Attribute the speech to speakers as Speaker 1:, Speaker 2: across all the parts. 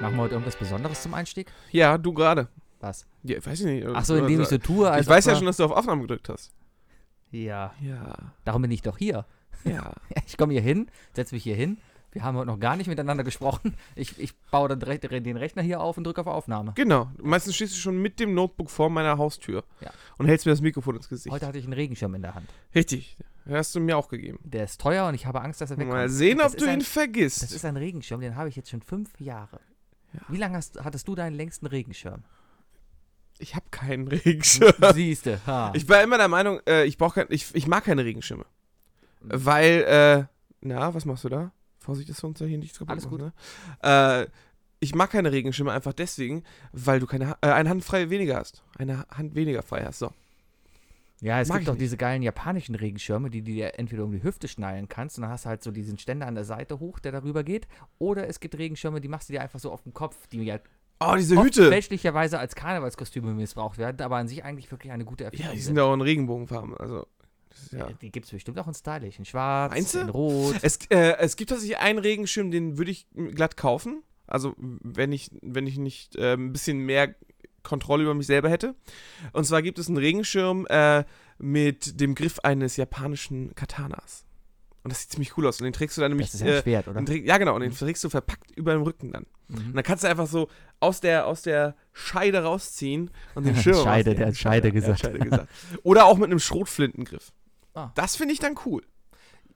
Speaker 1: machen wir heute irgendwas Besonderes zum Einstieg?
Speaker 2: Ja, du gerade.
Speaker 1: Was?
Speaker 2: Ja, weiß ich nicht. Also,
Speaker 1: Achso, indem ich so tue, als
Speaker 2: Äh, Ich weiß
Speaker 1: ob
Speaker 2: ja
Speaker 1: wir-
Speaker 2: schon, dass du auf Aufnahme gedrückt hast.
Speaker 1: Ja,
Speaker 2: Ja.
Speaker 1: darum bin ich doch hier.
Speaker 2: Ja.
Speaker 1: Ich komme hier hin, setze mich hier hin. Wir haben heute noch gar nicht miteinander gesprochen. Ich, ich baue dann direkt den Rechner hier auf und drücke auf Aufnahme.
Speaker 2: Genau. Meistens stehst du schon mit dem Notebook vor meiner Haustür
Speaker 1: Ja.
Speaker 2: und hältst mir das Mikrofon ins Gesicht.
Speaker 1: Heute hatte ich einen Regenschirm in der Hand.
Speaker 2: Richtig. Hast du mir auch gegeben.
Speaker 1: Der ist teuer und ich habe Angst, dass er wegkommt.
Speaker 2: Mal sehen,
Speaker 1: Das
Speaker 2: ob
Speaker 1: ist
Speaker 2: du
Speaker 1: ein-
Speaker 2: ihn
Speaker 1: Das
Speaker 2: vergisst.
Speaker 1: ist ein Regenschirm, den habe ich jetzt schon fünf Jahre. Wie lange hast, hattest du deinen längsten Regenschirm?
Speaker 2: Ich habe keinen Regenschirm.
Speaker 1: Siehste. Ha.
Speaker 2: Ich war immer der Meinung, äh, ich, brauch kein, ich, ich mag keine Regenschirme. Weil, äh, na, was machst du da? Vorsicht, dass wir uns da hier nichts kaputt
Speaker 1: Alles
Speaker 2: machen, Ne? Äh, ich mag keine Regenschirme einfach deswegen, weil du keine, Ha- äh, eine Hand frei weniger hast. Eine Ha- Hand weniger frei hast. So.
Speaker 1: ja, es
Speaker 2: mag
Speaker 1: gibt
Speaker 2: ich
Speaker 1: doch
Speaker 2: nicht.
Speaker 1: diese geilen japanischen Regenschirme, die du dir entweder um die Hüfte schnallen kannst und dann hast du halt so diesen Ständer an der Seite hoch, der darüber geht. Oder es gibt Regenschirme, die machst du dir einfach so auf den Kopf, die ja
Speaker 2: Oh, diese
Speaker 1: oft
Speaker 2: Hüte.
Speaker 1: fälschlicherweise als Karnevalskostüme missbraucht werden, aber an sich eigentlich wirklich eine gute
Speaker 2: Ja,
Speaker 1: Erfindung
Speaker 2: die sind ja auch in Regenbogenfarben. Also, das ist ja.
Speaker 1: Äh, Die gibt es bestimmt auch in stylisch. In schwarz,
Speaker 2: Meinst du?
Speaker 1: in rot.
Speaker 2: Es, äh, es gibt tatsächlich einen Regenschirm, den würde ich m, glatt kaufen. Also, m, wenn ich, wenn ich nicht äh, ein bisschen mehr Kontrolle über mich selber hätte. Und zwar gibt es einen Regenschirm äh, mit dem Griff eines japanischen Katanas. Und das sieht ziemlich cool aus. Und den trägst du dann nämlich.
Speaker 1: Das ist ja ein
Speaker 2: äh,
Speaker 1: Schwert, oder? Mhm.
Speaker 2: den träg, ja, genau. Und den trägst du verpackt über dem Rücken dann. Und dann kannst du einfach so aus der, aus der Scheide rausziehen und den Schirm.
Speaker 1: Scheide,
Speaker 2: rausnehmen.
Speaker 1: der hat Scheide
Speaker 2: ja,
Speaker 1: gesagt.
Speaker 2: Scheide gesagt. Oder auch mit einem Schrotflintengriff.
Speaker 1: Ah.
Speaker 2: Das finde ich dann cool.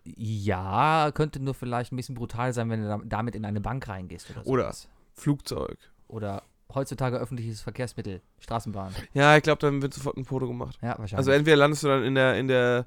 Speaker 1: Ja, könnte nur vielleicht ein bisschen brutal sein, wenn du da- damit in eine Bank reingehst oder so.
Speaker 2: Oder- Flugzeug.
Speaker 1: Oder heutzutage öffentliches Verkehrsmittel, Straßenbahn.
Speaker 2: Ja, ich glaube, dann wird sofort ein Foto gemacht.
Speaker 1: Ja, wahrscheinlich.
Speaker 2: Also entweder landest du dann in der, in der,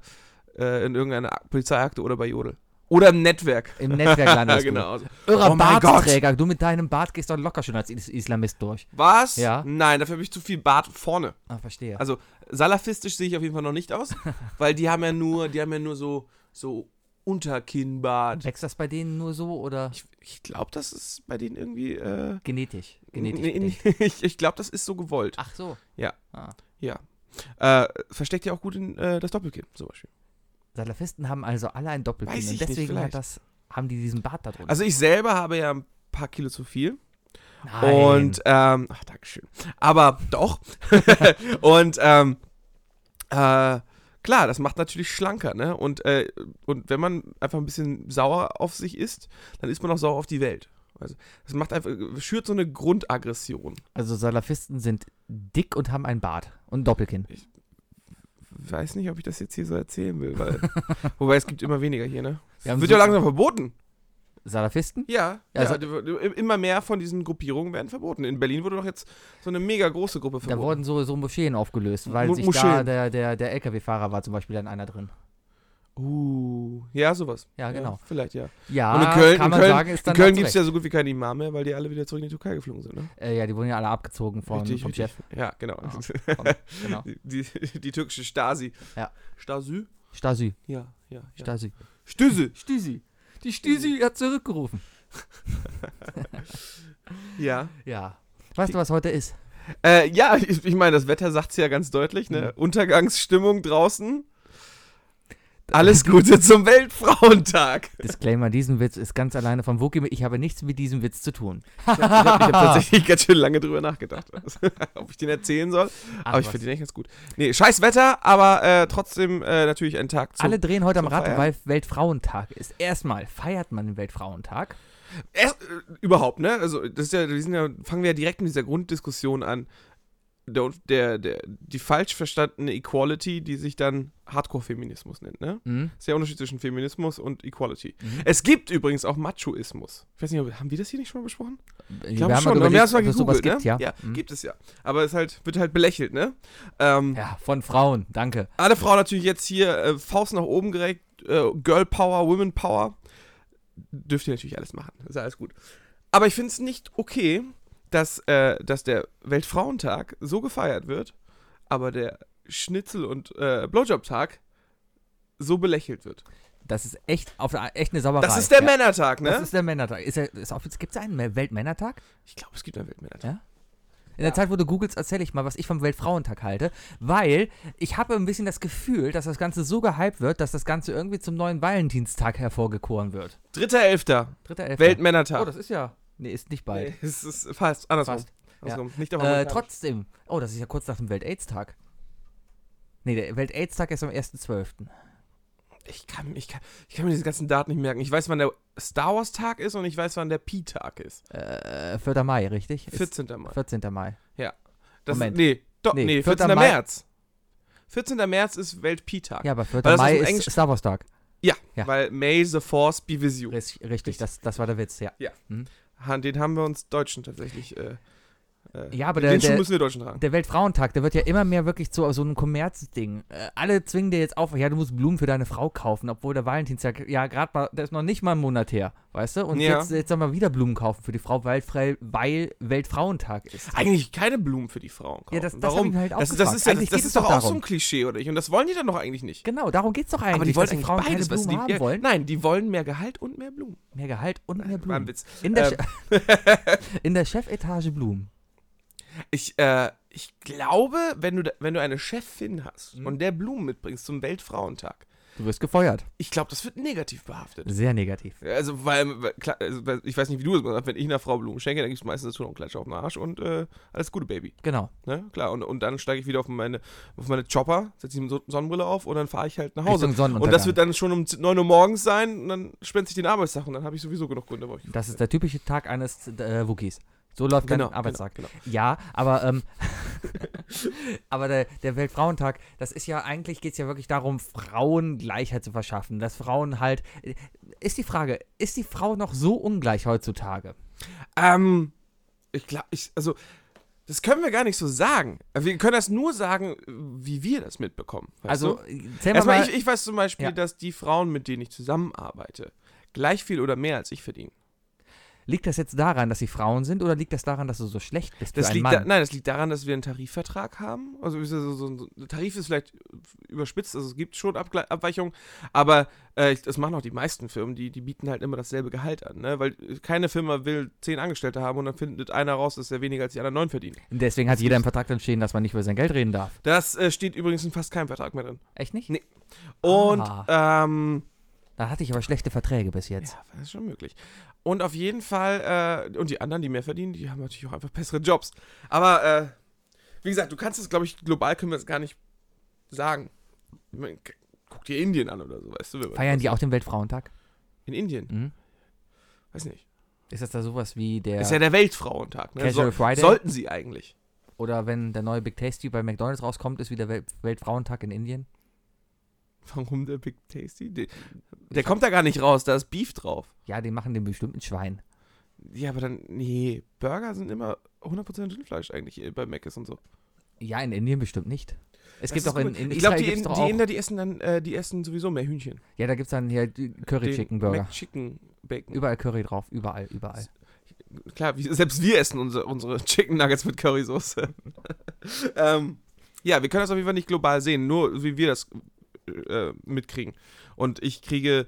Speaker 2: äh, in irgendeiner Ak- Polizeiakte oder bei Jodel. Oder im Netzwerk.
Speaker 1: Im Netzwerk landest
Speaker 2: genau. Also,
Speaker 1: du. Irrer
Speaker 2: Oh mein
Speaker 1: Bartträger. Du mit deinem Bart gehst doch locker schon als Is- Islamist durch.
Speaker 2: Was?
Speaker 1: Ja.
Speaker 2: Nein, dafür habe ich zu viel Bart vorne.
Speaker 1: Ah, verstehe.
Speaker 2: Also salafistisch sehe ich auf jeden Fall noch nicht aus, weil die haben ja nur, die haben ja nur so, so Unterkinnbart.
Speaker 1: Wächst das bei denen nur so oder
Speaker 2: Ich, ich glaube, das ist bei denen irgendwie. Äh,
Speaker 1: genetisch? Genetisch.
Speaker 2: nee,
Speaker 1: bedingt.
Speaker 2: nee, ich ich glaube, das ist so gewollt.
Speaker 1: Ach so.
Speaker 2: Ja.
Speaker 1: Ah.
Speaker 2: Äh, versteckt ja auch gut in, äh, das Doppelkinn zum Beispiel.
Speaker 1: Salafisten haben also alle ein Doppelkinn.
Speaker 2: Weiß ich
Speaker 1: Und
Speaker 2: nicht,
Speaker 1: deswegen hat
Speaker 2: vielleicht.
Speaker 1: das, haben die diesen Bart da drunter.
Speaker 2: Also ich selber habe ja ein paar Kilo zu viel.
Speaker 1: Nein.
Speaker 2: Und, ähm, ach, Dankeschön. Aber doch. und, ähm, äh, klar, das macht natürlich schlanker, ne? Und, äh, und wenn man einfach ein bisschen sauer auf sich ist, dann ist man auch sauer auf die Welt. Also, das macht einfach, schürt so eine Grundaggression.
Speaker 1: Also Salafisten sind dick und haben einen Bart und ein Doppelkinn.
Speaker 2: Weiß nicht, ob ich das jetzt hier so erzählen will, weil. wobei es gibt immer weniger hier, ne?
Speaker 1: Wir haben
Speaker 2: Wird
Speaker 1: so-
Speaker 2: ja langsam verboten.
Speaker 1: Salafisten?
Speaker 2: Ja,
Speaker 1: Also-
Speaker 2: ja. die- Immer mehr von diesen Gruppierungen werden verboten. In Berlin wurde doch jetzt so eine mega große Gruppe
Speaker 1: Da
Speaker 2: verboten.
Speaker 1: wurden so, so Moscheen aufgelöst, weil
Speaker 2: Mo-
Speaker 1: sich da
Speaker 2: Moscheen.
Speaker 1: der, der, der LKW-Fahrer war zum Beispiel in einer drin.
Speaker 2: Uh, ja, sowas.
Speaker 1: Ja, genau.
Speaker 2: vielleicht, ja.
Speaker 1: Ja,
Speaker 2: Und in Köln,
Speaker 1: kann
Speaker 2: in
Speaker 1: man
Speaker 2: Köln,
Speaker 1: sagen, ist dann
Speaker 2: in Köln
Speaker 1: auch
Speaker 2: gibt es
Speaker 1: zurecht.
Speaker 2: ja so gut wie keinen Imam mehr, weil die alle wieder zurück in die Türkei geflogen sind. Ne?
Speaker 1: Äh, ja, die wurden ja alle abgezogen von,
Speaker 2: Richtig,
Speaker 1: vom
Speaker 2: richtig.
Speaker 1: Chef.
Speaker 2: Ja, genau.
Speaker 1: Ah, Genau.
Speaker 2: Die, die, die türkische Stasi.
Speaker 1: Ja.
Speaker 2: Stasi?
Speaker 1: Stasi,
Speaker 2: Ja, ja. ja.
Speaker 1: Stasi.
Speaker 2: Stüse.
Speaker 1: Stüsi. Die Stüsi hat zurückgerufen.
Speaker 2: Ja.
Speaker 1: Ja. Weißt du, was heute ist?
Speaker 2: Äh, ja, ich, ich meine, das Wetter sagt es ja ganz deutlich, ne? Untergangsstimmung draußen. Alles Gute zum Weltfrauentag.
Speaker 1: Disclaimer, diesen Witz ist ganz alleine vom Wookie. Ich habe nichts mit diesem Witz zu tun.
Speaker 2: Ich habe hab, ich hab tatsächlich ganz schön lange drüber nachgedacht, ob ich den erzählen soll. Aber ich
Speaker 1: was.
Speaker 2: finde den echt ganz gut. Nee, scheiß Wetter, aber äh, trotzdem äh, natürlich ein Tag zum
Speaker 1: Alle drehen heute am
Speaker 2: zum
Speaker 1: Rad,
Speaker 2: Feiern.
Speaker 1: weil Weltfrauentag ist. Erstmal feiert man den Weltfrauentag.
Speaker 2: Erst, äh, überhaupt, ne? Also, das ist ja, wir sind ja, fangen wir ja direkt mit dieser Grunddiskussion an. Der, der, der, die falsch verstandene Equality, die sich dann Hardcore-Feminismus nennt, ne?
Speaker 1: Hm?
Speaker 2: Ist ja der Unterschied zwischen Feminismus und Equality.
Speaker 1: Mhm.
Speaker 2: Es gibt übrigens auch Machoismus. Ich weiß nicht, ob- haben wir das hier nicht schon mal besprochen?
Speaker 1: Ich
Speaker 2: glaube schon,
Speaker 1: aber
Speaker 2: aber wir haben es mal
Speaker 1: sowas
Speaker 2: gegoogelt,
Speaker 1: gibt,
Speaker 2: ne?
Speaker 1: ja. Hm.
Speaker 2: gibt es ja. Aber es halt, wird halt belächelt, ne? Ähm,
Speaker 1: ja, von Frauen, danke.
Speaker 2: Alle Frauen natürlich jetzt hier äh, Faust nach oben gereckt, äh, Girl Power, Women Power. Dürft ihr natürlich alles machen, ist ja alles gut. Aber ich finde es nicht okay, dass, äh, dass der Weltfrauentag so gefeiert wird, aber der Schnitzel- und äh, Blowjob-Tag so belächelt wird.
Speaker 1: Das ist echt, auf, der- echt eine Sauerei.
Speaker 2: Das ist der
Speaker 1: ja.
Speaker 2: Männertag,
Speaker 1: Das
Speaker 2: ne?
Speaker 1: ist der Männertag. Ist er, ist offiz- gibt's einen Mä- Weltmännertag?
Speaker 2: Ich glaube, es gibt einen Weltmännertag.
Speaker 1: Ja. In der
Speaker 2: Ja.
Speaker 1: Zeit, wo du googelst, erzähle ich mal, was ich vom Weltfrauentag halte, weil ich habe ein bisschen das Gefühl, dass das Ganze so gehypt wird, dass das Ganze irgendwie zum neuen Valentinstag hervorgekoren wird.
Speaker 2: Dritter Elfter,
Speaker 1: Dritter Elfter.
Speaker 2: Weltmännertag.
Speaker 1: Oh, das ist ja. Nee, ist nicht bald.
Speaker 2: Nee, es ist fast andersrum.
Speaker 1: Fast,
Speaker 2: andersrum. Nicht
Speaker 1: Äh,
Speaker 2: amerikanisch.
Speaker 1: trotzdem. Oh, das ist ja kurz nach dem Welt-Aids-Tag. Nee, der Welt-Aids-Tag ist am 1.12.
Speaker 2: Ich kann, ich, kann, ich kann mir diese ganzen Daten nicht merken. Ich weiß, wann der Star Wars Tag ist und ich weiß, wann der Pi-Tag ist.
Speaker 1: Äh, 4. Mai, richtig? Ist
Speaker 2: 14. Mai.
Speaker 1: 14. Mai.
Speaker 2: Das,
Speaker 1: Moment.
Speaker 2: Nee, doch,
Speaker 1: Nee,
Speaker 2: nee,
Speaker 1: 14.
Speaker 2: 14.
Speaker 1: Mai.
Speaker 2: März. 14. März ist Welt-Pi-Tag.
Speaker 1: Ja, aber 4.
Speaker 2: Weil das
Speaker 1: Mai
Speaker 2: ist im
Speaker 1: ist
Speaker 2: Englischen-
Speaker 1: Star Wars Tag. ja.
Speaker 2: Weil May the Force be with you.
Speaker 1: Richtig, richtig das, das war der Witz, ja.
Speaker 2: Han, Den haben wir uns Deutschen tatsächlich. Äh, äh,
Speaker 1: Ja, aber der,
Speaker 2: den Schuh
Speaker 1: der,
Speaker 2: müssen wir Deutschen tragen.
Speaker 1: der Weltfrauentag, der wird ja immer mehr wirklich zu so einem Kommerzding. Äh, alle zwingen dir jetzt auf, ja, du musst Blumen für deine Frau kaufen, obwohl der Valentinstag, ja, gerade mal, der ist noch nicht mal ein Monat her, weißt du? Und
Speaker 2: Ja.
Speaker 1: jetzt, jetzt sollen wir wieder Blumen kaufen für die Frau, weil, Fre- weil Weltfrauentag ist.
Speaker 2: Eigentlich keine Blumen für die Frauen kaufen.
Speaker 1: Ja, das, das hab ich
Speaker 2: Warum?
Speaker 1: mir halt auch
Speaker 2: Das, das
Speaker 1: gefragt.
Speaker 2: ist, ja, das,
Speaker 1: Eigentlich
Speaker 2: das
Speaker 1: geht es
Speaker 2: ist doch auch so
Speaker 1: darum.
Speaker 2: ein Klischee, oder ich? Und das wollen die dann doch eigentlich nicht.
Speaker 1: Genau, darum geht's doch eigentlich.
Speaker 2: aber die wollen eigentlich
Speaker 1: Frauen
Speaker 2: beides.
Speaker 1: keine
Speaker 2: was
Speaker 1: Blumen
Speaker 2: die,
Speaker 1: haben
Speaker 2: ja,
Speaker 1: wollen.
Speaker 2: Nein, die wollen mehr Gehalt und mehr Blumen.
Speaker 1: Mehr Gehalt und mehr
Speaker 2: War ein
Speaker 1: Blumen.
Speaker 2: Witz.
Speaker 1: In der,
Speaker 2: Ähm.
Speaker 1: Che- in der Chefetage Blumen.
Speaker 2: Ich, äh, ich glaube, wenn du, da- wenn du eine Chefin hast
Speaker 1: Mhm.
Speaker 2: und der Blumen mitbringst zum Weltfrauentag,
Speaker 1: Du wirst gefeuert.
Speaker 2: ich glaube, das wird negativ behaftet.
Speaker 1: Sehr negativ.
Speaker 2: Also, weil, weil- klar, also, weil- ich weiß nicht, wie du es machst, wenn ich einer Frau Blumen schenke, dann gibt es meistens dazu noch einen Klatsch auf den Arsch und äh, alles Gute, Baby.
Speaker 1: Genau.
Speaker 2: Ne? Klar, und, und dann steige ich wieder auf meine, auf meine Chopper, setze die Son- Sonnenbrille auf und dann fahre ich halt nach Hause.
Speaker 1: Richtung Sonnenuntergang.
Speaker 2: Und das wird dann schon um 9 Uhr morgens sein und dann spendet sich den Arbeitstag und dann habe ich sowieso genug Gründe. warum ich-
Speaker 1: Das ist der typische Tag eines äh, Wookies. So läuft
Speaker 2: Genau,
Speaker 1: dein Arbeitstag.
Speaker 2: genau,
Speaker 1: Ja, aber, ähm, aber der, der Weltfrauentag, das ist ja eigentlich, geht es ja wirklich darum, Frauen Gleichheit zu verschaffen. Dass Frauen halt. Ist die Frage, ist die Frau noch so ungleich heutzutage?
Speaker 2: Ähm, ich glaube, ich, also, das können wir gar nicht so sagen. Also, Wir können das nur sagen, wie wir das mitbekommen. weißt
Speaker 1: Also,
Speaker 2: du?
Speaker 1: zähl mal.
Speaker 2: erstmal,
Speaker 1: mal
Speaker 2: ich, ich weiß zum Beispiel,
Speaker 1: Ja.
Speaker 2: dass die Frauen, mit denen ich zusammenarbeite, gleich viel oder mehr als ich verdienen.
Speaker 1: liegt das jetzt daran, dass sie Frauen sind oder liegt das daran, dass du so schlecht bist
Speaker 2: Das
Speaker 1: für einen
Speaker 2: liegt
Speaker 1: Mann?
Speaker 2: da, nein, das liegt daran, dass wir einen Tarifvertrag haben. Also ist ja so, so, so, ein Tarif ist vielleicht überspitzt, also es gibt schon Abgle- Abweichungen, aber äh, ich- das machen auch die meisten Firmen, die, die bieten halt immer dasselbe Gehalt an, ne? weil keine Firma will zehn Angestellte haben und dann findet einer raus, dass er weniger als die anderen neun verdient.
Speaker 1: Deswegen hat jeder im Vertrag dann stehen, dass man nicht über sein Geld reden darf.
Speaker 2: Das äh, steht übrigens in fast keinem Vertrag mehr drin.
Speaker 1: Echt nicht?
Speaker 2: Nee. Und
Speaker 1: Ah.
Speaker 2: ähm,
Speaker 1: Da hatte ich aber schlechte Verträge bis
Speaker 2: ja,
Speaker 1: jetzt.
Speaker 2: das ist schon möglich. Und auf jeden Fall, äh, und die anderen, die mehr verdienen, die haben natürlich auch einfach bessere Jobs. Aber äh, wie gesagt, du kannst es, glaube ich, global können wir es gar nicht sagen. Ich mein, k- guck dir Indien an oder so, weißt du? wenn man-
Speaker 1: Feiern die auch den Weltfrauentag?
Speaker 2: In Indien,
Speaker 1: Mhm.
Speaker 2: weiß nicht.
Speaker 1: Ist das da sowas wie der
Speaker 2: Ist ja der Weltfrauentag, ne?
Speaker 1: Casual
Speaker 2: So,
Speaker 1: Friday?
Speaker 2: sollten sie eigentlich.
Speaker 1: oder wenn der neue Big Tasty bei McDonalds rauskommt, ist wie der Wel Weltfrauentag in Indien?
Speaker 2: Warum der Big Tasty? Der, der kommt da gar nicht raus, da ist Beef drauf.
Speaker 1: Ja, die machen den bestimmten Schwein.
Speaker 2: Ja, aber dann, nee, Burger sind immer 100% Rindfleisch eigentlich äh, bei Mc's und so.
Speaker 1: Ja, in Indien bestimmt nicht. Es
Speaker 2: Das
Speaker 1: gibt
Speaker 2: ist
Speaker 1: auch in,
Speaker 2: gut.
Speaker 1: in
Speaker 2: ich
Speaker 1: Israel
Speaker 2: glaube, die,
Speaker 1: gibt's
Speaker 2: In-
Speaker 1: doch
Speaker 2: die
Speaker 1: auch.
Speaker 2: Inder, die essen dann, äh, die essen sowieso mehr Hühnchen.
Speaker 1: ja, da gibt es dann hier die Curry
Speaker 2: Den
Speaker 1: Chicken Burger.
Speaker 2: McChicken Bacon.
Speaker 1: Überall Curry drauf, überall, überall.
Speaker 2: Klar, wie, selbst wir essen unsere, unsere Chicken Nuggets mit Currysoße. ähm, ja, wir können das auf jeden Fall nicht global sehen, nur wie wir das äh, mitkriegen. Und ich kriege,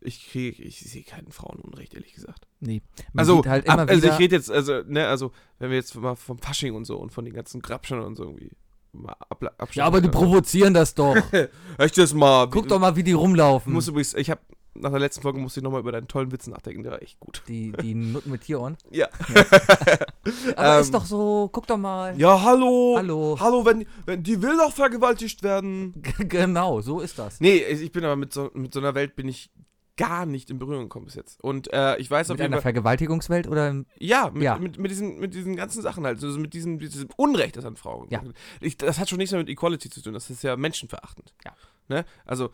Speaker 2: ich kriege, ich sehe keinen Frauenunrecht, ehrlich gesagt.
Speaker 1: Nee. Man
Speaker 2: Also,
Speaker 1: sieht halt immer
Speaker 2: ab, also
Speaker 1: wieder,
Speaker 2: ich rede jetzt, also, ne, also, wenn wir jetzt mal vom Fasching und so und von den ganzen Grabschern und so irgendwie mal ab, ne?
Speaker 1: ja, aber die provozieren das doch.
Speaker 2: Echt jetzt mal.
Speaker 1: Guck doch mal, wie die rumlaufen.
Speaker 2: Ich muss übrigens, ich habe nach der letzten Folge musste ich nochmal über deinen tollen Witz nachdenken, der war echt gut.
Speaker 1: Die, die Nutten mit Tierohren.
Speaker 2: Ja.
Speaker 1: Aber
Speaker 2: Ähm,
Speaker 1: ist doch so, guck doch mal.
Speaker 2: Ja, hallo.
Speaker 1: Hallo.
Speaker 2: Hallo, wenn, wenn die will doch vergewaltigt werden.
Speaker 1: genau, so ist das.
Speaker 2: Nee, ich bin aber mit so, mit so einer Welt bin ich gar nicht in Berührung gekommen bis jetzt. Und äh, ich weiß auf
Speaker 1: Mit
Speaker 2: jeden
Speaker 1: einer
Speaker 2: Fall.
Speaker 1: Vergewaltigungswelt oder im-
Speaker 2: Ja, mit,
Speaker 1: Ja.
Speaker 2: Mit, mit, diesen, mit diesen ganzen Sachen halt. Also mit diesem, mit diesem Unrecht, das an Frauen
Speaker 1: Ja.
Speaker 2: ich, Das hat schon nichts mehr mit Equality zu tun. Das ist ja menschenverachtend.
Speaker 1: Ja.
Speaker 2: Ne? Also,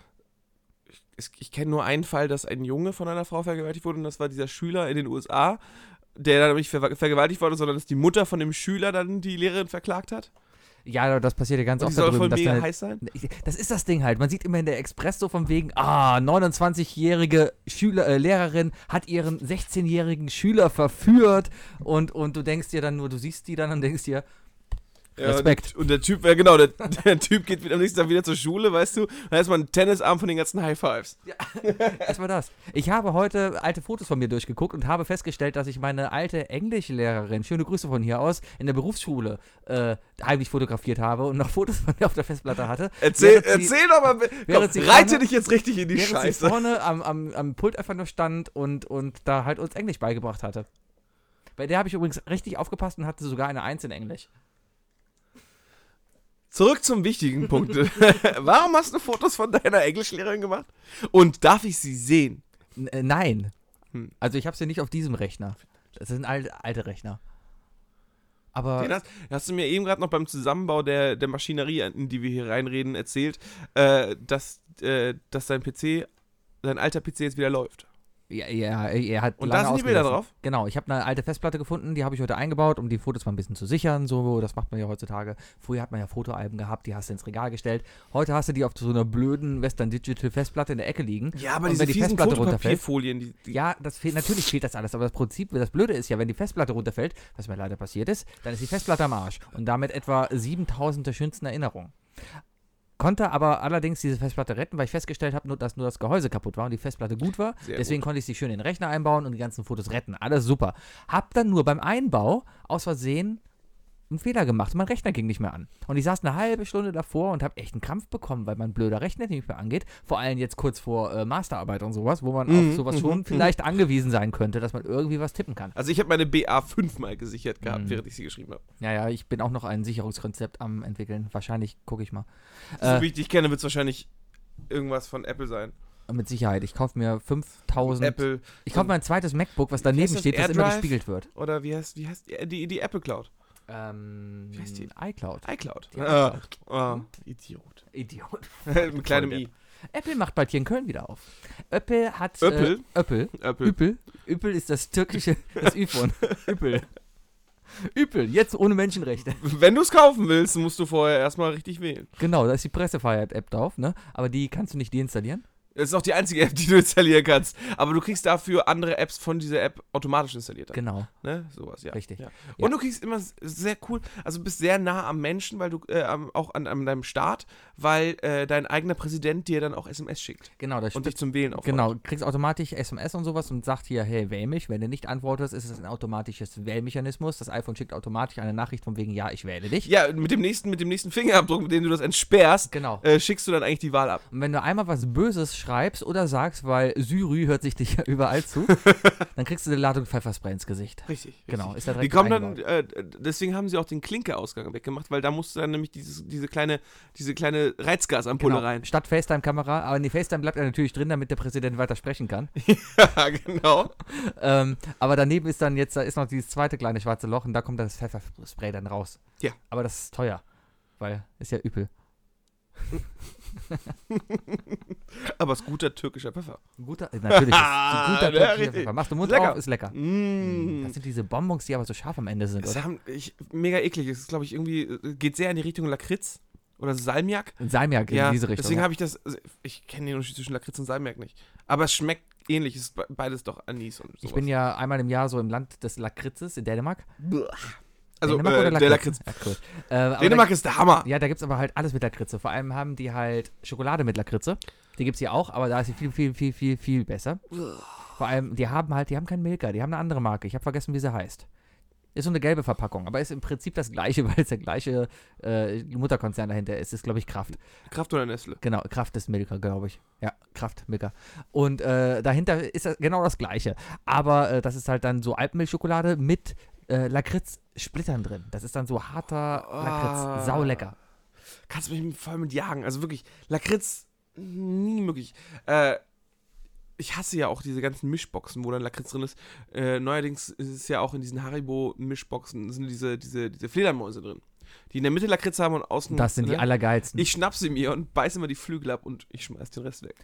Speaker 2: ich, es- ich kenne nur einen Fall, dass ein Junge von einer Frau vergewaltigt wurde und das war dieser Schüler in den USA, der dann nicht ver vergewaltigt wurde, sondern dass die Mutter von dem Schüler dann die Lehrerin verklagt hat.
Speaker 1: Ja, das passiert ja ganz
Speaker 2: Und die
Speaker 1: oft da
Speaker 2: soll
Speaker 1: drüben,
Speaker 2: von
Speaker 1: dass halt
Speaker 2: mega
Speaker 1: dann,
Speaker 2: heiß sein.
Speaker 1: Das ist das Ding halt. Man sieht immer in der Express so von wegen, ah, 29-jährige Schüler, äh, Lehrerin hat ihren 16-jährigen Schüler verführt und, und du denkst dir dann nur, du siehst die dann und denkst dir, Respekt.
Speaker 2: Ja, und, und der Typ, ja genau, der, der Typ geht wieder am nächsten Tag wieder zur Schule, weißt du, und dann erstmal einen Tennisarm von den ganzen High Fives.
Speaker 1: Erstmal das. Ich habe heute alte Fotos von mir durchgeguckt und habe festgestellt, dass ich meine alte Englischlehrerin, schöne Grüße von hier aus, in der Berufsschule äh, heimlich fotografiert habe und noch Fotos von mir auf der festplatte hatte.
Speaker 2: Erzähl,
Speaker 1: während sie-
Speaker 2: erzähl doch mal, komm,
Speaker 1: während sie
Speaker 2: reite
Speaker 1: vorne-
Speaker 2: dich jetzt richtig in die
Speaker 1: während sie
Speaker 2: Scheiße.
Speaker 1: vorne am, am, am Pult einfach nur stand und, und da halt uns Englisch beigebracht hatte. Bei der habe ich übrigens richtig aufgepasst und hatte sogar eine Eins in Englisch.
Speaker 2: Zurück zum wichtigen Punkt. Warum hast du Fotos von deiner Englischlehrerin gemacht? Und darf ich sie sehen?
Speaker 1: N äh, nein.
Speaker 2: Hm.
Speaker 1: Also ich habe sie nicht auf diesem Rechner. Das sind al alte Rechner. Aber
Speaker 2: Den hast, hast du mir eben gerade noch beim Zusammenbau der, der Maschinerie, in die wir hier reinreden, erzählt, äh, dass, äh, dass dein PC, dein alter PC jetzt wieder läuft.
Speaker 1: ja, ja, er hat
Speaker 2: Und da
Speaker 1: lange
Speaker 2: sind die Bilder
Speaker 1: ausgelassen.
Speaker 2: drauf?
Speaker 1: Genau, ich habe eine alte Festplatte gefunden, die habe ich heute eingebaut, um die Fotos mal ein bisschen zu sichern. So, das macht man ja heutzutage. Früher hat man ja Fotoalben gehabt, die hast du ins Regal gestellt. Heute hast du die auf so einer blöden Western Digital Festplatte in der Ecke liegen.
Speaker 2: Ja, aber
Speaker 1: Und
Speaker 2: diese
Speaker 1: wenn die
Speaker 2: fiesen
Speaker 1: Festplatte runterfällt?
Speaker 2: Fotopapierfolien, die, die
Speaker 1: Ja, das fehlt, natürlich fehlt das alles, aber das Prinzip, das Blöde ist ja, wenn die Festplatte runterfällt, was mir leider passiert ist, dann ist die Festplatte am Arsch und damit etwa 7000 der schönsten Erinnerungen. Konnte aber allerdings diese Festplatte retten, weil ich festgestellt habe, nur, dass nur das Gehäuse kaputt war und die Festplatte gut war.
Speaker 2: Sehr
Speaker 1: Deswegen konnte ich sie schön in den Rechner einbauen und die ganzen Fotos retten. Alles super. Hab dann nur beim Einbau aus Versehen einen Fehler gemacht. und Mein Rechner ging nicht mehr an. Und ich saß eine halbe Stunde davor und habe echt einen Krampf bekommen, weil mein blöder Rechner nicht mehr angeht. Vor allem jetzt kurz vor äh, Masterarbeit und sowas, wo man
Speaker 2: Mhm,
Speaker 1: auf sowas
Speaker 2: mhm,
Speaker 1: schon
Speaker 2: mhm.
Speaker 1: vielleicht angewiesen sein könnte, dass man irgendwie was tippen kann.
Speaker 2: Also ich habe meine BA fünfmal gesichert gehabt,
Speaker 1: Mhm.
Speaker 2: während ich sie geschrieben habe.
Speaker 1: Naja, ich bin auch noch ein Sicherungskonzept am entwickeln. Wahrscheinlich gucke ich mal.
Speaker 2: So
Speaker 1: Äh,
Speaker 2: wie ich dich kenne, wird es wahrscheinlich irgendwas von Apple sein.
Speaker 1: mit Sicherheit. Ich kaufe mir 5000.
Speaker 2: Apple
Speaker 1: ich kaufe mir ein zweites MacBook, was daneben
Speaker 2: das
Speaker 1: steht, das immer
Speaker 2: AirDrive?
Speaker 1: gespiegelt wird.
Speaker 2: oder wie heißt, wie heißt die, die, die Apple Cloud?
Speaker 1: Ähm,
Speaker 2: Wie heißt die?
Speaker 1: iCloud.
Speaker 2: iCloud.
Speaker 1: Die Hm?
Speaker 2: Ah, ah, Idiot.
Speaker 1: Idiot.
Speaker 2: Mit kleinem I.
Speaker 1: Apple macht bald hier in Köln wieder auf. Apple hat.
Speaker 2: Öppel?
Speaker 1: Äh, Öppel.
Speaker 2: Apple.
Speaker 1: Üppel. Üppel ist das türkische, das Üfon. Üppel. Üppel, jetzt ohne Menschenrechte.
Speaker 2: Wenn du es kaufen willst, musst du vorher erstmal richtig wählen.
Speaker 1: Genau, da ist die Pressefreiheit-App drauf, ne? Aber die kannst du nicht deinstallieren.
Speaker 2: Das ist auch die einzige App, die du installieren kannst. Aber du kriegst dafür andere Apps von dieser App automatisch installiert. Dann,
Speaker 1: Genau,
Speaker 2: ne? Sowas, ja.
Speaker 1: richtig.
Speaker 2: Ja.
Speaker 1: Ja.
Speaker 2: Und du kriegst immer s- sehr cool, also bist sehr nah am Menschen, weil du äh, am- auch an, an deinem Staat, weil äh, dein eigener Präsident dir dann auch SMS schickt
Speaker 1: Genau, da
Speaker 2: und
Speaker 1: steht.
Speaker 2: dich zum Wählen auffordert.
Speaker 1: Genau, kriegst automatisch SMS und sowas und sagt hier, hey, wähl mich. Wenn du nicht antwortest, ist es ein automatisches Wählmechanismus. Das iPhone schickt automatisch eine Nachricht von wegen, ja, ich wähle dich.
Speaker 2: Ja, mit dem nächsten, mit dem nächsten Fingerabdruck, mit dem du das entsperrst,
Speaker 1: Genau.
Speaker 2: äh, schickst du dann eigentlich die Wahl ab.
Speaker 1: Und wenn du einmal was Böses schreibst oder sagst, weil Syrü hört sich dich ja überall zu, dann kriegst du eine Ladung Pfefferspray ins Gesicht.
Speaker 2: Richtig.
Speaker 1: Genau, ist da
Speaker 2: Die
Speaker 1: direkt
Speaker 2: kommen
Speaker 1: mit
Speaker 2: dann, äh, deswegen haben sie auch den Klinke-Ausgang weggemacht, weil da musste dann nämlich dieses, diese kleine, diese kleine Reizgasampulle
Speaker 1: Genau.
Speaker 2: rein.
Speaker 1: Statt FaceTime-Kamera, aber in die FaceTime bleibt er natürlich drin, damit der Präsident weiter sprechen kann.
Speaker 2: ja, genau.
Speaker 1: ähm, aber daneben ist dann jetzt, da ist noch dieses zweite kleine schwarze Loch und da kommt dann das Pfefferspray dann raus.
Speaker 2: Ja.
Speaker 1: Aber das ist teuer, weil ist ja übel.
Speaker 2: Aber es ist guter türkischer Pfeffer.
Speaker 1: Ein Guter, äh, natürlich. ist ein
Speaker 2: Ja,
Speaker 1: guter ja,
Speaker 2: richtig.
Speaker 1: Pfeffer. Machst du Mund
Speaker 2: Lecker.
Speaker 1: auf, ist lecker.
Speaker 2: Mm.
Speaker 1: Ah, Das sind diese Bonbons, die aber so scharf am Ende sind,
Speaker 2: Das
Speaker 1: oder?
Speaker 2: haben, ich, mega eklig. Es ist, glaube ich, irgendwie, äh, geht sehr in die Richtung Lakritz oder Salmiak.
Speaker 1: Salmiak in
Speaker 2: Ja,
Speaker 1: diese Richtung.
Speaker 2: deswegen
Speaker 1: ja.
Speaker 2: habe ich das, also ich kenne den Unterschied zwischen Lakritz und Salmiak nicht. Aber es schmeckt ähnlich. Es ist be- beides doch Anis und sowas.
Speaker 1: ich bin ja einmal im Jahr so im Land des Lakritzes in Dänemark. Äh,
Speaker 2: also,
Speaker 1: Dänemark
Speaker 2: äh, der Lakritz.
Speaker 1: Ja, cool. äh, aber da
Speaker 2: Dänemark ist der Hammer.
Speaker 1: Ja, da gibt es aber halt alles mit Lakritze. Vor allem haben die halt Schokolade mit Lakritze. Die gibt es hier auch, aber da ist sie viel, viel, viel, viel, viel besser. Vor allem, die haben halt, die haben keinen Milka, die haben eine andere Marke. Ich habe vergessen, wie sie heißt. Ist so eine gelbe Verpackung, aber ist im Prinzip das gleiche, weil es der gleiche äh, Mutterkonzern dahinter ist. Ist, glaube ich, Kraft.
Speaker 2: Kraft oder Nestle?
Speaker 1: Genau, Kraft ist Milka, glaube ich. Ja, Kraft, Milka. Und äh, dahinter ist das genau das gleiche. Aber äh, das ist halt dann so Alpenmilchschokolade mit äh, Lakritz-Splittern drin. Das ist dann so harter
Speaker 2: Ah.
Speaker 1: Lakritz. Saulecker.
Speaker 2: Kannst du mich voll mit jagen. Also wirklich, Lakritz, nie möglich. Äh, ich hasse ja auch diese ganzen Mischboxen, wo dann Lakritz drin ist. Äh, neuerdings ist es ja auch in diesen Haribo-Mischboxen, sind diese, diese, diese Fledermäuse drin. Die in der Mitte Lakritz haben und außen.
Speaker 1: Das sind die
Speaker 2: ne?
Speaker 1: allergeilsten.
Speaker 2: Ich schnapp sie mir und beiß immer die Flügel ab und ich schmeiß den Rest weg.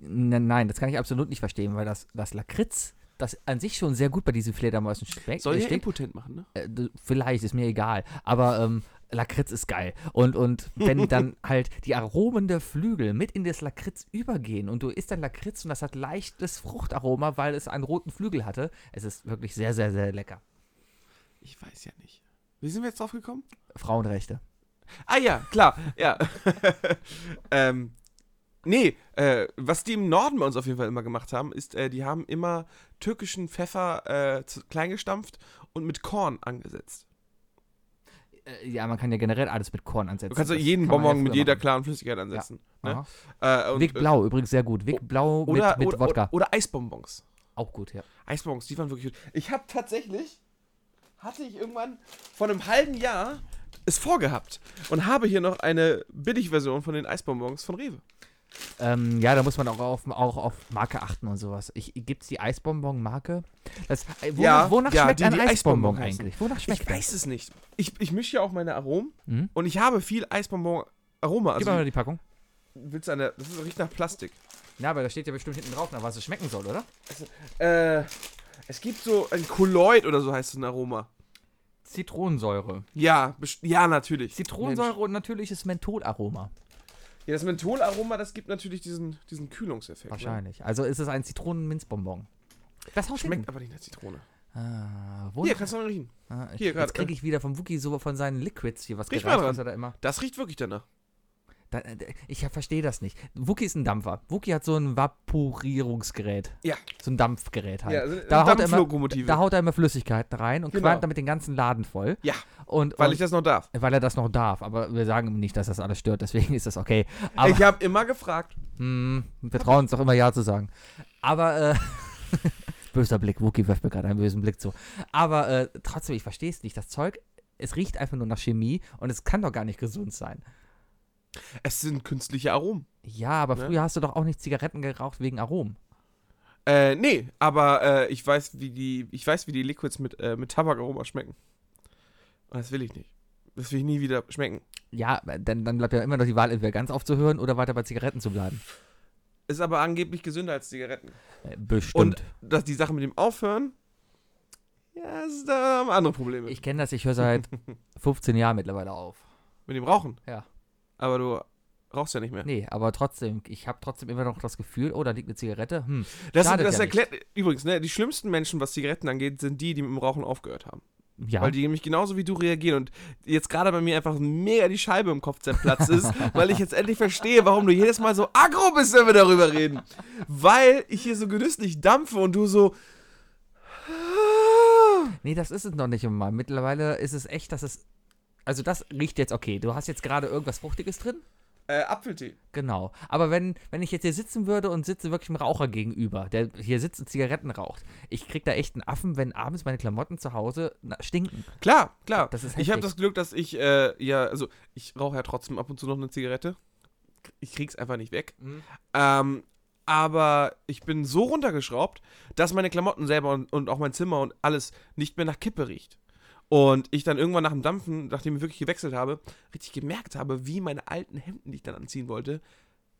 Speaker 1: Nein, nein, das kann ich absolut nicht verstehen, weil das, das Lakritz, das an sich schon sehr gut bei diesen Fledermäusen schmeckt.
Speaker 2: Soll ja
Speaker 1: schmeckt,
Speaker 2: impotent machen, ne?
Speaker 1: äh, d- vielleicht, ist mir egal. Aber ähm, Lakritz ist geil. Und, und wenn dann halt die Aromen der Flügel mit in das Lakritz übergehen und du isst dann Lakritz und das hat leichtes Fruchtaroma, weil es einen roten Flügel hatte, es ist wirklich sehr, sehr, sehr lecker.
Speaker 2: Ich weiß ja nicht. Wie sind wir jetzt drauf gekommen?
Speaker 1: Frauenrechte.
Speaker 2: Ah ja, klar, ja. ähm, nee, äh, was die im Norden bei uns auf jeden Fall immer gemacht haben, ist, äh, die haben immer türkischen Pfeffer äh, zu- klein gestampft und mit Korn angesetzt.
Speaker 1: Äh, Ja, man kann ja generell alles mit Korn ansetzen.
Speaker 2: Du kannst doch
Speaker 1: Das
Speaker 2: jeden
Speaker 1: kann man ja
Speaker 2: Bonbon mit
Speaker 1: früher
Speaker 2: jeder
Speaker 1: machen.
Speaker 2: klaren Flüssigkeit ansetzen.
Speaker 1: Aha.
Speaker 2: Äh, und,
Speaker 1: Vic
Speaker 2: äh,
Speaker 1: Blau übrigens sehr gut. Vic Blau
Speaker 2: oder,
Speaker 1: mit, mit
Speaker 2: oder,
Speaker 1: Wodka.
Speaker 2: Oder, oder Eisbonbons.
Speaker 1: Auch gut, ja.
Speaker 2: Eisbonbons, die waren wirklich gut. Ich habe tatsächlich, hatte ich irgendwann vor einem halben Jahr es vorgehabt und habe hier noch eine Billigversion von den Eisbonbons von Rewe.
Speaker 1: Ähm, ja, da muss man auch auf, auch auf Marke achten und sowas. Ich, gibt's die Eisbonbon-Marke? Das- äh, Wonach,
Speaker 2: Ja,
Speaker 1: wonach
Speaker 2: ja,
Speaker 1: schmeckt
Speaker 2: die-
Speaker 1: ein
Speaker 2: die
Speaker 1: Eisbonbon
Speaker 2: Eisbonbon heißen.
Speaker 1: eigentlich? Wonach schmeckt
Speaker 2: Ich
Speaker 1: das?
Speaker 2: weiß es nicht. Ich, ich mische ja auch meine Aromen
Speaker 1: Mhm.
Speaker 2: und ich habe viel Eisbonbon-Aroma.
Speaker 1: Gib
Speaker 2: Also,
Speaker 1: mir mal die Packung.
Speaker 2: willst du eine, das ist, riecht nach Plastik.
Speaker 1: Ja, aber da steht ja bestimmt hinten drauf, nach was es schmecken soll, oder?
Speaker 2: Äh, es gibt so ein Kolloid oder so heißt es ein Aroma.
Speaker 1: Zitronensäure.
Speaker 2: Ja, best- ja, natürlich.
Speaker 1: Zitronensäure
Speaker 2: Mensch.
Speaker 1: und natürliches Mentholaroma.
Speaker 2: Ja, das Mentholaroma, das gibt natürlich diesen, diesen Kühlungseffekt. ne?
Speaker 1: Wahrscheinlich. Also ist es ein Zitronenminzbonbon. Das haut
Speaker 2: Ne? Schmeckt aber nicht nach Zitrone.
Speaker 1: hin. Ah,
Speaker 2: Hier,
Speaker 1: wunderbar.
Speaker 2: kannst du mal riechen.
Speaker 1: Ah, ich,
Speaker 2: hier
Speaker 1: jetzt
Speaker 2: grad,
Speaker 1: kriege ich wieder vom Wookie so von seinen Liquids hier was
Speaker 2: Riech
Speaker 1: gereicht,
Speaker 2: mal
Speaker 1: was er da immer.
Speaker 2: Das riecht wirklich danach.
Speaker 1: Da, äh, ich verstehe das nicht. Wookie ist ein Dampfer. Wookie hat so ein Vaporierungsgerät.
Speaker 2: Ja.
Speaker 1: So ein Dampfgerät halt.
Speaker 2: Ja, also, so eine
Speaker 1: da, haut er immer,
Speaker 2: Dampflokomotive.
Speaker 1: da haut er immer Flüssigkeiten rein und
Speaker 2: Genau.
Speaker 1: qualmt damit den ganzen Laden voll.
Speaker 2: Ja.
Speaker 1: Und,
Speaker 2: weil
Speaker 1: und,
Speaker 2: ich das noch darf.
Speaker 1: weil er das noch darf. Aber wir sagen ihm nicht, dass das alles stört. Deswegen ist das okay. Aber
Speaker 2: ich habe immer gefragt.
Speaker 1: Hm, wir trauen uns doch immer Ja zu sagen. Aber, äh, böser Blick, Wookie wirft mir gerade einen bösen Blick zu. Aber äh, trotzdem, ich verstehe es nicht. Das Zeug, es riecht einfach nur nach Chemie und es kann doch gar nicht gesund sein.
Speaker 2: Es sind künstliche Aromen.
Speaker 1: Ja, aber
Speaker 2: Ne?
Speaker 1: früher hast du doch auch nicht Zigaretten geraucht wegen Aromen.
Speaker 2: Äh, nee, aber äh, ich weiß, wie die, ich weiß, wie die Liquids mit, äh, mit Tabakaroma schmecken. Und das will ich nicht. Das will ich nie wieder schmecken.
Speaker 1: Ja, dann, dann bleibt ja immer noch die Wahl, entweder ganz aufzuhören oder weiter bei Zigaretten zu bleiben.
Speaker 2: Ist aber angeblich gesünder als Zigaretten.
Speaker 1: Äh, Bestimmt.
Speaker 2: Und dass die Sache mit dem Aufhören, ja, das ist, da haben wir andere Probleme.
Speaker 1: ich kenne das, ich höre seit 15 Jahren mittlerweile auf.
Speaker 2: mit dem Rauchen.
Speaker 1: Ja. Hm,
Speaker 2: Aber du rauchst ja nicht mehr.
Speaker 1: Nee, aber trotzdem, ich habe trotzdem immer noch das Gefühl, oh, da liegt eine Zigarette. Hm,
Speaker 2: das
Speaker 1: schadet
Speaker 2: das
Speaker 1: ja nicht.
Speaker 2: erklärt übrigens, ne, die schlimmsten Menschen, was Zigaretten angeht, sind die, die mit dem Rauchen aufgehört haben.
Speaker 1: ja.
Speaker 2: Weil die nämlich genauso wie du reagieren und jetzt gerade bei mir einfach mega die Scheibe im Kopf zerplatzt ist, weil ich jetzt endlich verstehe, warum du jedes Mal so aggro bist, wenn wir darüber reden. Weil ich hier so genüsslich dampfe und du so.
Speaker 1: Nee, das ist es noch nicht immer. Mittlerweile ist es echt, dass es. Also, das riecht jetzt okay. Du hast jetzt gerade irgendwas Fruchtiges drin?
Speaker 2: Äh, Apfeltee.
Speaker 1: Genau. Aber wenn, wenn ich jetzt hier sitzen würde und sitze wirklich einem Raucher gegenüber, der hier sitzt und Zigaretten raucht, ich krieg da echt einen Affen, wenn abends meine Klamotten zu Hause na, stinken.
Speaker 2: Klar, klar.
Speaker 1: Das ist
Speaker 2: ich habe
Speaker 1: heftig.
Speaker 2: das Glück, dass ich, äh, ja, also ich rauche ja trotzdem ab und zu noch eine Zigarette. Ich krieg's einfach nicht weg. Ähm, aber ich bin so runtergeschraubt, dass meine Klamotten selber und, und auch mein Zimmer und alles nicht mehr nach Kippe riecht. Und ich dann irgendwann nach dem Dampfen, nachdem ich wirklich gewechselt habe, richtig gemerkt habe, wie meine alten Hemden, die ich dann anziehen wollte,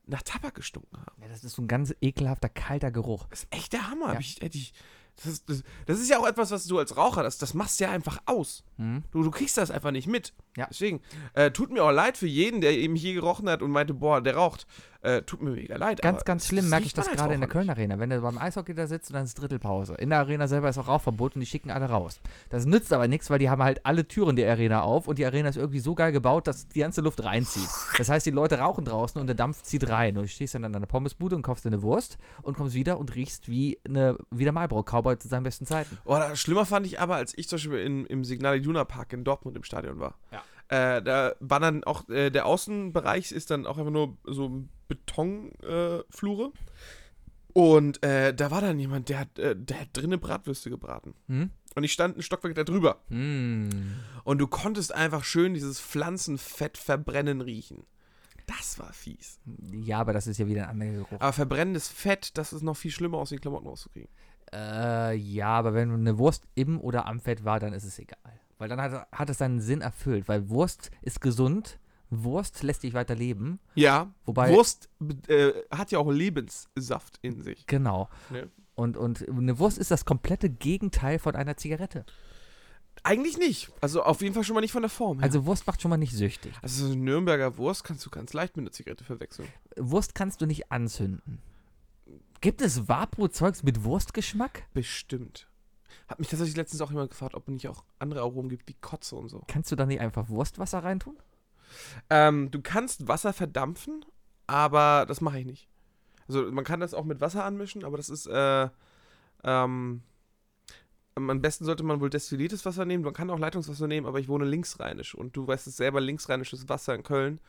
Speaker 2: nach Tabak gestunken haben.
Speaker 1: Ja, das ist so ein ganz ekelhafter, kalter Geruch.
Speaker 2: Das ist echt der Hammer.
Speaker 1: Ja.
Speaker 2: Hab Ich, hätte ich, das, ist, das, das ist ja auch etwas, was du als Raucher, das, das machst du ja einfach aus.
Speaker 1: Hm?
Speaker 2: Du, du kriegst das einfach nicht mit.
Speaker 1: Ja.
Speaker 2: Deswegen, äh, tut mir auch leid für jeden, der eben hier gerochen hat und meinte, boah, der raucht. Äh, tut mir mega leid.
Speaker 1: Ganz,
Speaker 2: aber
Speaker 1: ganz schlimm merke ich
Speaker 2: riecht
Speaker 1: das
Speaker 2: man als
Speaker 1: gerade in der
Speaker 2: Raucher nicht.
Speaker 1: Köln Arena. Wenn du beim Eishockey da sitzt und dann ist Drittelpause. In der Arena selber ist auch Rauchverbot und die schicken alle raus. Das nützt aber nichts, weil die haben halt alle Türen der Arena auf und die Arena ist irgendwie so geil gebaut, dass die ganze Luft reinzieht. Das heißt, die Leute rauchen draußen und der Dampf zieht rein. Und du stehst dann an einer Pommesbude und kaufst dir eine Wurst und kommst wieder und riechst wie, eine, wie der Marlboro-Cowboy zu seinen besten Zeiten.
Speaker 2: Oh, da, schlimmer fand ich aber, als ich zum Beispiel in, im Signal Iduna Park in Dortmund im Stadion war. Äh, da war dann auch, äh, der Außenbereich ist dann auch einfach nur so Betonflure. Äh, Flure. und äh, da war dann jemand, der hat, äh, der hat drinnen Bratwürste gebraten.
Speaker 1: Hm?
Speaker 2: Und ich stand einen Stockwerk da drüber.
Speaker 1: Hm.
Speaker 2: Und du konntest einfach schön dieses Pflanzenfett verbrennen riechen. Das war fies.
Speaker 1: Ja, aber das ist ja wieder ein anderer Geruch.
Speaker 2: Aber verbrennendes Fett, das ist noch viel schlimmer aus den Klamotten rauszukriegen.
Speaker 1: Äh, ja, aber wenn eine Wurst im oder am Fett war, dann ist es egal. Weil dann hat, hat es seinen Sinn erfüllt. Weil Wurst ist gesund, Wurst lässt dich weiter leben.
Speaker 2: Ja,
Speaker 1: Wobei,
Speaker 2: Wurst äh, hat ja auch Lebenssaft in sich.
Speaker 1: genau.
Speaker 2: Ne.
Speaker 1: Und, und eine Wurst ist das komplette Gegenteil von einer Zigarette.
Speaker 2: Eigentlich nicht. Also auf jeden Fall schon mal nicht von der Form. her.
Speaker 1: Also Wurst macht schon mal nicht süchtig.
Speaker 2: also so eine Nürnberger Wurst kannst du ganz leicht mit einer Zigarette verwechseln.
Speaker 1: Wurst kannst du nicht anzünden. Gibt es Vapo-Zeugs mit Wurstgeschmack?
Speaker 2: Bestimmt. Hat mich tatsächlich letztens auch jemand gefragt, ob es nicht auch andere Aromen gibt, wie Kotze und so.
Speaker 1: Kannst du da nicht einfach Wurstwasser reintun?
Speaker 2: Ähm, du kannst Wasser verdampfen, aber das mache ich nicht. Also man kann das auch mit Wasser anmischen, aber das ist, äh, ähm, am besten sollte man wohl destilliertes Wasser nehmen. Man kann auch Leitungswasser nehmen, aber ich wohne linksrheinisch und du weißt es selber, linksrheinisches Wasser in Köln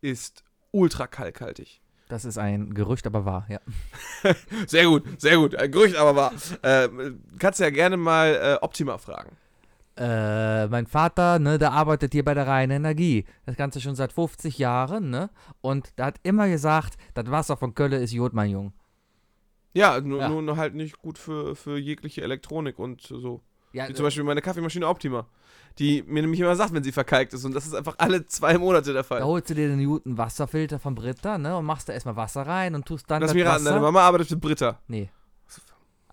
Speaker 2: ist ultra kalkhaltig.
Speaker 1: Das ist ein Gerücht, aber wahr, ja.
Speaker 2: Sehr gut, sehr gut. Ein Gerücht, aber wahr. Äh, kannst ja gerne mal äh, Optima fragen.
Speaker 1: Äh, mein Vater, ne, der arbeitet hier bei der reinen Energie. Das Ganze schon seit 50 Jahren, ne? Und der hat immer gesagt, das Wasser von Kölle ist Jod, mein Junge.
Speaker 2: Ja, nur,
Speaker 1: Ja.
Speaker 2: nur halt nicht gut für, für jegliche Elektronik und so.
Speaker 1: Ja,
Speaker 2: Wie zum Beispiel meine Kaffeemaschine Optima, die mir nämlich immer sagt, wenn sie verkalkt ist. Und das ist einfach alle zwei Monate der
Speaker 1: da
Speaker 2: Fall.
Speaker 1: holst du dir den Newton Wasserfilter von Britta, ne? Und machst da erstmal Wasser rein und tust dann
Speaker 2: Lass
Speaker 1: das
Speaker 2: mich raten,
Speaker 1: Wasser.
Speaker 2: deine Mama arbeitet für Britta.
Speaker 1: nee.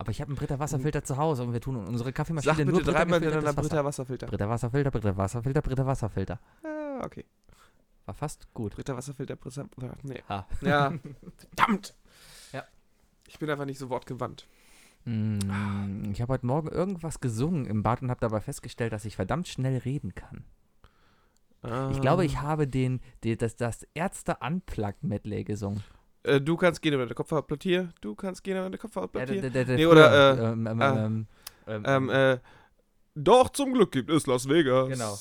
Speaker 1: Aber ich habe einen Britta Wasserfilter zu Hause und wir tun unsere Kaffeemaschine
Speaker 2: Sag bitte
Speaker 1: Britta
Speaker 2: dreimal
Speaker 1: gefiltertes
Speaker 2: hintereinander
Speaker 1: Wasser.
Speaker 2: Britta Wasserfilter.
Speaker 1: Britta Wasserfilter, Britta Wasserfilter, Britta Wasserfilter.
Speaker 2: Ah, okay.
Speaker 1: War fast gut.
Speaker 2: Britta Wasserfilter, Britta. Nee.
Speaker 1: Ha.
Speaker 2: Ja. Verdammt!
Speaker 1: Ja.
Speaker 2: Ich bin einfach nicht so wortgewandt.
Speaker 1: Mm, ich habe heute Morgen irgendwas gesungen im Bad und habe dabei festgestellt, dass ich verdammt schnell reden kann. Ich glaube,
Speaker 2: Ähm. Ah.
Speaker 1: ich habe den, die, das, das Ärzte Unplugged Medley gesungen.
Speaker 2: Äh, du kannst gehen über deine Kopfhautplatte hier. Du kannst gehen über deine Kopfhautplatte hier. Nee,
Speaker 1: Nee,
Speaker 2: oder,
Speaker 1: ähm, ähm,
Speaker 2: ah,
Speaker 1: ähm, ähm,
Speaker 2: Ähm, äh, doch, zum Glück gibt es Las Vegas.
Speaker 1: Genau.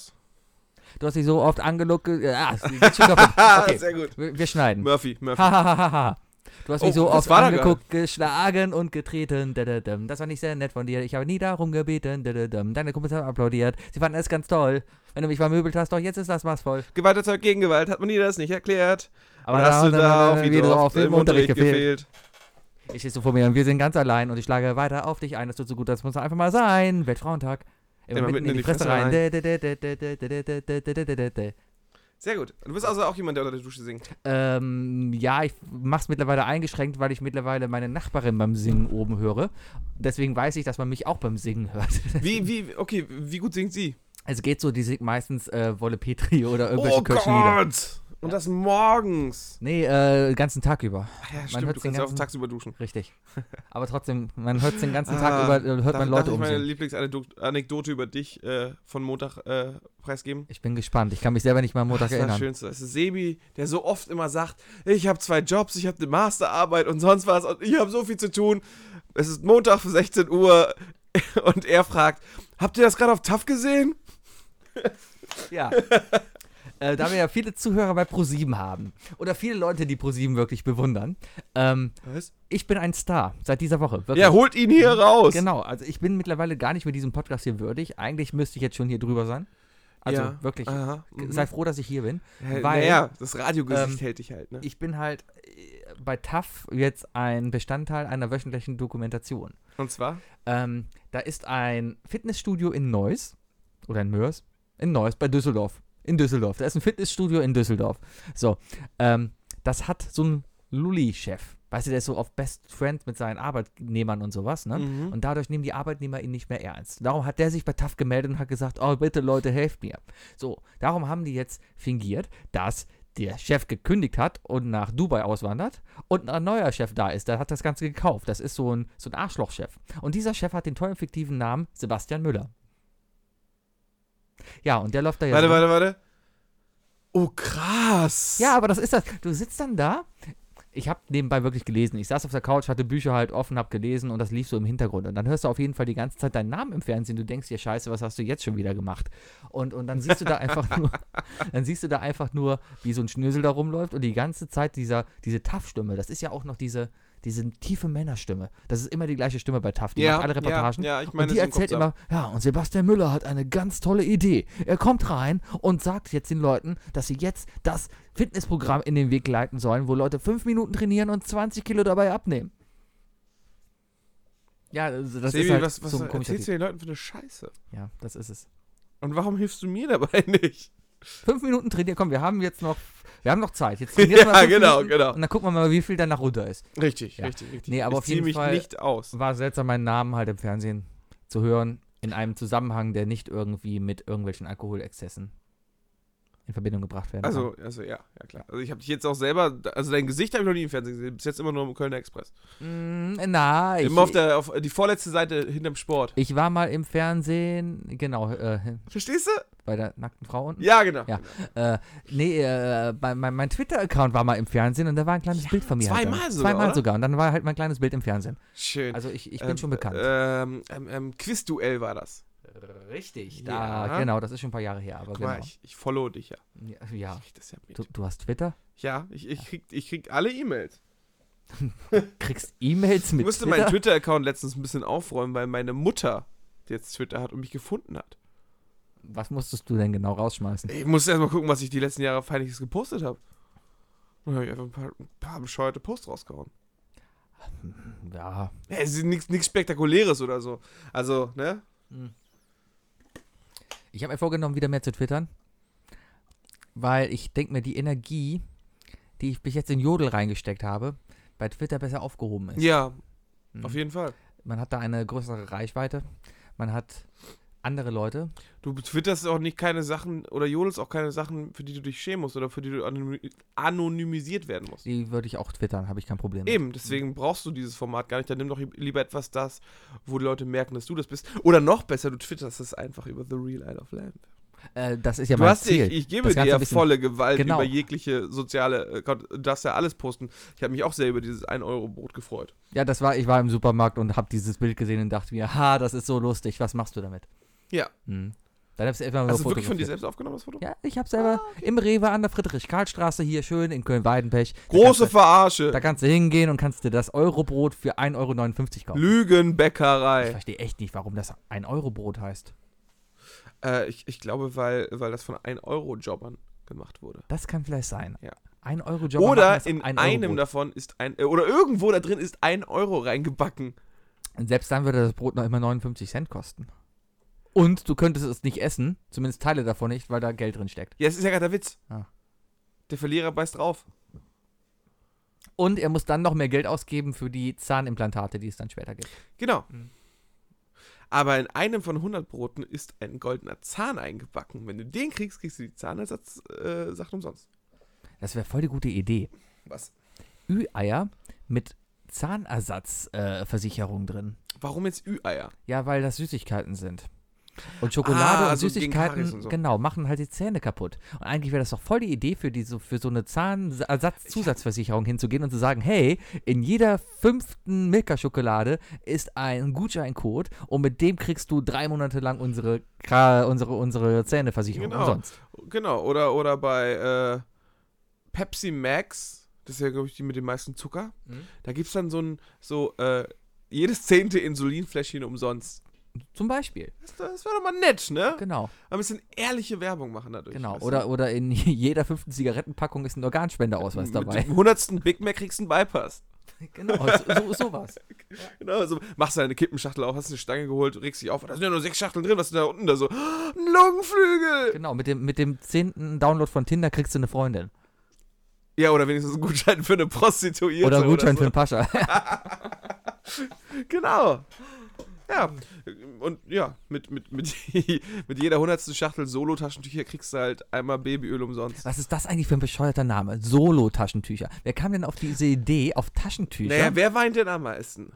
Speaker 1: du hast dich so oft angeluckt. ge- äh, Ah, es geht schon kaputt.
Speaker 2: Ah,
Speaker 1: Okay,
Speaker 2: sehr gut.
Speaker 1: wir, wir schneiden.
Speaker 2: Murphy, Murphy.
Speaker 1: Hahaha. Du hast mich
Speaker 2: Oh,
Speaker 1: so
Speaker 2: das
Speaker 1: oft
Speaker 2: war da gar
Speaker 1: angeguckt, geschlagen und getreten. Dadadam. Das war nicht sehr nett von dir. Ich habe nie darum gebeten. Dadadam. Deine Kumpels haben applaudiert. Sie fanden es ganz toll. Wenn du mich vermöbelt hast, doch jetzt ist das maßvoll.
Speaker 2: Gewalt erzeugt Gegengewalt, hat man dir das nicht erklärt.
Speaker 1: Aber
Speaker 2: Und
Speaker 1: da äh,
Speaker 2: hast du da auch wieder
Speaker 1: auf
Speaker 2: auf
Speaker 1: dem
Speaker 2: im Unterricht gefehlt.
Speaker 1: Ich stehe so vor mir und wir sind ganz allein und ich schlage weiter auf dich ein. Das tut so gut, das muss einfach mal sein. Weltfrauentag. Immer mitten in die Fresse rein.
Speaker 2: Sehr gut. Du bist also auch jemand, der unter der Dusche singt.
Speaker 1: Ähm, ja, ich mach's mittlerweile eingeschränkt, weil ich mittlerweile meine Nachbarin beim Singen oben höre. Deswegen weiß ich, dass man mich auch beim Singen hört.
Speaker 2: Wie, wie, okay, wie gut singt sie?
Speaker 1: Also geht so, die singt meistens äh, Wolle Petri oder irgendwelche Kirchenlieder.
Speaker 2: Oh Und das morgens.
Speaker 1: Nee, äh, den ganzen Tag über.
Speaker 2: Ach ja,
Speaker 1: hört
Speaker 2: stimmt, du
Speaker 1: den
Speaker 2: kannst ja auch
Speaker 1: ganzen-
Speaker 2: tagsüber duschen.
Speaker 1: Richtig. Aber trotzdem, man hört den ganzen
Speaker 2: Ah,
Speaker 1: Tag über, äh, hört
Speaker 2: Darf-
Speaker 1: man
Speaker 2: darf
Speaker 1: Leute
Speaker 2: ich meine
Speaker 1: umsingen.
Speaker 2: Lieblingsanekdote über dich äh, von Montag äh, preisgeben?
Speaker 1: Ich bin gespannt. Ich kann mich selber nicht mal am Montag
Speaker 2: Das war das
Speaker 1: erinnern.
Speaker 2: Schönste. Das ist Sebi, der so oft immer sagt, ich habe zwei Jobs, ich habe eine Masterarbeit und sonst was und ich habe so viel zu tun. Es ist Montag für 16 Uhr und er fragt, habt ihr das gerade auf TAF gesehen?
Speaker 1: Ja. äh, da wir ja viele Zuhörer bei ProSieben haben oder viele Leute, die ProSieben wirklich bewundern, ähm,
Speaker 2: Was?
Speaker 1: ich bin ein Star seit dieser Woche. Wirklich.
Speaker 2: Ja, holt ihn hier raus.
Speaker 1: Genau, also ich bin mittlerweile gar nicht mit diesem Podcast hier würdig. Eigentlich müsste ich jetzt schon hier drüber sein. Also
Speaker 2: ja.
Speaker 1: wirklich,
Speaker 2: Aha. Mhm.
Speaker 1: sei froh, dass ich hier bin.
Speaker 2: Hä,
Speaker 1: weil-
Speaker 2: naja, das
Speaker 1: ähm,
Speaker 2: Radiogesicht hält dich halt, ne?
Speaker 1: Ich bin halt äh, bei TAF jetzt ein Bestandteil einer wöchentlichen Dokumentation.
Speaker 2: Und zwar?
Speaker 1: Ähm, da ist ein Fitnessstudio in Neuss oder in Mörs, in Neuss bei Düsseldorf. In Düsseldorf. Da ist ein Fitnessstudio in Düsseldorf. So, ähm, das hat so ein Lulli-Chef. Weißt du, der ist so auf Best Friend mit seinen Arbeitnehmern und sowas, ne?
Speaker 2: Mhm.
Speaker 1: Und dadurch nehmen die Arbeitnehmer ihn nicht mehr ernst. Darum hat der sich bei TAF gemeldet und hat gesagt, oh bitte Leute, helft mir. So, darum haben die jetzt fingiert, dass der Chef gekündigt hat und nach Dubai auswandert und ein neuer Chef da ist. Der hat das Ganze gekauft. Das ist so ein, so ein Arschlochchef. Und dieser Chef hat den tollen fiktiven Namen Sebastian Müller. Ja, und der läuft da jetzt.
Speaker 2: warte,
Speaker 1: rum.
Speaker 2: warte, warte. Oh, krass.
Speaker 1: Ja, aber das ist das. Du sitzt dann da. Ich habe nebenbei wirklich gelesen. Ich saß auf der Couch, hatte Bücher halt offen, habe gelesen und das lief so im Hintergrund. Und dann hörst du auf jeden Fall die ganze Zeit deinen Namen im Fernsehen. Du denkst dir, Scheiße, was hast du jetzt schon wieder gemacht? Und, und dann siehst du da einfach nur, dann siehst du da einfach nur, wie so ein Schnösel da rumläuft und die ganze Zeit dieser, diese TAF-Stimme. Das ist ja auch noch diese, diese tiefe Männerstimme. Das ist immer die gleiche Stimme bei TAF. Die
Speaker 2: ja,
Speaker 1: macht alle Reportagen
Speaker 2: Ja, ja ich meine,
Speaker 1: und die
Speaker 2: es im Kopf
Speaker 1: erzählt immer, ja, und Sebastian Müller hat eine ganz tolle Idee. Er kommt rein und sagt jetzt den Leuten, dass sie jetzt das Fitnessprogramm in den Weg leiten sollen, wo Leute fünf Minuten trainieren und 20 Kilo dabei abnehmen. Ja, also das
Speaker 2: Sebi,
Speaker 1: ist halt
Speaker 2: was, was
Speaker 1: so ein komischer
Speaker 2: erzählst du
Speaker 1: Typ.
Speaker 2: den Leuten für eine Scheiße?
Speaker 1: Ja, das ist es.
Speaker 2: Und warum hilfst du mir dabei nicht?
Speaker 1: Fünf Minuten trainieren, komm, wir haben jetzt noch, wir haben noch Zeit. Jetzt trainieren wir
Speaker 2: Ja,
Speaker 1: mal fünf
Speaker 2: genau,
Speaker 1: Minuten
Speaker 2: genau.
Speaker 1: Und dann gucken wir mal, wie viel danach runter ist.
Speaker 2: Richtig,
Speaker 1: Ja.
Speaker 2: richtig, richtig.
Speaker 1: Nee, aber
Speaker 2: ich
Speaker 1: auf jeden
Speaker 2: zieh mich
Speaker 1: Fall-
Speaker 2: nicht aus.
Speaker 1: War seltsam, meinen Namen halt im Fernsehen zu hören, in einem Zusammenhang, der nicht irgendwie mit irgendwelchen Alkoholexzessen in Verbindung gebracht werden
Speaker 2: Also, also ja, ja klar. Also ich habe dich jetzt auch selber, also dein Gesicht habe ich noch nie im Fernsehen gesehen. Bis jetzt immer nur im Kölner Express.
Speaker 1: kann. Mm, na, ich,
Speaker 2: immer auf, der, auf die vorletzte Seite hinterm Sport.
Speaker 1: ich war mal im Fernsehen, genau, äh,
Speaker 2: Verstehst du?
Speaker 1: bei der nackten Frau unten.
Speaker 2: Ja, genau.
Speaker 1: Ja. Äh, nee, äh, bei, mein, mein Twitter-Account war mal im Fernsehen und da war ein kleines Bild von mir. halt
Speaker 2: zweimal
Speaker 1: dann.
Speaker 2: sogar,
Speaker 1: Zweimal
Speaker 2: oder?
Speaker 1: sogar. Und dann war halt mein kleines Bild im Fernsehen.
Speaker 2: Schön.
Speaker 1: Also ich, ich bin
Speaker 2: Ähm,
Speaker 1: schon bekannt.
Speaker 2: Ähm, ähm, ähm, Quizduell war das.
Speaker 1: Richtig. Da,
Speaker 2: ja.
Speaker 1: genau, das ist schon ein paar Jahre her. Aber
Speaker 2: Guck
Speaker 1: genau.
Speaker 2: mal, ich, ich follow dich ja.
Speaker 1: ja, ja.
Speaker 2: Ich krieg das ja mit.
Speaker 1: Du, du hast Twitter?
Speaker 2: Ja, ich, ich, krieg, ich krieg alle E-Mails.
Speaker 1: Kriegst E-Mails
Speaker 2: Ich
Speaker 1: mit
Speaker 2: musste
Speaker 1: Twitter?
Speaker 2: meinen Twitter-Account letztens ein bisschen aufräumen, weil meine Mutter jetzt Twitter hat und mich gefunden hat.
Speaker 1: Was musstest du denn genau rausschmeißen?
Speaker 2: Ich muss erstmal gucken, was ich die letzten Jahre Feindliches gepostet habe. Dann habe ich einfach ein paar, ein paar bescheuerte Posts rausgehauen.
Speaker 1: Ja.
Speaker 2: Ja, Es ist nichts Spektakuläres oder so. Also, ne?
Speaker 1: Hm. Ich habe mir vorgenommen, wieder mehr zu twittern. Weil ich denke mir, die Energie, die ich bis jetzt in Jodel reingesteckt habe, bei Twitter besser aufgehoben ist.
Speaker 2: Ja,
Speaker 1: Mhm.
Speaker 2: auf jeden Fall.
Speaker 1: Man hat da eine größere Reichweite. Man hat andere Leute.
Speaker 2: Du twitterst auch nicht keine Sachen oder jodelst auch keine Sachen, für die du dich schämen musst oder für die du anony- anonymisiert werden musst.
Speaker 1: Die würde ich auch twittern, habe ich kein Problem. mit.
Speaker 2: Eben, deswegen brauchst du dieses Format gar nicht. Dann nimm doch lieber etwas das, wo die Leute merken, dass du das bist. Oder noch besser, du twitterst es einfach über The Real Isle of Lamp.
Speaker 1: Äh, das ist ja
Speaker 2: du
Speaker 1: mein
Speaker 2: hast
Speaker 1: Ziel.
Speaker 2: Ich, ich gebe
Speaker 1: Das
Speaker 2: dir
Speaker 1: Ganze
Speaker 2: ja
Speaker 1: ein bisschen-
Speaker 2: volle Gewalt
Speaker 1: Genau.
Speaker 2: über jegliche soziale Account. Du darfst ja alles posten. Ich habe mich auch sehr über dieses 1-Euro-Brot gefreut.
Speaker 1: Ja, das war, ich war im Supermarkt und habe dieses Bild gesehen und dachte mir, ha, das ist so lustig, was machst du damit?
Speaker 2: Ja.
Speaker 1: Hm. Dann hab's einfach mal
Speaker 2: Hast du wirklich von dir
Speaker 1: fotografiert.
Speaker 2: selbst aufgenommen, das Foto?
Speaker 1: Ja, ich habe selber
Speaker 2: Ah,
Speaker 1: im Rewe an der Friedrich-Karl-Straße hier schön in Köln-Weidenpech.
Speaker 2: Große
Speaker 1: da kannst, du, da
Speaker 2: Verarsche.
Speaker 1: kannst du hingehen und kannst dir das Eurobrot für 1,59 Euro kaufen. Ich
Speaker 2: Lügenbäckerei.
Speaker 1: verstehe echt nicht, warum das 1-Euro-Brot heißt.
Speaker 2: Äh, ich, ich glaube, weil, weil das von 1-Euro-Jobbern gemacht wurde.
Speaker 1: Das kann vielleicht sein.
Speaker 2: Ja.
Speaker 1: 1 euro job
Speaker 2: Oder in einem davon ist ein, äh, oder irgendwo da drin ist ein Euro reingebacken.
Speaker 1: Und selbst dann würde das Brot noch immer 59 Cent kosten. Und du könntest es nicht essen, zumindest Teile davon nicht, weil da Geld drin steckt.
Speaker 2: Ja, es ist ja gerade der Witz.
Speaker 1: Ah.
Speaker 2: Der Verlierer beißt drauf.
Speaker 1: Und er muss dann noch mehr Geld ausgeben für die Zahnimplantate, die es dann später gibt.
Speaker 2: Genau.
Speaker 1: Mhm.
Speaker 2: Aber in einem von 100 Broten ist ein goldener Zahn eingebacken. Wenn du den kriegst, kriegst du die Zahnersatzsachen äh, Sachen umsonst.
Speaker 1: Das wäre voll die gute Idee.
Speaker 2: Was?
Speaker 1: Ü-Eier mit Zahnersatzversicherung äh, Versicherung drin.
Speaker 2: Warum jetzt Ü-Eier?
Speaker 1: Ja, weil das Süßigkeiten sind. Und Schokolade
Speaker 2: Ah,
Speaker 1: und
Speaker 2: also gegen
Speaker 1: Süßigkeiten,
Speaker 2: Karies und so.
Speaker 1: genau, machen halt die Zähne kaputt. Und eigentlich wäre das doch voll die Idee, für, die, so, für so eine Zahnzusatzversicherung hinzugehen und zu sagen, hey, in jeder fünften Milka-Schokolade ist ein Gutscheincode und mit dem kriegst du drei Monate lang unsere, Ka- unsere, unsere Zähneversicherung
Speaker 2: Genau.
Speaker 1: umsonst.
Speaker 2: Genau, oder, oder bei äh, Pepsi Max, das ist ja, glaube ich, die mit dem meisten Zucker.
Speaker 1: Mhm.
Speaker 2: Da gibt es dann so ein, so, äh, jedes zehnte Insulinfläschchen umsonst.
Speaker 1: Zum Beispiel,
Speaker 2: Das, das wäre doch mal nett, ne?
Speaker 1: genau,
Speaker 2: Ein bisschen ehrliche Werbung machen dadurch.
Speaker 1: genau.
Speaker 2: weißt du?
Speaker 1: Oder, oder in jeder fünften Zigarettenpackung ist ein Organspendeausweis dabei.
Speaker 2: Mit dem 100. Big Mac kriegst du einen Bypass.
Speaker 1: genau, so, so, sowas.
Speaker 2: Genau, so machst du eine Kippenschachtel auf, hast eine Stange geholt, regst dich auf. Da sind ja nur sechs Schachteln drin, was ist denn da unten da so? Ein Lungenflügel!
Speaker 1: Genau, mit dem, mit dem zehnten Download von Tinder kriegst du eine Freundin.
Speaker 2: Ja, oder wenigstens ein Gutschein für eine Prostituierte.
Speaker 1: Oder Gutschein für
Speaker 2: so.
Speaker 1: einen Pascha.
Speaker 2: Genau. Ja, und ja, mit, mit, mit, mit jeder hundertsten Schachtel Solo-Taschentücher kriegst du halt einmal Babyöl umsonst.
Speaker 1: Was ist das eigentlich für ein bescheuerter Name? Solo-Taschentücher. Wer kam denn auf diese Idee, auf Taschentücher?
Speaker 2: Naja, wer weint denn am meisten?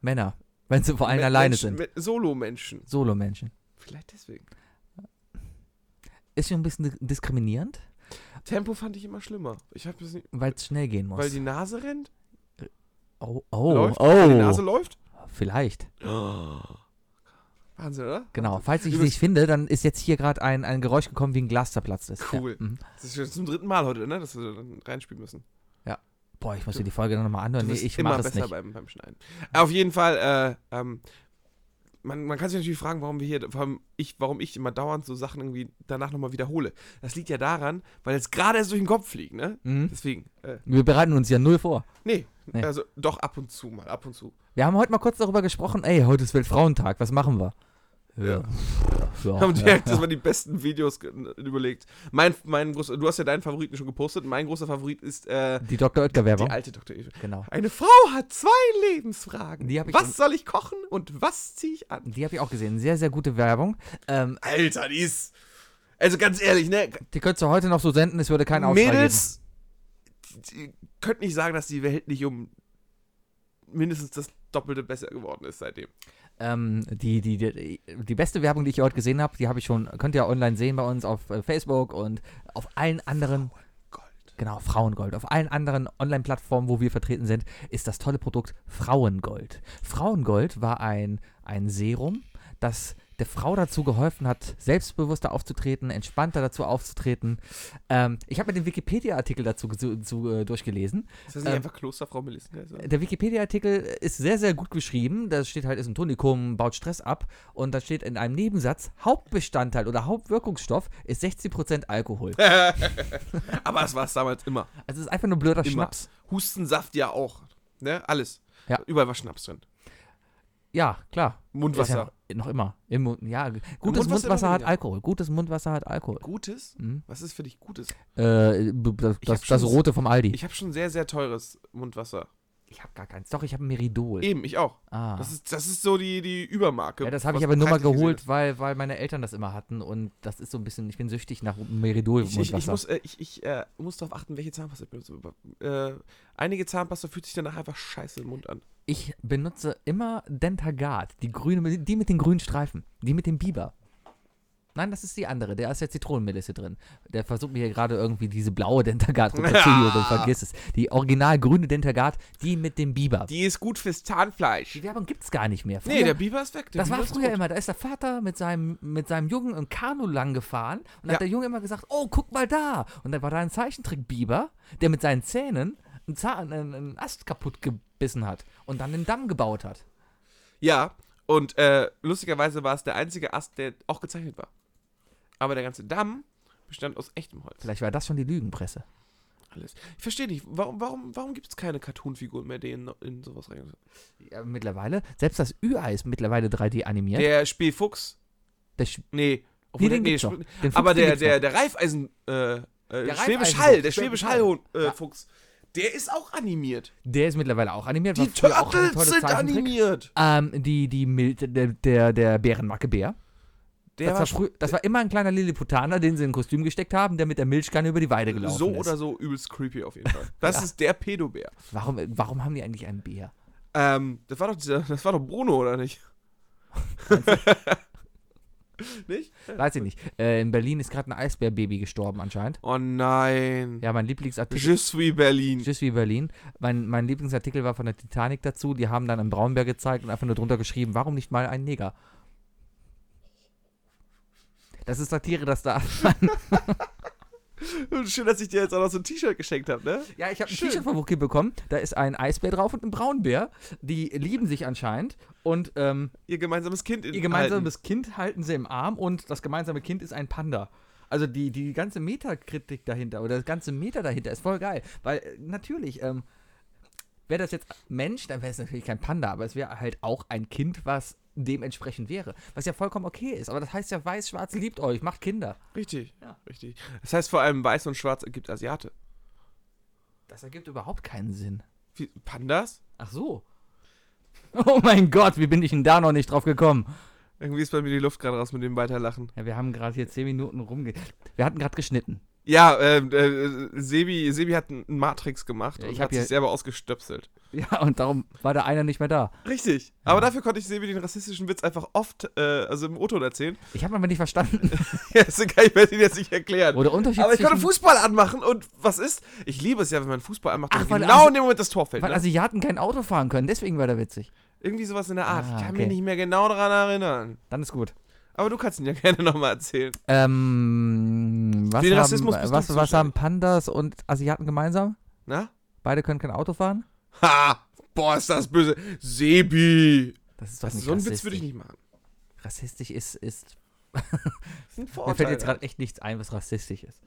Speaker 1: Männer. Wenn sie vor allem
Speaker 2: Me-
Speaker 1: alleine
Speaker 2: Menschen-
Speaker 1: sind.
Speaker 2: Me- Solo-Menschen.
Speaker 1: Solo-Menschen.
Speaker 2: Vielleicht deswegen.
Speaker 1: Ist schon ein bisschen diskriminierend,
Speaker 2: Tempo fand ich immer schlimmer. Ich hab das nicht,
Speaker 1: weil es schnell gehen muss.
Speaker 2: weil die Nase rennt?
Speaker 1: oh, oh,
Speaker 2: läuft? Weil die Nase
Speaker 1: oh.
Speaker 2: läuft?
Speaker 1: Vielleicht.
Speaker 2: Wahnsinn, oder?
Speaker 1: Genau. Falls ich es
Speaker 2: Übrigens-
Speaker 1: nicht finde, dann ist jetzt hier gerade ein, ein Geräusch gekommen, wie ein Glas zerplatzt ist.
Speaker 2: Cool.
Speaker 1: Ja. Mhm.
Speaker 2: Das ist schon zum dritten Mal heute, ne? Dass wir dann reinspielen müssen.
Speaker 1: Boah, ich muss mir die Folge nochmal anhören. Nee,
Speaker 2: bist
Speaker 1: ich
Speaker 2: immer
Speaker 1: mache es
Speaker 2: besser
Speaker 1: nicht.
Speaker 2: Beim, beim Schneiden. Auf jeden Fall, äh, ähm, man, man kann sich natürlich fragen, warum wir hier, warum ich, warum ich immer dauernd so Sachen irgendwie danach nochmal wiederhole. Das liegt ja daran, weil es gerade erst durch den Kopf fliegt, ne?
Speaker 1: Mhm.
Speaker 2: Deswegen, äh,
Speaker 1: Wir bereiten uns ja null vor.
Speaker 2: nee,
Speaker 1: Nee.
Speaker 2: Also doch ab und zu mal, ab und zu.
Speaker 1: Wir haben heute mal kurz darüber gesprochen, ey, heute ist Weltfrauentag, was machen wir?
Speaker 2: Ja.
Speaker 1: Ja, Oh. ja,
Speaker 2: Haben direkt
Speaker 1: ja.
Speaker 2: erstmal die besten Videos ge- überlegt. Mein, mein großer, du hast ja deinen Favoriten schon gepostet. Mein großer Favorit ist äh,
Speaker 1: Die Dr. Oetker-Werbung.
Speaker 2: die alte Dr. Eva.
Speaker 1: Genau.
Speaker 2: Eine Frau hat zwei Lebensfragen.
Speaker 1: Die hab ich im-
Speaker 2: was soll ich kochen und was ziehe ich an?
Speaker 1: Die habe ich auch gesehen. Sehr, sehr gute Werbung. Ähm,
Speaker 2: Alter, die ist. Also ganz ehrlich, ne?
Speaker 1: Die könntest du heute noch so senden, es würde keinen Aufschrei
Speaker 2: Mädels die- die könnt nicht sagen, dass die Welt nicht um mindestens das Doppelte besser geworden ist seitdem.
Speaker 1: Ähm, die, die, die, die beste Werbung, die ich heute gesehen habe, die habe ich schon, könnt ihr online sehen bei uns auf äh, Facebook und auf allen anderen,
Speaker 2: Gold.
Speaker 1: genau, Frauengold, auf allen anderen Online-Plattformen, wo wir vertreten sind, ist das tolle Produkt Frauengold. Frauengold war ein, ein Serum, das der Frau dazu geholfen hat, selbstbewusster aufzutreten, entspannter dazu aufzutreten. Ähm, ich habe mir den Wikipedia-Artikel dazu zu, zu, äh, durchgelesen
Speaker 2: Ist das nicht
Speaker 1: Ähm, äh,
Speaker 2: einfach Klosterfrau Also, Melissengeist? oder?
Speaker 1: der Wikipedia-Artikel ist sehr, sehr gut geschrieben. Da steht halt, ist ein Tonikum, baut Stress ab. Und da steht in einem Nebensatz, Hauptbestandteil oder Hauptwirkungsstoff ist 60% Alkohol.
Speaker 2: Aber das war es damals immer.
Speaker 1: Also es ist einfach nur blöder
Speaker 2: Immer.
Speaker 1: Schnaps.
Speaker 2: Hustensaft ja auch. Ne? Alles.
Speaker 1: Ja.
Speaker 2: Überall war Schnaps drin.
Speaker 1: Ja, klar. Ist
Speaker 2: Mundwasser.
Speaker 1: Ja noch, noch immer. Im Mund, ja. Gutes
Speaker 2: Mundwasser
Speaker 1: Mundwasser
Speaker 2: immer
Speaker 1: hat
Speaker 2: weniger.
Speaker 1: Alkohol. Gutes Mundwasser hat Alkohol.
Speaker 2: Gutes?
Speaker 1: Mhm.
Speaker 2: Was ist für dich Gutes?
Speaker 1: Äh, b- das,
Speaker 2: Ich
Speaker 1: das,
Speaker 2: hab schon
Speaker 1: das
Speaker 2: so-
Speaker 1: Rote vom Aldi. Ich,
Speaker 2: Ich habe schon sehr, sehr teures Mundwasser.
Speaker 1: habe gar keins. Doch, ich habe Meridol.
Speaker 2: Eben, ich auch.
Speaker 1: ah.
Speaker 2: Das ist, das ist so die, die Übermarke.
Speaker 1: ja, das habe
Speaker 2: was
Speaker 1: ich aber nur mal
Speaker 2: preislich gesehen
Speaker 1: geholt, weil, weil meine Eltern das immer hatten. Und das ist so ein bisschen, ich bin süchtig nach Meridol.
Speaker 2: Ich, ich, ich
Speaker 1: Mundwasser.
Speaker 2: muss, äh, ich, ich äh, muss darauf achten, welche Zahnpasta ich benutze. Äh, einige Zahnpasta fühlt sich danach einfach scheiße im Mund an.
Speaker 1: Ich benutze immer Dentagard, die grüne, die mit den grünen Streifen, die mit dem Biber. Nein, das ist die andere, da ist ja Zitronenmelisse drin. Der versucht mir hier gerade irgendwie diese blaue Dentagard runterzuholen und vergiss es. Die original grüne Dentagard, die mit dem Biber. Die,
Speaker 2: Die ist gut fürs Zahnfleisch.
Speaker 1: Werbung gibt's gar nicht mehr. Früher,
Speaker 2: Nee, der Biber ist weg. Der
Speaker 1: das war
Speaker 2: Biber ist
Speaker 1: früher
Speaker 2: tot.
Speaker 1: immer, da ist der Vater mit seinem, mit seinem Jungen im Kanu lang gefahren und
Speaker 2: Ja.
Speaker 1: hat der Junge immer gesagt, oh, guck mal da. Und dann war da ein Zeichentrick-Biber, der mit seinen Zähnen einen, Zahn, einen, einen Ast kaputt gebissen hat und dann den Damm gebaut hat.
Speaker 2: Ja, und äh, lustigerweise war es der einzige Ast, der auch gezeichnet war. Aber der ganze Damm bestand aus echtem Holz.
Speaker 1: Vielleicht war das schon die Lügenpresse.
Speaker 2: Alles. Ich verstehe nicht, warum, warum, warum gibt es keine Cartoon-Figuren mehr, die in, in sowas rein.
Speaker 1: Ja, mittlerweile, selbst das Ü-Ei ist mittlerweile 3D animiert.
Speaker 2: Der Spielfuchs,
Speaker 1: Der Sch-
Speaker 2: nee,
Speaker 1: nee,
Speaker 2: obwohl der,
Speaker 1: den
Speaker 2: nee,
Speaker 1: gibt's noch.
Speaker 2: Sp-
Speaker 1: Den
Speaker 2: aber
Speaker 1: Fuchs, den
Speaker 2: der,
Speaker 1: gibt's
Speaker 2: der,
Speaker 1: noch.
Speaker 2: der Reifeisen, äh, äh,
Speaker 1: Der
Speaker 2: Schwäbisch
Speaker 1: Reifeisenfuchs,
Speaker 2: Hall, der
Speaker 1: Schwäbisch
Speaker 2: Schwäbisch Hall-Fuchs, äh,
Speaker 1: Ja.
Speaker 2: Fuchs, der ist auch animiert.
Speaker 1: der ist mittlerweile auch animiert.
Speaker 2: Die
Speaker 1: war früher auch ein
Speaker 2: Turtles
Speaker 1: tolles
Speaker 2: sind
Speaker 1: Zeichentrick.
Speaker 2: animiert.
Speaker 1: Ähm, die, die Mil der, der, der Bärenmackebär.
Speaker 2: Der
Speaker 1: Das, war frü- das war immer ein kleiner Lilliputaner, den sie in ein Kostüm gesteckt haben, der mit der Milchkanne über die Weide gelaufen
Speaker 2: so
Speaker 1: ist.
Speaker 2: oder so übelst creepy auf jeden Fall. Das
Speaker 1: Ja.
Speaker 2: ist der Pedobär.
Speaker 1: Warum, warum haben die eigentlich einen Bär?
Speaker 2: Ähm, das war doch dieser, das war doch Bruno, oder nicht? nicht?
Speaker 1: Weiß ich nicht. Äh, in Berlin ist gerade ein Eisbärbaby gestorben anscheinend.
Speaker 2: Oh nein.
Speaker 1: Ja, mein Lieblingsartikel.
Speaker 2: Je suis Berlin.
Speaker 1: Tschüss wie Berlin. Mein, mein Lieblingsartikel war von der Titanic dazu. Die haben dann im Braunberg gezeigt und einfach nur drunter geschrieben, warum nicht mal ein Neger? Das ist Satire, das da.
Speaker 2: Schön, dass ich dir jetzt auch noch so ein T-Shirt geschenkt habe, ne?
Speaker 1: Ja, ich habe ein
Speaker 2: Schön.
Speaker 1: T-Shirt von Wookie bekommen. Da ist ein Eisbär drauf und ein Braunbär. Die lieben sich anscheinend. Und ähm,
Speaker 2: Ihr gemeinsames Kind in
Speaker 1: ihr gemeinsames Kind halten sie im Arm und das gemeinsame Kind ist ein Panda. Also die, die ganze Metakritik dahinter oder das ganze Meta dahinter ist voll geil. Weil äh, natürlich, ähm, wäre das jetzt Mensch, dann wäre es natürlich kein Panda, aber es wäre halt auch ein Kind, was dementsprechend wäre. Was ja vollkommen okay ist. Aber das heißt ja, weiß, schwarz liebt euch, macht Kinder.
Speaker 2: Richtig,
Speaker 1: Ja.
Speaker 2: richtig. Das heißt vor allem weiß und schwarz ergibt Asiate.
Speaker 1: Das ergibt überhaupt keinen Sinn.
Speaker 2: Wie, Pandas?
Speaker 1: Ach so. Oh mein Gott, wie bin ich denn da noch nicht drauf gekommen?
Speaker 2: Irgendwie ist bei mir die Luft gerade raus mit dem Weiterlachen.
Speaker 1: Ja, wir haben gerade hier zehn Minuten rumge... Wir hatten gerade geschnitten.
Speaker 2: Ja, ähm, äh, Sebi, Sebi hat einen Matrix gemacht
Speaker 1: Ja,
Speaker 2: und
Speaker 1: ich
Speaker 2: hat
Speaker 1: hab hier-
Speaker 2: sich selber ausgestöpselt.
Speaker 1: Ja, und darum war da einer nicht mehr da.
Speaker 2: Richtig. Aber dafür konnte ich Sebi den rassistischen Witz einfach oft, äh, also im O-Ton erzählen.
Speaker 1: Ich habe aber nicht verstanden,
Speaker 2: Ja, deswegen kann ich mir den jetzt nicht erklären.
Speaker 1: wo der Unterschied
Speaker 2: Aber ich konnte
Speaker 1: zwischen-
Speaker 2: Fußball anmachen und was ist? Ich liebe es ja, wenn man Fußball anmacht
Speaker 1: Ach,
Speaker 2: und
Speaker 1: weil
Speaker 2: genau
Speaker 1: Asi-
Speaker 2: in dem Moment das Tor fällt.
Speaker 1: Weil also
Speaker 2: Ne?
Speaker 1: Asiaten kein Auto fahren können, deswegen war der witzig.
Speaker 2: Irgendwie sowas in der Art.
Speaker 1: Ah,
Speaker 2: ich kann
Speaker 1: okay.
Speaker 2: mich nicht mehr genau daran erinnern.
Speaker 1: Dann ist gut.
Speaker 2: Aber du kannst ihn ja gerne nochmal erzählen.
Speaker 1: Ähm, was
Speaker 2: Für den
Speaker 1: haben,
Speaker 2: Rassismus bist du
Speaker 1: was, was
Speaker 2: zuständig.
Speaker 1: haben Pandas und Asiaten gemeinsam?
Speaker 2: Na?
Speaker 1: Beide können kein Auto fahren?
Speaker 2: ne? Ha! Boah, ist das böse. Sebi!
Speaker 1: Das ist doch
Speaker 2: Das
Speaker 1: nicht
Speaker 2: Also so einen
Speaker 1: rassistisch.
Speaker 2: Witz würde ich nicht machen.
Speaker 1: Rassistisch ist, ist
Speaker 2: Das ist ein
Speaker 1: mir
Speaker 2: Vorurteil.
Speaker 1: fällt jetzt gerade echt nichts ein, was rassistisch ist.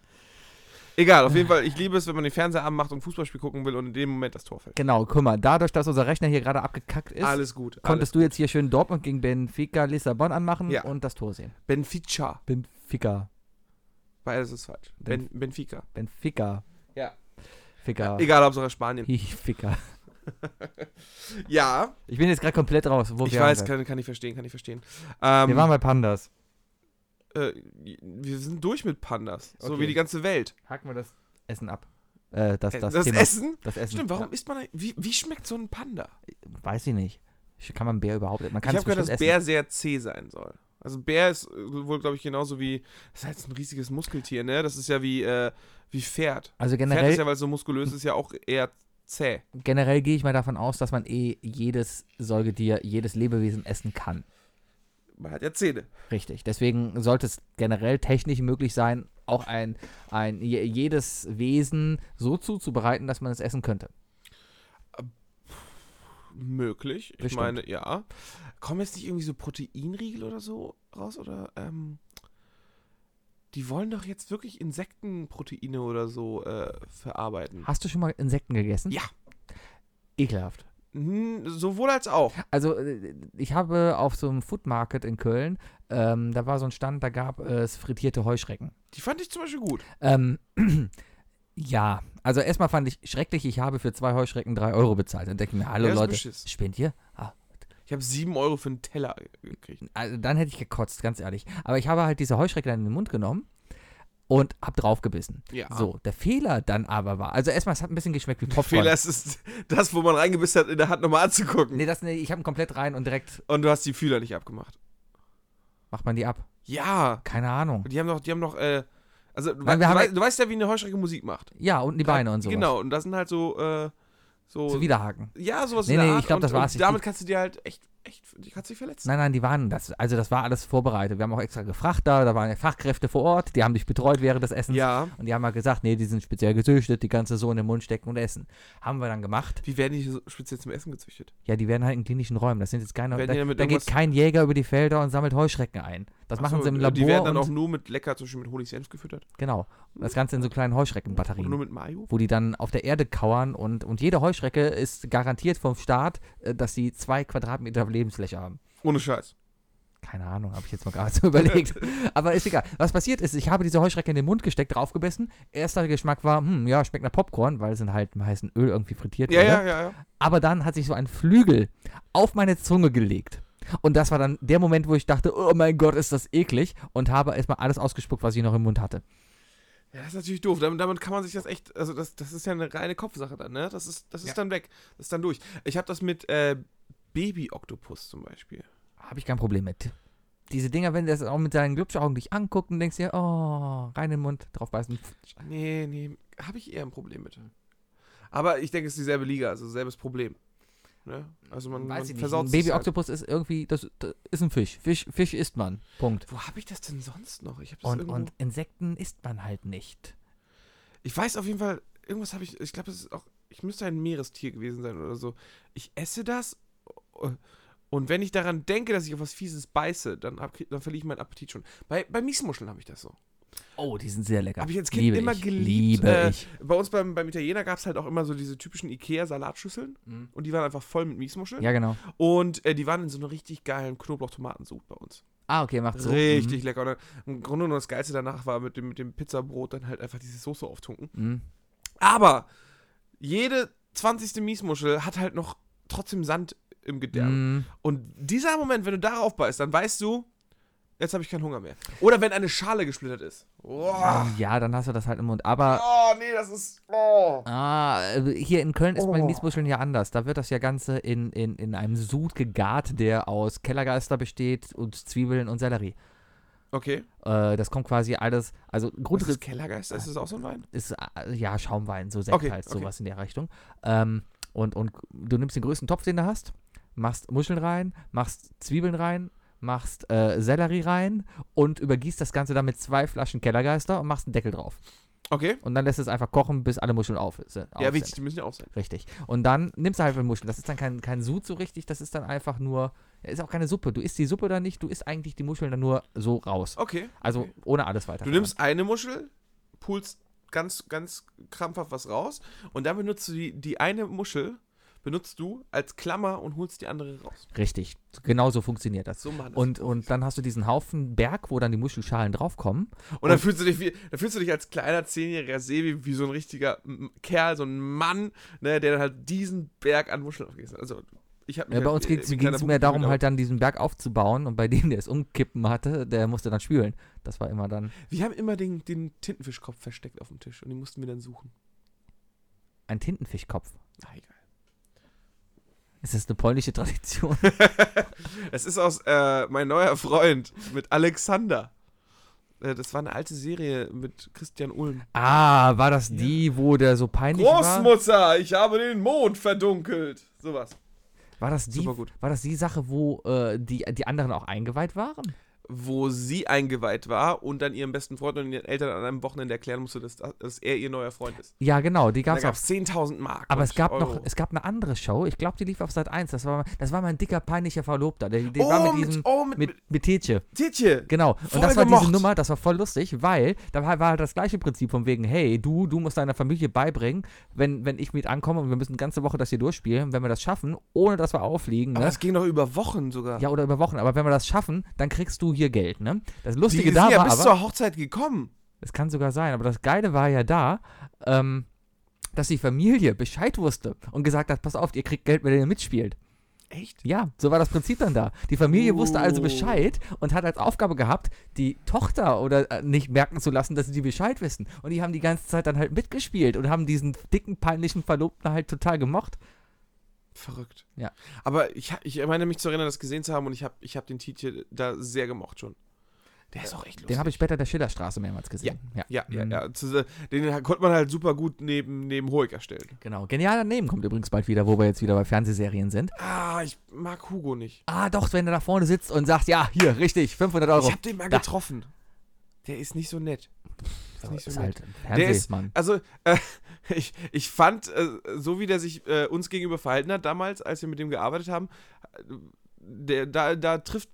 Speaker 2: Egal, auf jeden Fall, ich liebe es, wenn man den Fernseher anmacht und Fußballspiel gucken will und in dem Moment das Tor fällt.
Speaker 1: Genau, guck mal, dadurch, dass unser Rechner hier gerade abgekackt ist,
Speaker 2: alles gut. Alles.
Speaker 1: konntest du jetzt hier schön Dortmund gegen Benfica Lissabon anmachen
Speaker 2: Ja.
Speaker 1: und das Tor sehen.
Speaker 2: Benfica.
Speaker 1: Benfica,
Speaker 2: Beides ist falsch. Ben, Benfica.
Speaker 1: Benfica,
Speaker 2: Ja.
Speaker 1: Ficker,
Speaker 2: Egal, ob es Spanien.
Speaker 1: Hi, Ficker.
Speaker 2: Ja,
Speaker 1: Ich bin jetzt gerade komplett raus, wo
Speaker 2: ich
Speaker 1: wir
Speaker 2: weiß,
Speaker 1: waren.
Speaker 2: kann, kann ich verstehen, kann ich verstehen. Ähm,
Speaker 1: Wir waren bei Pandas.
Speaker 2: äh, wir sind durch mit Pandas. So
Speaker 1: Okay.
Speaker 2: wie die ganze Welt.
Speaker 1: Hacken wir das Essen ab. Äh, das,
Speaker 2: Äh,
Speaker 1: das,
Speaker 2: Das,
Speaker 1: Thema.
Speaker 2: Essen?
Speaker 1: Das Essen.
Speaker 2: Stimmt, warum isst man ein- wie, wie schmeckt so ein Panda?
Speaker 1: Ja, weiß ich nicht. Kann man Bär überhaupt? Man kann
Speaker 2: ich
Speaker 1: es
Speaker 2: habe gehört, dass
Speaker 1: bestimmt essen.
Speaker 2: Bär sehr zäh sein soll. Also Bär ist äh, wohl, glaube ich, genauso wie. Das ist halt ein riesiges Muskeltier, ne? Das ist ja wie, äh, wie Pferd.
Speaker 1: Also
Speaker 2: Pferd ist
Speaker 1: generell,
Speaker 2: ja, weil es so muskulös ist, ja auch eher zäh.
Speaker 1: generell gehe ich mal davon aus, dass man eh jedes Säugetier, jedes Lebewesen essen kann.
Speaker 2: Man hat ja Zähne.
Speaker 1: Richtig. Deswegen sollte es generell technisch möglich sein, auch ein, ein je- jedes Wesen so zuzubereiten, dass man es essen könnte.
Speaker 2: Möglich. Ich
Speaker 1: Bestimmt.
Speaker 2: meine, ja. Kommen jetzt nicht irgendwie so Proteinriegel oder so raus? Oder, ähm. Die wollen doch jetzt wirklich Insektenproteine oder so äh, verarbeiten.
Speaker 1: Hast du schon mal Insekten gegessen?
Speaker 2: Ja.
Speaker 1: Ekelhaft.
Speaker 2: Hm, sowohl als auch.
Speaker 1: Also äh, ich habe auf so einem Food Market in Köln, ähm, da war so ein Stand, da gab es frittierte Heuschrecken.
Speaker 2: Die fand ich zum Beispiel gut.
Speaker 1: Ähm, ja, also erstmal fand ich schrecklich, ich habe für zwei Heuschrecken drei Euro bezahlt. Und denke mir, hallo
Speaker 2: Ja, ist
Speaker 1: Leute,
Speaker 2: Beschiss.
Speaker 1: spinnt ihr?
Speaker 2: Ich habe 7 Euro für einen Teller gekriegt.
Speaker 1: Also dann hätte ich gekotzt, ganz ehrlich. Aber ich habe halt diese Heuschrecke dann in den Mund genommen und hab draufgebissen.
Speaker 2: Ja.
Speaker 1: So, der Fehler dann aber war, also erstmal, es hat ein bisschen geschmeckt wie
Speaker 2: Der
Speaker 1: Popcorn.
Speaker 2: Fehler ist, ist das, wo man reingebissen hat, in der Hand nochmal anzugucken.
Speaker 1: Nee, das, nee, ich habe ihn komplett rein und direkt
Speaker 2: Und du hast die Fühler nicht abgemacht.
Speaker 1: macht man die ab.
Speaker 2: Ja.
Speaker 1: Keine Ahnung.
Speaker 2: Die haben doch, die haben doch, äh, also du,
Speaker 1: Weil wir
Speaker 2: du,
Speaker 1: haben
Speaker 2: wei
Speaker 1: ja-
Speaker 2: du weißt ja, wie eine Heuschrecke Musik macht.
Speaker 1: Ja, unten die Beine und sowas.
Speaker 2: Genau, und das sind halt so, äh, so.
Speaker 1: So Widerhaken.
Speaker 2: ja, sowas
Speaker 1: Nee,
Speaker 2: in der
Speaker 1: nee, ich
Speaker 2: Art.
Speaker 1: glaub, das
Speaker 2: und,
Speaker 1: war's.
Speaker 2: und
Speaker 1: Ich-
Speaker 2: damit kannst du dir halt echt, echt, die kannst du dich verletzen.
Speaker 1: Nein, nein, die waren das. Also das war alles vorbereitet. Wir haben auch extra gefragt da, da waren ja Fachkräfte vor Ort, die haben dich betreut während des Essens.
Speaker 2: Ja.
Speaker 1: Und die haben mal gesagt, nee, die sind speziell gezüchtet, die kannst du so in den Mund stecken und essen. Haben wir dann gemacht.
Speaker 2: Wie werden die so speziell zum Essen gezüchtet?
Speaker 1: Ja, die werden halt in klinischen Räumen. Das sind jetzt keine.
Speaker 2: Werden
Speaker 1: Da,
Speaker 2: die dann mit
Speaker 1: da geht
Speaker 2: irgendwas-
Speaker 1: kein Jäger über die Felder und sammelt Heuschrecken ein. Das
Speaker 2: Ach
Speaker 1: machen
Speaker 2: so,
Speaker 1: sie im
Speaker 2: und
Speaker 1: Labor.
Speaker 2: Die werden dann
Speaker 1: und,
Speaker 2: auch nur mit lecker, zum Beispiel mit Honig-Senf gefüttert.
Speaker 1: genau. Und das Ganze in so kleinen
Speaker 2: Oder nur
Speaker 1: Heuschreckenbatterien.
Speaker 2: mit Mayo.
Speaker 1: Wo die dann auf der Erde kauern und, und jede Heuschrecke ist garantiert vom Staat, äh, dass sie zwei Quadratmeter Lebensfläche haben.
Speaker 2: Ohne Scheiß.
Speaker 1: Keine Ahnung, habe ich jetzt mal gerade so überlegt. Aber ist egal. Was passiert ist, ich habe diese Heuschrecke in den Mund gesteckt, draufgebissen. Erster Geschmack war, hm, ja, schmeckt nach Popcorn, weil es in halt heißen Öl irgendwie frittiert
Speaker 2: Ja,
Speaker 1: wurde.
Speaker 2: ja, ja, ja.
Speaker 1: Aber dann hat sich so ein Flügel auf meine Zunge gelegt. Und das war dann der Moment, wo ich dachte, oh mein Gott, ist das eklig. Und habe erstmal alles ausgespuckt, was ich noch im Mund hatte.
Speaker 2: Ja, das ist natürlich doof. Damit, damit kann man sich das echt, also das, das ist ja eine reine Kopfsache dann, ne? Das ist, das ist
Speaker 1: Ja.
Speaker 2: dann weg. Das ist dann durch. Ich habe das mit äh, Baby-Oktopus zum Beispiel.
Speaker 1: Habe ich kein Problem mit. Diese Dinger, wenn das auch mit seinen Glubschaugen dich anguckt und denkst dir, oh, rein in den Mund, draufbeißen.
Speaker 2: Nee, nee, habe ich eher ein Problem mit. Aber ich denke, es ist dieselbe Liga, also selbes Problem. Ne? Also man, man
Speaker 1: Weiß ich nicht.
Speaker 2: versaut
Speaker 1: Ein
Speaker 2: es
Speaker 1: Baby
Speaker 2: halt.
Speaker 1: Oktopus ist irgendwie, das, das ist ein Fisch. Fisch. Fisch isst man. Punkt.
Speaker 2: Wo habe ich das denn sonst noch? Ich, hab das
Speaker 1: Und,
Speaker 2: irgendwo-
Speaker 1: und Insekten isst man halt nicht.
Speaker 2: ich weiß auf jeden Fall, irgendwas habe ich, ich glaube, es ist auch, ich müsste ein Meerestier gewesen sein oder so. Ich esse das äh, und wenn ich daran denke, dass ich auf was Fieses beiße, dann, ab, dann verliere ich meinen Appetit schon. Bei, bei Miesmuscheln habe ich das so.
Speaker 1: Oh, die sind sehr lecker.
Speaker 2: Hab ich als Kind
Speaker 1: Liebe
Speaker 2: immer
Speaker 1: ich.
Speaker 2: geliebt,
Speaker 1: Liebe
Speaker 2: äh,
Speaker 1: ich.
Speaker 2: Bei uns beim, beim Italiener gab es halt auch immer so diese typischen Ikea-Salatschüsseln
Speaker 1: Mhm.
Speaker 2: und die waren einfach voll mit Miesmuscheln.
Speaker 1: Ja, genau.
Speaker 2: Und äh, die waren in so einer richtig geilen Knoblauch-Tomatensud bei uns.
Speaker 1: Ah, okay, macht so.
Speaker 2: Richtig lecker. Und dann, Im Grunde genommen das Geilste danach war mit dem, mit dem Pizzabrot dann halt einfach diese Soße auftunken.
Speaker 1: Mhm. Mhm.
Speaker 2: Aber jede 20. Miesmuschel hat halt noch trotzdem Sand im Gedärm.
Speaker 1: Mhm.
Speaker 2: Und dieser Moment, wenn du darauf beißt, dann weißt du, jetzt habe ich keinen Hunger mehr. Oder wenn eine Schale gesplittert ist. Oh,
Speaker 1: Ja, dann hast du das halt im Mund. Aber
Speaker 2: oh nee, das ist. Oh.
Speaker 1: ah, äh, hier in Köln ist man
Speaker 2: Oh.
Speaker 1: Miesmuscheln ja anders. Da wird das ja Ganze in, in, in einem Sud gegart, der aus Kellergeister besteht und Zwiebeln und Sellerie.
Speaker 2: Okay.
Speaker 1: Äh, das kommt quasi alles, also
Speaker 2: Und das
Speaker 1: Grundriss
Speaker 2: Kellergeist, ist das auch so ein Wein?
Speaker 1: ist, äh, ja Schaumwein, so Sekt
Speaker 2: Okay,
Speaker 1: halt,
Speaker 2: okay.
Speaker 1: sowas in der Richtung. Ähm, und, und du nimmst den größten Topf, den du hast, machst Muscheln rein, machst Zwiebeln rein, machst äh, Sellerie rein und übergießt das Ganze dann mit zwei Flaschen Kellergeister und machst einen Deckel drauf.
Speaker 2: Okay.
Speaker 1: Und dann lässt es einfach kochen, bis alle Muscheln auf, sind- auf
Speaker 2: Ja,
Speaker 1: sind.
Speaker 2: wichtig, die müssen ja auch sein.
Speaker 1: Richtig. Und dann nimmst du halt eine Muschel. Das ist dann kein, kein Sud so richtig, das ist dann einfach nur, ja, ist auch keine Suppe. Du isst die Suppe dann nicht, du isst eigentlich die Muscheln dann nur so raus.
Speaker 2: Okay.
Speaker 1: Also ohne alles weiter.
Speaker 2: Du nimmst eine Muschel, pulst ganz, ganz krampfhaft was raus und dann benutzt du die, die eine Muschel, benutzt du als Klammer und holst die andere raus.
Speaker 1: Richtig. Genau so funktioniert das.
Speaker 2: So machen das.
Speaker 1: Und, und dann hast du diesen Haufen Berg, wo dann die Muschelschalen draufkommen.
Speaker 2: Und dann fühlst du dich wie, dann fühlst du dich als kleiner zehnjähriger Sebi wie so ein richtiger M- Kerl, so ein Mann, ne, der dann halt diesen Berg an Muscheln aufgegessen hat. Also ich habe
Speaker 1: Ja, bei uns ging es mehr darum,
Speaker 2: genau.
Speaker 1: halt dann diesen Berg aufzubauen und bei dem, der es umkippen hatte, der musste dann spülen. Das war immer dann
Speaker 2: Wir haben immer den, den Tintenfischkopf versteckt auf dem Tisch und den mussten wir dann suchen.
Speaker 1: ein Tintenfischkopf.
Speaker 2: Ah, egal.
Speaker 1: Ist das eine polnische Tradition?
Speaker 2: Es ist aus äh, mein neuer Freund mit Alexander. Äh, Das war eine alte Serie mit Christian Ulm.
Speaker 1: ah, war das die, wo der so peinlich war?
Speaker 2: Großmutter, ich habe den Mond verdunkelt. Sowas.
Speaker 1: War das die,
Speaker 2: Super gut.
Speaker 1: war das die Sache, wo äh, die, die anderen auch eingeweiht waren?
Speaker 2: Wo sie eingeweiht war und dann ihrem besten Freund und ihren Eltern an einem Wochenende erklären musste, dass, dass er ihr neuer Freund ist.
Speaker 1: Ja, genau, die
Speaker 2: Da
Speaker 1: gab's
Speaker 2: gab
Speaker 1: auch.
Speaker 2: es 10.000 Mark.
Speaker 1: Aber
Speaker 2: und
Speaker 1: es gab
Speaker 2: Euro.
Speaker 1: noch, es gab eine andere Show, ich glaube, die lief auf Sat 1. Das war, das war mein dicker, peinlicher Verlobter. Der, der
Speaker 2: oh,
Speaker 1: war mit
Speaker 2: mit,
Speaker 1: diesem,
Speaker 2: oh, mit, mit,
Speaker 1: mit, mit Tietje.
Speaker 2: Tietje.
Speaker 1: Genau. und
Speaker 2: Voll
Speaker 1: das war
Speaker 2: gemocht.
Speaker 1: diese Nummer, das war voll lustig, weil da war war halt das gleiche Prinzip von wegen, hey, du, du musst deiner Familie beibringen, wenn, wenn ich mit ankomme und wir müssen die ganze Woche das hier durchspielen, und wenn wir das schaffen, ohne dass wir auffliegen,
Speaker 2: Aber
Speaker 1: ne?
Speaker 2: das ging doch über Wochen sogar.
Speaker 1: Ja, oder über Wochen, aber wenn wir das schaffen, dann kriegst du hier Geld, ne? Das
Speaker 2: Die
Speaker 1: Lustige
Speaker 2: sind
Speaker 1: da
Speaker 2: ja
Speaker 1: war
Speaker 2: bis
Speaker 1: aber,
Speaker 2: zur Hochzeit gekommen.
Speaker 1: es kann sogar sein, aber das Geile war ja da, ähm, dass die Familie Bescheid wusste und gesagt hat, pass auf, ihr kriegt Geld, wenn ihr mitspielt.
Speaker 2: Echt?
Speaker 1: Ja, so war das Prinzip dann da. Die Familie wusste also
Speaker 2: Oh.
Speaker 1: Bescheid und hat als Aufgabe gehabt, die Tochter oder äh, nicht merken zu lassen, dass sie Bescheid wissen. Und die haben die ganze Zeit dann halt mitgespielt und haben diesen dicken, peinlichen Verlobten halt total gemocht.
Speaker 2: Verrückt.
Speaker 1: Ja.
Speaker 2: Aber ich, ich meine mich zu erinnern, das gesehen zu haben und ich habe ich hab den Tietje da sehr gemocht schon. Der ist auch echt lustig.
Speaker 1: Den habe ich später in der Schillerstraße mehrmals gesehen. Ja,
Speaker 2: ja, ja,
Speaker 1: Mhm.
Speaker 2: ja. Zu- Den konnte man halt super gut neben, neben Hoek erstellen.
Speaker 1: Genau. Genial daneben kommt übrigens bald wieder, wo wir jetzt wieder bei Fernsehserien sind.
Speaker 2: Ah, ich mag Hugo nicht.
Speaker 1: Ah, doch, wenn du da vorne sitzt und sagst, ja, hier, richtig, 500 Euro.
Speaker 2: Ich habe den mal
Speaker 1: Da.
Speaker 2: getroffen. Der ist nicht so nett.
Speaker 1: Das
Speaker 2: nicht so
Speaker 1: ist
Speaker 2: nett.
Speaker 1: halt ein
Speaker 2: Der ist-
Speaker 1: Fernsehmann.
Speaker 2: Also, äh, ich, ich fand, äh, so wie der sich äh, uns gegenüber verhalten hat damals, als wir mit dem gearbeitet haben, äh, der, da, da, trifft,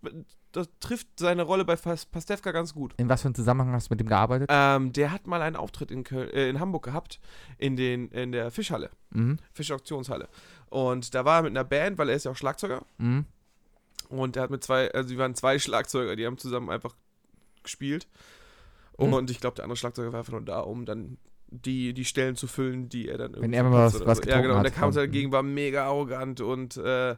Speaker 2: da trifft seine Rolle bei Pas- Pastewka ganz gut.
Speaker 1: In was für einem Zusammenhang hast du mit dem gearbeitet?
Speaker 2: Ähm, der hat mal einen Auftritt in, Köln, äh, in Hamburg gehabt, in, den, in der Fischhalle,
Speaker 1: Mhm.
Speaker 2: Fischauktionshalle. Und da war er mit einer Band, weil er ist ja auch Schlagzeuger.
Speaker 1: Mhm.
Speaker 2: Und er hat mit zwei, also sie waren zwei Schlagzeuger, die haben zusammen einfach gespielt.
Speaker 1: Mhm.
Speaker 2: Und ich glaube, der andere Schlagzeuger war einfach nur da, um dann die, die Stellen zu füllen, die er dann irgendwie.
Speaker 1: Wenn er mal was-
Speaker 2: verpasst oder
Speaker 1: was
Speaker 2: so. Ja, genau.
Speaker 1: getrunken
Speaker 2: Und der
Speaker 1: hat.
Speaker 2: kam uns
Speaker 1: Mhm.
Speaker 2: dagegen, war mega arrogant und, äh,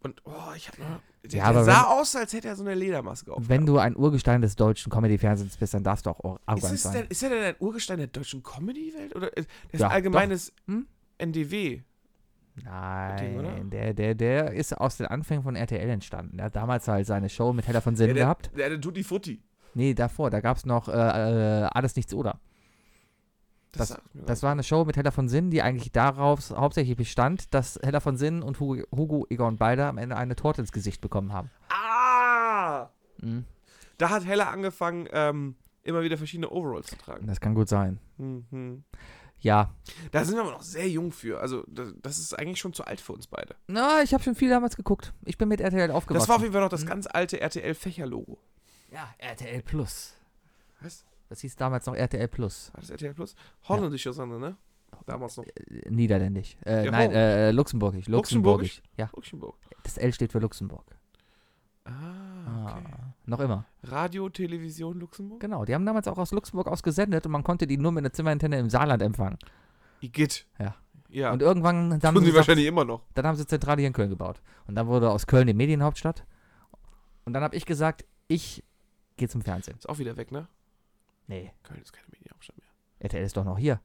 Speaker 2: und oh, ich hab noch. Der,
Speaker 1: Ja, aber
Speaker 2: der sah aus, als hätte er so eine Ledermaske auf.
Speaker 1: Wenn du ein Urgestein des deutschen Comedy-Fernsehens bist, dann darfst du auch
Speaker 2: Ist,
Speaker 1: arrogant
Speaker 2: es denn,
Speaker 1: sein.
Speaker 2: ist er denn ein Urgestein der deutschen Comedy-Welt? Oder äh, ist das
Speaker 1: Ja,
Speaker 2: allgemeines
Speaker 1: Hm?
Speaker 2: NDW? Ding, oder?
Speaker 1: Nein, der, der, der ist aus den Anfängen von RTL entstanden. Der hat damals halt seine Show mit Hella von Sinn
Speaker 2: der,
Speaker 1: gehabt.
Speaker 2: Der, der Tutti Futti.
Speaker 1: Nee, davor, da gab es noch äh, äh, Alles Nichts Oder. Das-
Speaker 2: sagt mir
Speaker 1: Das war eine Show mit Hella von Sinn, die eigentlich darauf hauptsächlich bestand, dass Hella von Sinn und Hugo, Hugo Egon Balder am Ende eine Torte ins Gesicht bekommen haben.
Speaker 2: was. Ah!
Speaker 1: Mhm.
Speaker 2: Da hat Hella angefangen, ähm, immer wieder verschiedene Overalls zu tragen.
Speaker 1: Das kann gut sein.
Speaker 2: Mhm.
Speaker 1: Ja.
Speaker 2: Da sind wir aber noch sehr jung für. Also, das, das ist eigentlich schon zu alt für uns beide.
Speaker 1: Na, ich habe schon viel damals geguckt. Ich bin mit RTL aufgewachsen.
Speaker 2: Das war auf jeden Fall noch das
Speaker 1: Mhm.
Speaker 2: ganz alte RTL-Fächer-Logo.
Speaker 1: ja, RTL Plus.
Speaker 2: Was?
Speaker 1: Das hieß damals noch RTL Plus.
Speaker 2: War das RTL Plus? Holländische Sonne, ne? Damals noch.
Speaker 1: Äh, Niederländisch. Äh,
Speaker 2: Ja,
Speaker 1: nein,
Speaker 2: warum?
Speaker 1: äh, Luxemburgisch.
Speaker 2: Luxemburgisch?
Speaker 1: Luxemburgisch. Ja,
Speaker 2: Luxemburg.
Speaker 1: das L steht für Luxemburg.
Speaker 2: Ah, okay.
Speaker 1: Ah, noch immer.
Speaker 2: Radio, Television, Luxemburg?
Speaker 1: Genau, die haben damals auch aus Luxemburg aus gesendet und man konnte die nur mit einer Zimmerantenne im Saarland empfangen.
Speaker 2: Igitt.
Speaker 1: Ja.
Speaker 2: Ja.
Speaker 1: Und irgendwann dann haben,
Speaker 2: Tun
Speaker 1: sie
Speaker 2: sie
Speaker 1: gesagt,
Speaker 2: wahrscheinlich immer noch.
Speaker 1: dann haben sie Zentrale hier in Köln gebaut. Und dann wurde aus Köln die Medienhauptstadt. Und dann habe ich gesagt, ich gehe zum Fernsehen.
Speaker 2: Ist auch wieder weg, ne?
Speaker 1: Nee,
Speaker 2: Köln ist keine Medienhauptstadt mehr.
Speaker 1: RTL ist doch noch hier.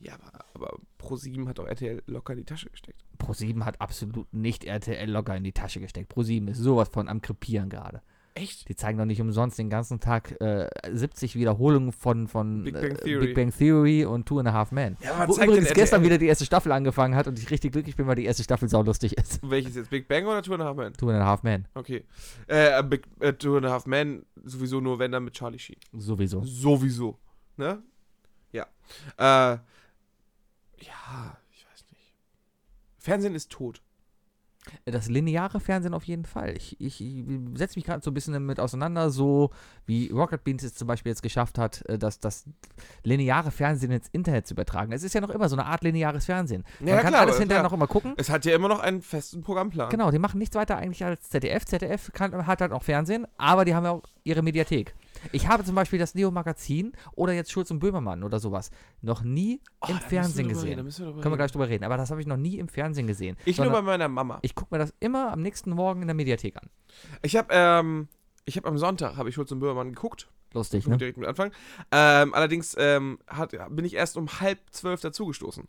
Speaker 2: Ja, aber, aber ProSieben hat auch RTL locker in die Tasche gesteckt.
Speaker 1: ProSieben hat absolut nicht RTL locker in die Tasche gesteckt. ProSieben ist sowas von am Krepieren gerade.
Speaker 2: Echt?
Speaker 1: Die zeigen doch nicht umsonst den ganzen Tag äh, 70 Wiederholungen von, von
Speaker 2: Big Bang
Speaker 1: äh,
Speaker 2: Theory.
Speaker 1: Big Bang Theory und Two and a Half Men.
Speaker 2: Ja, aber
Speaker 1: Wo
Speaker 2: zeigt denn
Speaker 1: übrigens gestern
Speaker 2: RTL?
Speaker 1: wieder die erste Staffel angefangen hat und ich richtig glücklich bin, weil die erste Staffel saulustig ist.
Speaker 2: Welches jetzt? Big Bang oder Two and a Half Men?
Speaker 1: Two and a Half Men,
Speaker 2: Okay. Äh, Big, äh, Two and a Half Men sowieso nur, wenn dann mit Charlie Sheen.
Speaker 1: sowieso.
Speaker 2: Sowieso. Ne? Ja. Äh, ja, ich weiß nicht. Fernsehen ist tot.
Speaker 1: Das lineare Fernsehen auf jeden Fall. Ich, ich, ich setze mich gerade so ein bisschen damit auseinander, so wie Rocket Beans es zum Beispiel jetzt geschafft hat, äh, dass das lineare Fernsehen ins Internet zu übertragen. Es ist ja noch immer so eine Art lineares Fernsehen. Man kann alles
Speaker 2: aber-
Speaker 1: hinterher
Speaker 2: klar.
Speaker 1: noch immer gucken.
Speaker 2: Es hat ja immer noch einen festen Programmplan.
Speaker 1: Genau, die machen nichts weiter eigentlich als ZDF. ZDF kann, hat halt auch Fernsehen, aber die haben ja auch ihre Mediathek. Ich habe zum Beispiel das Neo-Magazin oder jetzt Schulz und Böhmermann oder sowas noch nie
Speaker 2: Oh, da
Speaker 1: im
Speaker 2: müssen wir
Speaker 1: Fernsehen
Speaker 2: drüber
Speaker 1: gesehen.
Speaker 2: reden, da müssen wir drüber
Speaker 1: Können wir
Speaker 2: reden.
Speaker 1: gleich drüber reden. Aber das habe ich noch nie im Fernsehen gesehen.
Speaker 2: Ich nur
Speaker 1: sondern
Speaker 2: bei meiner Mama.
Speaker 1: ich gucke mir das immer am nächsten Morgen in der Mediathek an.
Speaker 2: Ich habe ähm, ich habe am Sonntag habe ich Schulz und Böhmermann geguckt,
Speaker 1: Lustig,
Speaker 2: ne?
Speaker 1: ne?
Speaker 2: direkt mit Anfang. Ähm, allerdings ähm, hat, bin ich erst um halb zwölf dazugestoßen.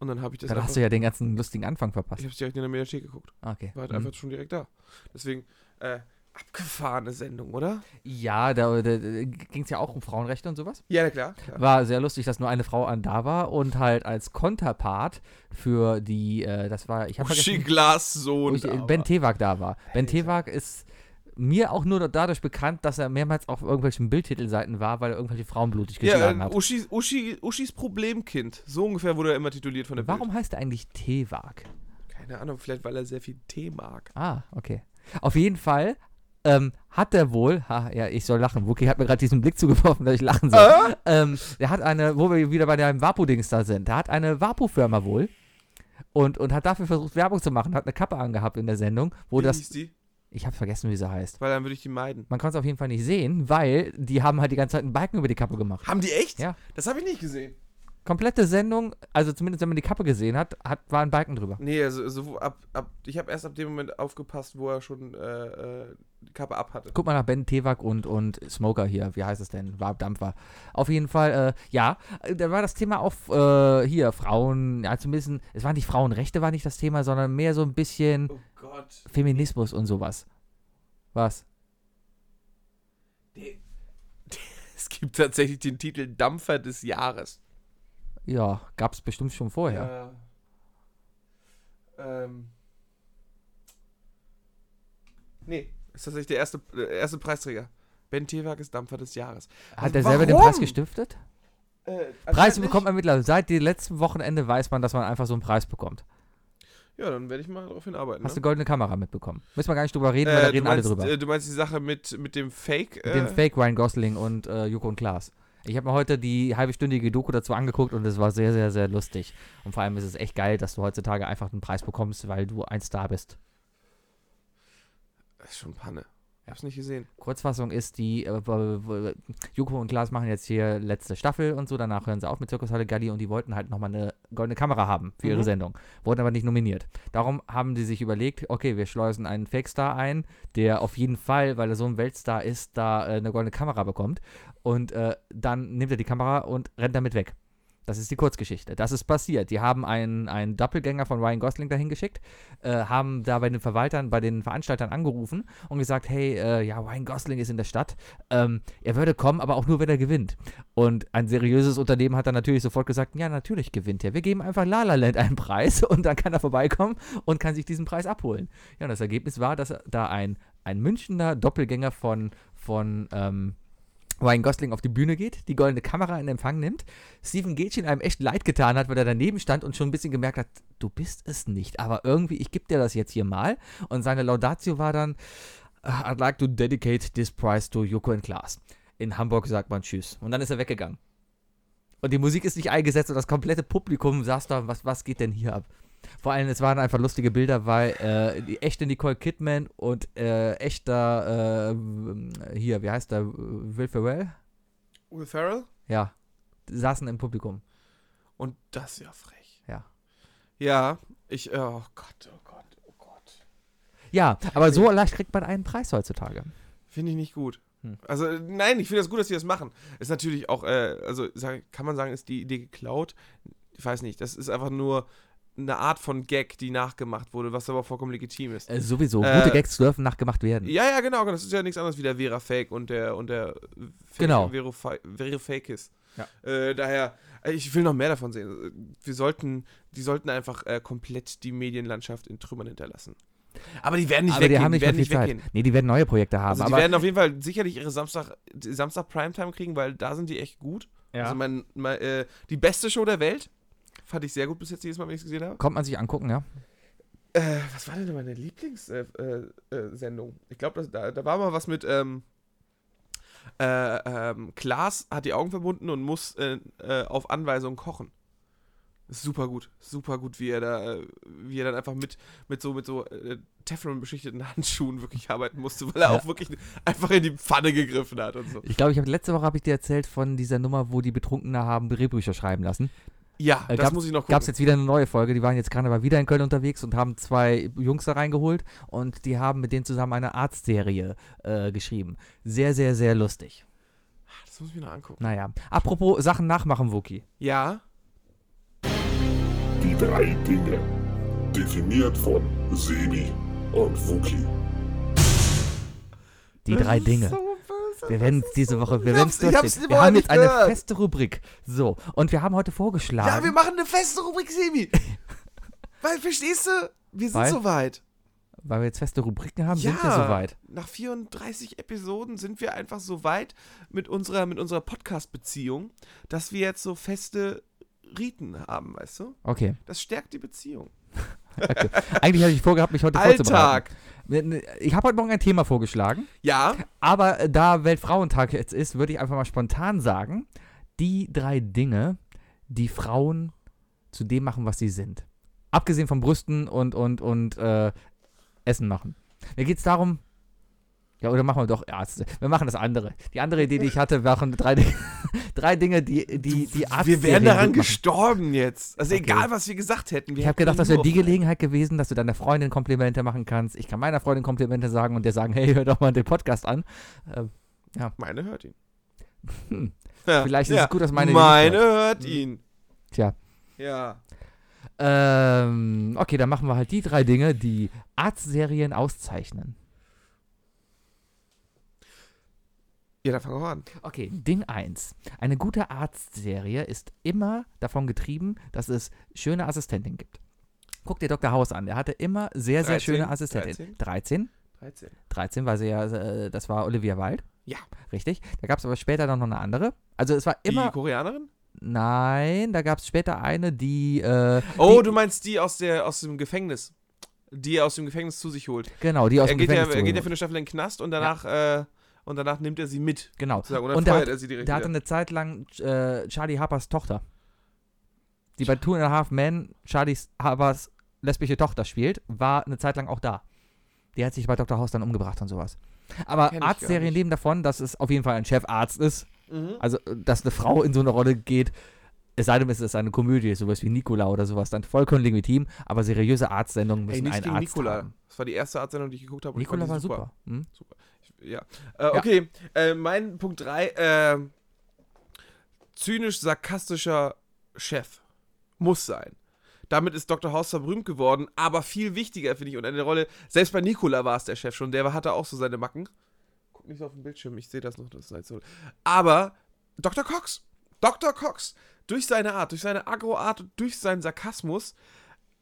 Speaker 2: Und dann habe ich das.
Speaker 1: Da hast du
Speaker 2: Einfach,
Speaker 1: ja den ganzen lustigen Anfang
Speaker 2: ich
Speaker 1: verpasst.
Speaker 2: habe es direkt in der Mediathek geguckt.
Speaker 1: Ah, Okay.
Speaker 2: War halt
Speaker 1: Mhm.
Speaker 2: einfach schon direkt da. Deswegen äh, abgefahrene Sendung, oder?
Speaker 1: Ja, da, da, da ging es ja auch um Frauenrechte und sowas.
Speaker 2: Ja, na klar. klar.
Speaker 1: War sehr lustig, dass nur eine Frau an da war und halt als Konterpart für die, äh, das war, ich habe
Speaker 2: Uschi
Speaker 1: vergessen,
Speaker 2: Glassohn.
Speaker 1: Uschi-
Speaker 2: aber-
Speaker 1: Ben Tewak da war. Ben
Speaker 2: Alter.
Speaker 1: Tewak ist mir auch nur dadurch bekannt, dass er mehrmals auf irgendwelchen Bildtitelseiten war, weil er irgendwelche Frauen blutig
Speaker 2: Ja,
Speaker 1: geschlagen
Speaker 2: äh,
Speaker 1: hat.
Speaker 2: Uschi, Uschi, Uschis Problemkind. So ungefähr wurde er immer tituliert von der
Speaker 1: Warum heißt er eigentlich Tewak?
Speaker 2: Bild. Keine Ahnung, vielleicht weil er sehr viel Tee mag.
Speaker 1: Ah, okay. Auf jeden Fall ähm, hat er wohl, ha, ja, ich soll lachen. Wookie hat mir gerade diesen Blick zugeworfen, dass ich lachen soll.
Speaker 2: Äh?
Speaker 1: Ähm, der hat eine, wo wir wieder bei dem Vapo-Dings da sind, der hat eine Vapo-Firma wohl und, und hat dafür versucht, Werbung zu machen, hat eine Kappe angehabt in der Sendung, wo
Speaker 2: Wie
Speaker 1: Oh, das,
Speaker 2: hieß die?
Speaker 1: ich habe vergessen, wie sie heißt.
Speaker 2: Weil dann würde ich die meiden.
Speaker 1: Man kann es auf jeden Fall nicht sehen, weil die haben halt die ganze Zeit einen Balken über die Kappe gemacht.
Speaker 2: Haben die echt?
Speaker 1: Ja.
Speaker 2: Das habe ich nicht gesehen.
Speaker 1: Komplette Sendung, also zumindest wenn man die Kappe gesehen hat, hat war ein Balken drüber.
Speaker 2: Nee, also, also wo- ab, ab, ich habe erst ab dem Moment aufgepasst, wo er schon äh, äh, die Kappe ab hatte.
Speaker 1: Guck mal nach Ben Tewak und, und Smoker hier. Wie heißt es denn? War Dampfer. Auf jeden Fall, äh, ja, äh, da war das Thema auf äh, hier, Frauen, ja, zumindest, es waren nicht Frauenrechte, war nicht das Thema, sondern mehr so ein bisschen
Speaker 2: Oh Gott.
Speaker 1: Feminismus und sowas. Was?
Speaker 2: Der- Es gibt tatsächlich den Titel Dampfer des Jahres.
Speaker 1: Ja, gab's bestimmt schon vorher.
Speaker 2: Äh, ähm. Nee, ist tatsächlich der erste, äh, erste Preisträger. Ben Tewak ist Dampfer des Jahres.
Speaker 1: Hat
Speaker 2: Also
Speaker 1: er selber den
Speaker 2: warum?
Speaker 1: Preis gestiftet?
Speaker 2: Äh,
Speaker 1: Preise
Speaker 2: anscheinend
Speaker 1: bekommt man mittlerweile. Seit dem letzten Wochenende weiß man, dass man einfach so einen Preis bekommt.
Speaker 2: nicht. Ja, dann werde ich mal darauf hinarbeiten.
Speaker 1: Hast du
Speaker 2: ne?
Speaker 1: goldene Kamera mitbekommen? Müssen wir gar nicht drüber reden, weil da
Speaker 2: Äh,
Speaker 1: reden
Speaker 2: du meinst,
Speaker 1: alle drüber.
Speaker 2: Äh, du meinst die Sache mit, mit dem Fake?
Speaker 1: Mit dem
Speaker 2: äh,
Speaker 1: Fake Ryan Gosling und äh, Joko und Klaas. Ich habe mir heute die halbstündige Doku dazu angeguckt und es war sehr, sehr, sehr lustig. Und vor allem ist es echt geil, dass du heutzutage einfach einen Preis bekommst, weil du ein Star bist.
Speaker 2: Das ist schon Panne. Ich hab's nicht gesehen.
Speaker 1: Kurzfassung ist, die äh, w- w- Joko und Klaas machen jetzt hier letzte Staffel und so, danach hören sie auf mit Circus Halle Galli und die wollten halt nochmal eine goldene Kamera haben für ihre
Speaker 2: Mhm.
Speaker 1: Sendung, wurden aber nicht nominiert. Darum haben die sich überlegt, okay, wir schleusen einen Fake-Star ein, der auf jeden Fall, weil er so ein Weltstar ist, da äh, eine goldene Kamera bekommt und äh, dann nimmt er die Kamera und rennt damit weg. Das ist die Kurzgeschichte. Das ist passiert. Die haben einen, einen Doppelgänger von Ryan Gosling dahin geschickt, äh, haben da bei den Verwaltern, bei den Veranstaltern angerufen und gesagt, hey, äh, ja, Ryan Gosling ist in der Stadt. Ähm, er würde kommen, aber auch nur, wenn er gewinnt. Und ein seriöses Unternehmen hat dann natürlich sofort gesagt, ja, natürlich gewinnt er. Wir geben einfach La La Land einen Preis und dann kann er vorbeikommen und kann sich diesen Preis abholen. Ja, und das Ergebnis war, dass da ein, ein Münchner Doppelgänger von, von ähm, Ryan Gosling auf die Bühne geht, die goldene Kamera in Empfang nimmt, Stephen Gätchen einem echt leid getan hat, weil er daneben stand und schon ein bisschen gemerkt hat, du bist es nicht, aber irgendwie, ich gebe dir das jetzt hier mal. Und seine Laudatio war dann, I'd like to dedicate this prize to Joko and Klaas. In Hamburg sagt man Tschüss. Und dann ist er weggegangen. Und die Musik ist nicht eingesetzt und das komplette Publikum saß da, was, was geht denn hier ab? Vor allem, es waren einfach lustige Bilder, weil äh, die echte Nicole Kidman und äh, echter, äh, hier, wie heißt der, Will Ferrell?
Speaker 2: Will Ferrell?
Speaker 1: Ja, saßen im Publikum.
Speaker 2: Und das ist ja frech.
Speaker 1: Ja.
Speaker 2: Ja, ich. Oh Gott, oh Gott, oh Gott.
Speaker 1: Ja, aber so leicht kriegt man einen Preis heutzutage.
Speaker 2: Finde ich nicht gut.
Speaker 1: Hm.
Speaker 2: Also, nein, ich finde das gut, dass sie das machen. Ist natürlich auch, äh, also sag, kann man sagen, ist die Idee geklaut? Ich weiß nicht. Das ist einfach nur eine Art von Gag, die nachgemacht wurde, was aber vollkommen legitim ist.
Speaker 1: Äh, sowieso,
Speaker 2: Äh,
Speaker 1: gute Gags dürfen nachgemacht werden.
Speaker 2: Ja, ja, genau, genau. Das ist ja nichts anderes wie der Vera Fake und der und der Fake,
Speaker 1: Genau.
Speaker 2: Vero, Fa- Vero Fake ist.
Speaker 1: Ja.
Speaker 2: Äh, daher, äh, ich will noch mehr davon sehen. Wir sollten, die sollten einfach äh, komplett die Medienlandschaft in Trümmern hinterlassen. Aber die werden nicht
Speaker 1: aber
Speaker 2: weggehen.
Speaker 1: die haben nicht mehr
Speaker 2: werden
Speaker 1: viel Zeit. Nee, die werden neue Projekte haben.
Speaker 2: Also die
Speaker 1: aber
Speaker 2: werden auf jeden Fall sicherlich ihre Samstag, Samstag Primetime kriegen, weil da sind die echt gut. Also mein, mein, äh, die beste Show der Welt. Fand ich sehr gut bis jetzt jedes Mal, wenn ich es gesehen habe.
Speaker 1: Kommt man sich angucken, ja.
Speaker 2: Äh, was war denn meine Lieblingssendung? Äh, äh, Sendung? ich glaube, da, da war mal was mit. Ähm, äh, ähm, Klaas hat die Augen verbunden und muss äh, äh, auf Anweisung kochen. Super gut, super gut, wie er da, äh, wie er dann einfach mit, mit so, mit so äh, Teflon beschichteten Handschuhen wirklich arbeiten musste, weil er
Speaker 1: Ja.
Speaker 2: auch wirklich einfach in die Pfanne gegriffen hat und so.
Speaker 1: Ich glaube, ich habe letzte Woche habe ich dir erzählt von dieser Nummer, wo die Betrunkene haben Drehbücher schreiben lassen.
Speaker 2: Ja,
Speaker 1: Äh,
Speaker 2: das
Speaker 1: gab's-
Speaker 2: muss ich noch
Speaker 1: Gab es
Speaker 2: gucken.
Speaker 1: jetzt wieder eine neue Folge. Die waren jetzt Karneval wieder in Köln unterwegs und haben zwei Jungs da reingeholt und die haben mit denen zusammen eine Arztserie äh, geschrieben. Sehr, sehr, sehr lustig.
Speaker 2: Das muss ich mir noch angucken.
Speaker 1: Naja. Apropos Sachen nachmachen, Wookie.
Speaker 2: Ja,
Speaker 3: Die drei Dinge. Definiert von Sebi und Wookie.
Speaker 1: Die drei Dinge.
Speaker 2: So böse.
Speaker 1: Wir werden es diese Woche, wir
Speaker 2: Ich
Speaker 1: werden es
Speaker 2: hab's- ich hab's
Speaker 1: durchziehen. Wir
Speaker 2: vorher
Speaker 1: haben
Speaker 2: nicht
Speaker 1: jetzt eine
Speaker 2: gehört.
Speaker 1: feste Rubrik. So, und wir haben heute
Speaker 2: Ja, wir
Speaker 1: vorgeschlagen.
Speaker 2: machen eine feste Rubrik, Sebi. Weil, verstehst du, wir sind
Speaker 1: Weil?
Speaker 2: soweit.
Speaker 1: weil wir jetzt feste Rubriken haben, sind wir
Speaker 2: Ja.
Speaker 1: soweit.
Speaker 2: Nach 34 Episoden sind wir einfach so weit mit unserer, mit unserer Podcast-Beziehung, dass wir jetzt so feste Riten haben, weißt du?
Speaker 1: Okay.
Speaker 2: Das stärkt die Beziehung.
Speaker 1: okay. Eigentlich hatte ich vorgehabt, mich heute vorzubereiten. ne,
Speaker 2: Alltag.
Speaker 1: Ich habe heute Morgen ein Thema vorgeschlagen,
Speaker 2: Ja,
Speaker 1: aber äh, da Weltfrauentag jetzt ist, würde ich einfach mal spontan sagen, die drei Dinge, die Frauen zu dem machen, was sie sind. Abgesehen von Brüsten und, und, und äh, Essen machen. Mir geht es darum, ja, oder machen wir doch Ärzte. Wir machen das andere. Die andere Idee, die ich hatte, waren drei, Dinge- drei Dinge, die, die, die Arzt.
Speaker 2: wir wären daran gestorben jetzt. Also
Speaker 1: Okay.
Speaker 2: egal, was wir gesagt hätten. Wir
Speaker 1: Ich habe
Speaker 2: hätten
Speaker 1: gedacht, das wäre
Speaker 2: nur
Speaker 1: die
Speaker 2: auf-
Speaker 1: Gelegenheit gewesen, dass du deiner Freundin Komplimente machen kannst. Ich kann meiner Freundin Komplimente sagen und dir sagen, hey, hör doch mal den Podcast an.
Speaker 2: Meine hört ihn.
Speaker 1: Hm.
Speaker 2: Ja,
Speaker 1: Vielleicht ist
Speaker 2: ja.
Speaker 1: es gut, dass meine die
Speaker 2: Meine
Speaker 1: nicht
Speaker 2: hört ihn.
Speaker 1: Tja.
Speaker 2: Ja.
Speaker 1: Ähm, okay, dann machen wir halt die drei Dinge, die Arztserien auszeichnen.
Speaker 2: Ja, dann fangen wir an.
Speaker 1: Okay, Ding 1. Eine gute Arztserie ist immer davon getrieben, dass es schöne Assistenten gibt. Guck dir Dr. House an. Er hatte immer sehr, sehr
Speaker 2: 13,
Speaker 1: schöne Assistenten. 13? 13?
Speaker 2: 13.
Speaker 1: 13 war sie ja, äh, das war Olivia Wilde.
Speaker 2: Ja.
Speaker 1: Richtig. Da gab es aber später dann noch eine andere. Also es war immer
Speaker 2: die Koreanerin?
Speaker 1: Nein, da gab es später eine, die. Äh,
Speaker 2: Oh,
Speaker 1: die,
Speaker 2: du meinst die aus, der, aus dem Gefängnis. Die er aus dem Gefängnis zu sich holt.
Speaker 1: Genau, die aus
Speaker 2: er
Speaker 1: dem
Speaker 2: geht, ja,
Speaker 1: Gefängnis.
Speaker 2: er geht ja
Speaker 1: zurück.
Speaker 2: für eine Staffel in den Knast und danach, äh, und danach nimmt er sie mit.
Speaker 1: genau.
Speaker 2: Sozusagen. Und dann
Speaker 1: Und da
Speaker 2: feuert
Speaker 1: hat-
Speaker 2: er sie direkt
Speaker 1: Der hatte
Speaker 2: wieder.
Speaker 1: eine Zeit lang äh, Charlie Harpers Tochter. Die bei Two and a Half Men Charlie Harpers lesbische Tochter spielt, war eine Zeit lang auch da. Die hat sich bei Dr. House dann umgebracht und sowas. Aber
Speaker 2: Kenn ich gar
Speaker 1: Arztserien
Speaker 2: nicht.
Speaker 1: leben davon, dass es auf jeden Fall ein Chefarzt ist.
Speaker 2: Mhm.
Speaker 1: Also, dass eine Frau in so eine Rolle geht. Es sei denn, es ist eine Komödie, sowas wie Nicola oder sowas, dann vollkommen legitim, aber seriöse Arztsendungen
Speaker 2: Ey,
Speaker 1: müssen
Speaker 2: nichts
Speaker 1: einen
Speaker 2: gegen
Speaker 1: Arzt
Speaker 2: Nikola.
Speaker 1: haben.
Speaker 2: Das war die erste Artsendung, die ich geguckt habe. und ich fand
Speaker 1: Nikola
Speaker 2: die
Speaker 1: war super. Hm?
Speaker 2: Ich, ja. Äh, okay, äh, mein Punkt 3. Äh, Zynisch-sarkastischer Chef. Muss sein. Damit ist Dr. House berühmt geworden, aber viel wichtiger, finde ich, und eine Rolle. Selbst bei Nikola war es der Chef schon, der hatte auch so seine Macken. Guck nicht so auf den Bildschirm, ich sehe das noch. Das ist halt so. Aber Dr. Cox. Dr. Cox. Durch seine Art, durch seine Agro-Art, durch seinen Sarkasmus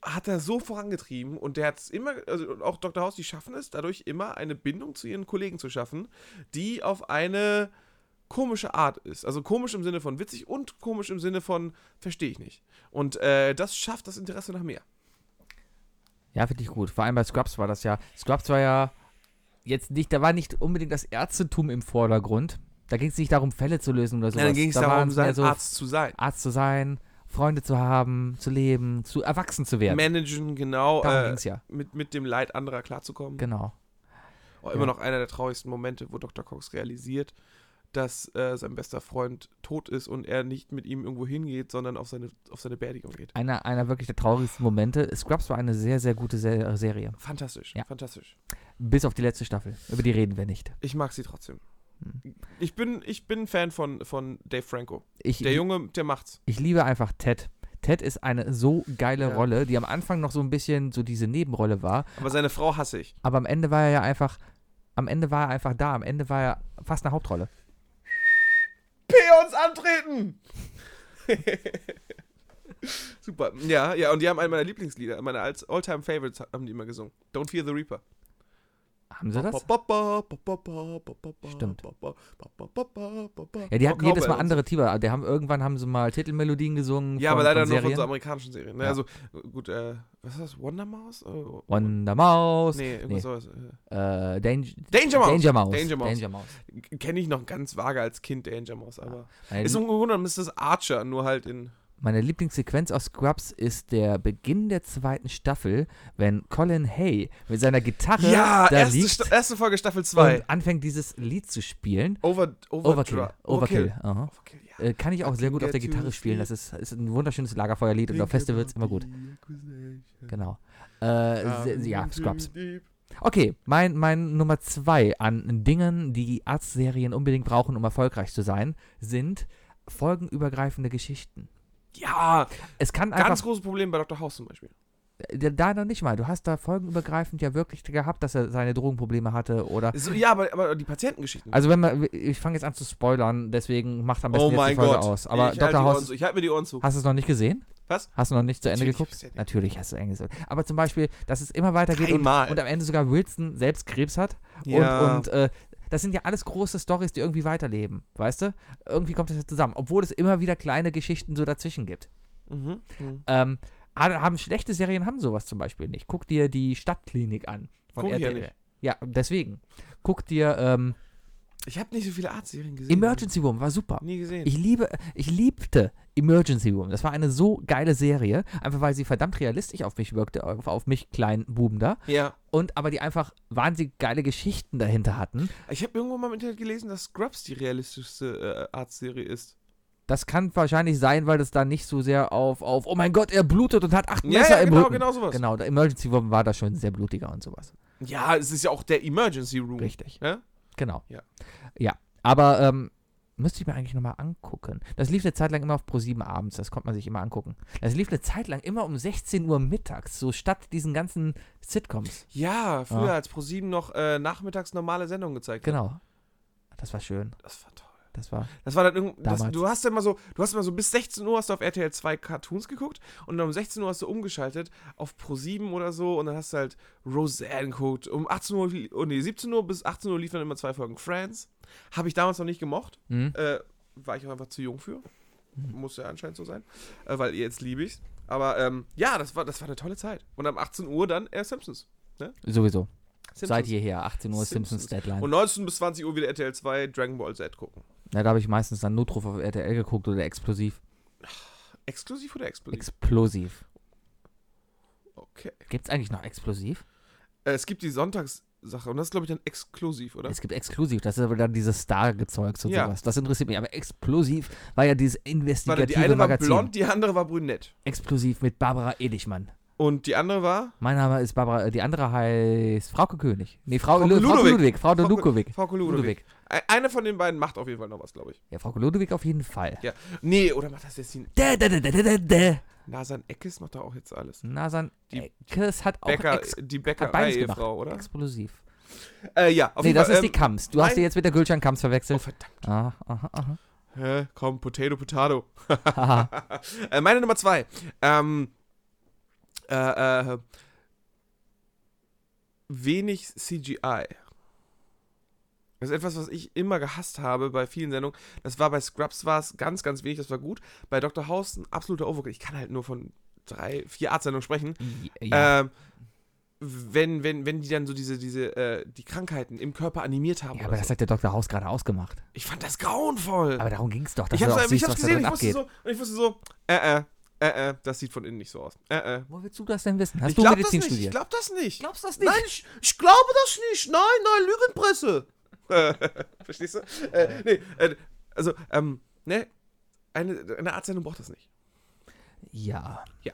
Speaker 2: hat er so vorangetrieben und der hat es immer, also und auch Dr. House, die schaffen es dadurch immer eine Bindung zu ihren Kollegen zu schaffen, die auf eine komische Art ist. Also komisch im Sinne von witzig und komisch im Sinne von verstehe ich nicht. Und äh, das schafft das Interesse nach mehr.
Speaker 1: Ja, finde ich gut. Vor allem bei Scrubs war das ja. Scrubs war ja jetzt nicht, da war nicht unbedingt das Ärztetum im Vordergrund. Da ging es nicht darum, Fälle zu lösen oder sowas.
Speaker 2: Dann ging es
Speaker 1: da
Speaker 2: darum,
Speaker 1: waren's mehr
Speaker 2: sein
Speaker 1: so, Arzt.
Speaker 2: Arzt zu sein.
Speaker 1: zu sein, Freunde zu haben, zu leben, zu erwachsen zu werden.
Speaker 2: Managen, genau.
Speaker 1: Darum
Speaker 2: Äh,
Speaker 1: ging's ja.
Speaker 2: mit, mit dem Leid anderer klarzukommen.
Speaker 1: Genau.
Speaker 2: Oh, immer
Speaker 1: Ja.
Speaker 2: noch einer der traurigsten Momente, wo Dr. Cox realisiert, dass äh, sein bester Freund tot ist und er nicht mit ihm irgendwo hingeht, sondern auf seine, auf seine Beerdigung geht.
Speaker 1: Einer, einer wirklich der traurigsten Momente. Scrubs war eine sehr, sehr gute Se Serie.
Speaker 2: Fantastisch,
Speaker 1: Ja.
Speaker 2: fantastisch.
Speaker 1: Bis auf die letzte Staffel. Über die reden wir nicht.
Speaker 2: Ich mag sie trotzdem.
Speaker 1: Hm.
Speaker 2: Ich bin, ich bin Fan von, von Dave Franco.
Speaker 1: Ich,
Speaker 2: Der Junge, der macht's.
Speaker 1: ich liebe einfach Ted. Ted ist eine so geile
Speaker 2: Ja.
Speaker 1: Rolle, die am Anfang noch so ein bisschen so diese Nebenrolle war.
Speaker 2: Aber seine Frau hasse ich.
Speaker 1: Aber am Ende war er ja einfach, am Ende war er einfach da, am Ende war er fast eine Hauptrolle.
Speaker 2: Peons antreten! Super. Ja, ja, und die haben einen meiner Lieblingslieder, meine als- All-Time-Favorites haben die immer gesungen. Don't Fear the Reaper.
Speaker 1: Haben sie das? Stimmt. Ja,
Speaker 2: Ja,
Speaker 1: die hatten jedes Mal andere Tiber. Die haben, irgendwann haben sie mal Titelmelodien gesungen.
Speaker 2: Ja,
Speaker 1: von-
Speaker 2: aber leider
Speaker 1: von
Speaker 2: nur von
Speaker 1: Serien.
Speaker 2: so amerikanischen Serien. Ne?
Speaker 1: Ja.
Speaker 2: Also, gut, äh, was ist das? Wonder Mouse? Oh,
Speaker 1: Wonder Mouse,
Speaker 2: Nee,
Speaker 1: nee.
Speaker 2: irgendwas sowas. äh.
Speaker 1: äh, Danger,
Speaker 2: Danger Mouse!
Speaker 1: Danger Mouse.
Speaker 2: Danger Mouse.
Speaker 1: Danger Mouse.
Speaker 2: Kenne ich noch ganz vage als Kind, Danger Mouse, aber.
Speaker 1: Nein,
Speaker 2: Ist im Grunde genommen ist das Archer, nur halt in.
Speaker 1: Meine Lieblingssequenz aus Scrubs ist der Beginn der zweiten Staffel, wenn Colin Hay mit seiner Gitarre
Speaker 2: Ja,
Speaker 1: da
Speaker 2: erste,
Speaker 1: liegt
Speaker 2: Sta- erste Folge Staffel 2.
Speaker 1: und anfängt, dieses Lied zu spielen.
Speaker 2: Over, over,
Speaker 1: Overkill.
Speaker 2: Overkill.
Speaker 1: Overkill. aha.
Speaker 2: Overkill, ja.
Speaker 1: Äh, Kann ich auch sehr gut auf der
Speaker 2: Get to
Speaker 1: Gitarre spielen. Das ist, ist ein wunderschönes Lagerfeuerlied und auf
Speaker 2: Think
Speaker 1: Festivals immer
Speaker 2: about
Speaker 1: gut.
Speaker 2: the accusation.
Speaker 1: Genau. Äh, se-
Speaker 2: I'm
Speaker 1: ja,
Speaker 2: too
Speaker 1: Scrubs.
Speaker 2: deep.
Speaker 1: Okay, mein, mein Nummer zwei an Dingen, die Arztserien unbedingt brauchen, um erfolgreich zu sein, sind folgenübergreifende Geschichten.
Speaker 2: Ja,
Speaker 1: Es kann einfach
Speaker 2: ganz großes Problem bei Dr. House zum Beispiel.
Speaker 1: Da- Da noch nicht mal. Du hast da folgenübergreifend ja wirklich gehabt, dass er seine Drogenprobleme hatte oder.
Speaker 2: So, ja, aber, aber die Patientengeschichten.
Speaker 1: Also wenn man, ich fange jetzt an zu spoilern, deswegen macht am besten
Speaker 2: oh
Speaker 1: jetzt die
Speaker 2: mein
Speaker 1: Folge
Speaker 2: Gott.
Speaker 1: aus. Aber
Speaker 2: ich halte
Speaker 1: Dr.
Speaker 2: die Ohren
Speaker 1: House,
Speaker 2: zu. Ich halte mir die Ohren zu.
Speaker 1: hast du es noch nicht gesehen?
Speaker 2: Was?
Speaker 1: Hast du noch nicht zu Ende
Speaker 2: Natürlich
Speaker 1: geguckt?
Speaker 2: hab's ja nicht.
Speaker 1: Natürlich hast du Ende geguckt. Aber zum Beispiel, dass es immer weitergeht und,
Speaker 2: Dreimal.
Speaker 1: und am Ende sogar Wilson selbst Krebs hat
Speaker 2: Ja.
Speaker 1: und, und äh, das sind ja alles große Stories, die irgendwie weiterleben, weißt du? Irgendwie kommt das ja zusammen, obwohl es immer wieder kleine Geschichten so dazwischen gibt.
Speaker 2: Mhm. Mhm.
Speaker 1: Ähm, ha- haben schlechte Serien haben sowas zum Beispiel nicht. Guck dir die Stadtklinik an. Von
Speaker 2: Guck ich ja
Speaker 1: RTL.
Speaker 2: nicht.
Speaker 1: ja, deswegen. Guck dir ähm,
Speaker 2: Ich habe nicht so viele Arztserien gesehen.
Speaker 1: Emergency Room, war super.
Speaker 2: Nie gesehen.
Speaker 1: Ich liebe, ich liebte Emergency Room. Das war eine so geile Serie, einfach weil sie verdammt realistisch auf mich wirkte, auf, auf mich kleinen Buben da.
Speaker 2: ja.
Speaker 1: Und aber die einfach wahnsinnig geile Geschichten dahinter hatten.
Speaker 2: Ich habe irgendwo mal im Internet gelesen, dass Scrubs die realistischste äh, Arztserie ist.
Speaker 1: Das kann wahrscheinlich sein, weil das da nicht so sehr auf, auf oh mein Gott, er blutet und hat acht Messer im
Speaker 2: genau,
Speaker 1: Rücken.
Speaker 2: genau sowas.
Speaker 1: Genau, der Emergency Room war da schon sehr blutiger und sowas.
Speaker 2: Ja, es ist ja auch der Emergency Room.
Speaker 1: Richtig.
Speaker 2: Ne?
Speaker 1: Genau.
Speaker 2: Ja.
Speaker 1: Ja. Aber ähm, müsste ich mir eigentlich nochmal angucken. Das lief eine Zeit lang immer auf Pro7 abends, das konnte man sich immer angucken. Das lief eine Zeit lang immer um 16 Uhr mittags, so statt diesen ganzen Sitcoms.
Speaker 2: Ja, früher
Speaker 1: Ja.
Speaker 2: als ProSieben noch äh, nachmittags normale Sendungen gezeigt hat.
Speaker 1: Genau. Das war schön.
Speaker 2: Das war toll.
Speaker 1: Das war.
Speaker 2: Das war dann irgend, das,
Speaker 1: Damals.
Speaker 2: du hast ja immer so, du hast immer so bis 16 Uhr hast du auf RTL 2 Cartoons geguckt und dann um 16 Uhr hast du umgeschaltet auf Pro 7 oder so und dann hast du halt Roseanne geguckt. Um 18 Uhr, li- oh nee, 17 Uhr bis 18 Uhr liefen dann immer zwei Folgen Friends. Habe ich damals noch nicht gemocht.
Speaker 1: Mhm.
Speaker 2: Äh, war ich auch einfach zu jung für.
Speaker 1: Hm.
Speaker 2: Muss ja anscheinend so sein, äh, weil jetzt liebe ich's. Aber ähm, ja, das war, das war eine tolle Zeit. Und am 18 Uhr dann äh, Simpsons.
Speaker 1: Sowieso.
Speaker 2: Simpsons.
Speaker 1: Seit jeher, 18 Uhr ist Simpsons,
Speaker 2: Simpsons.
Speaker 1: Deadline.
Speaker 2: Und 19 bis 20 Uhr wieder RTL 2 Dragon Ball Z gucken.
Speaker 1: Na, da habe ich meistens dann Notruf auf RTL geguckt oder Explosiv.
Speaker 2: Exklusiv oder explosiv?
Speaker 1: Explosiv.
Speaker 2: okay.
Speaker 1: Gibt es eigentlich noch Explosiv?
Speaker 2: Äh, Es gibt die Sonntagssache und das ist, glaube ich, dann exklusiv, oder?
Speaker 1: Es gibt Exklusiv, das ist aber dann dieses Star-Gezeugs und
Speaker 2: ne? Ja.
Speaker 1: sowas. Das interessiert mich. Aber Explosiv war ja dieses investigative
Speaker 2: Warte, die eine war
Speaker 1: Magazin.
Speaker 2: blond, die andere war brünett.
Speaker 1: Explosiv mit Barbara Edichmann.
Speaker 2: Und die andere war
Speaker 1: Mein Name ist Barbara, äh, die andere heißt Frauke König. Nee, Frau,
Speaker 2: Frauke
Speaker 1: Lu- Frauke
Speaker 2: Ludowig.
Speaker 1: Ludwig. Frau
Speaker 2: Frauke-
Speaker 1: Ludovic.
Speaker 2: Frau Ludwig. E- Eine von den beiden macht auf jeden Fall noch was, glaube ich.
Speaker 1: Ja, Frauke Ludwig auf jeden Fall.
Speaker 2: Ja. Nee, oder macht das jetzt die
Speaker 1: Da, da, da, da, da, da, da.
Speaker 2: Nasan Eckes macht da auch jetzt alles.
Speaker 1: Nasan
Speaker 2: Die- ne?
Speaker 1: Eckes hat auch
Speaker 2: Bäcker,
Speaker 1: Ex hat
Speaker 2: die
Speaker 1: beides gemacht.
Speaker 2: Bäckerei-Ehefrau, oder?
Speaker 1: Explosiv.
Speaker 2: Äh, ja, auf
Speaker 1: nee,
Speaker 2: jeden
Speaker 1: das
Speaker 2: Fall.
Speaker 1: ist die Kamps. Du hast
Speaker 2: nein.
Speaker 1: sie jetzt mit der Gülcan Kamps
Speaker 2: ähm, oh,
Speaker 1: verwechselt.
Speaker 2: verdammt.
Speaker 1: Ah, aha, aha.
Speaker 2: ähm, Hä? Komm, Potato, Potato.
Speaker 1: Haha.
Speaker 2: Äh, meine Nummer zwei. Ähm, äh, äh, wenig CGI. Das ist etwas, was ich immer gehasst habe bei vielen Sendungen. Das war bei Scrubs war es ganz, ganz wenig, das war gut. Bei Dr. House ein absoluter Overkill. Ich kann halt nur von drei, vier Art-Sendungen sprechen.
Speaker 1: ja.
Speaker 2: Ähm, wenn, wenn, wenn die dann so diese, diese, äh, die Krankheiten im Körper animiert haben.
Speaker 1: ja, aber
Speaker 2: oder
Speaker 1: das
Speaker 2: so.
Speaker 1: hat der Dr. Haus gerade ausgemacht.
Speaker 2: Ich fand das grauenvoll.
Speaker 1: Aber darum ging es doch, dass
Speaker 2: Ich
Speaker 1: du auch
Speaker 2: hab's, ich
Speaker 1: siehst,
Speaker 2: hab's
Speaker 1: was da
Speaker 2: gesehen,
Speaker 1: drin
Speaker 2: ich wusste
Speaker 1: abgeht.
Speaker 2: so, und ich wusste so, äh, äh, äh, äh, das sieht von innen nicht so aus. Äh, äh.
Speaker 1: Wo willst du das denn wissen? Hast
Speaker 2: ich
Speaker 1: du
Speaker 2: glaub das
Speaker 1: Medizin
Speaker 2: nicht, ich
Speaker 1: studiert?
Speaker 2: glaub das nicht.
Speaker 1: Glaubst du das
Speaker 2: Nein, ich, ich glaube das nicht. Nein, nein, Lügenpresse. Äh, Verstehst du? Äh, nee, äh, also, ähm, ne, eine, eine Arztsendung braucht das nicht.
Speaker 1: Ja.
Speaker 2: Ja.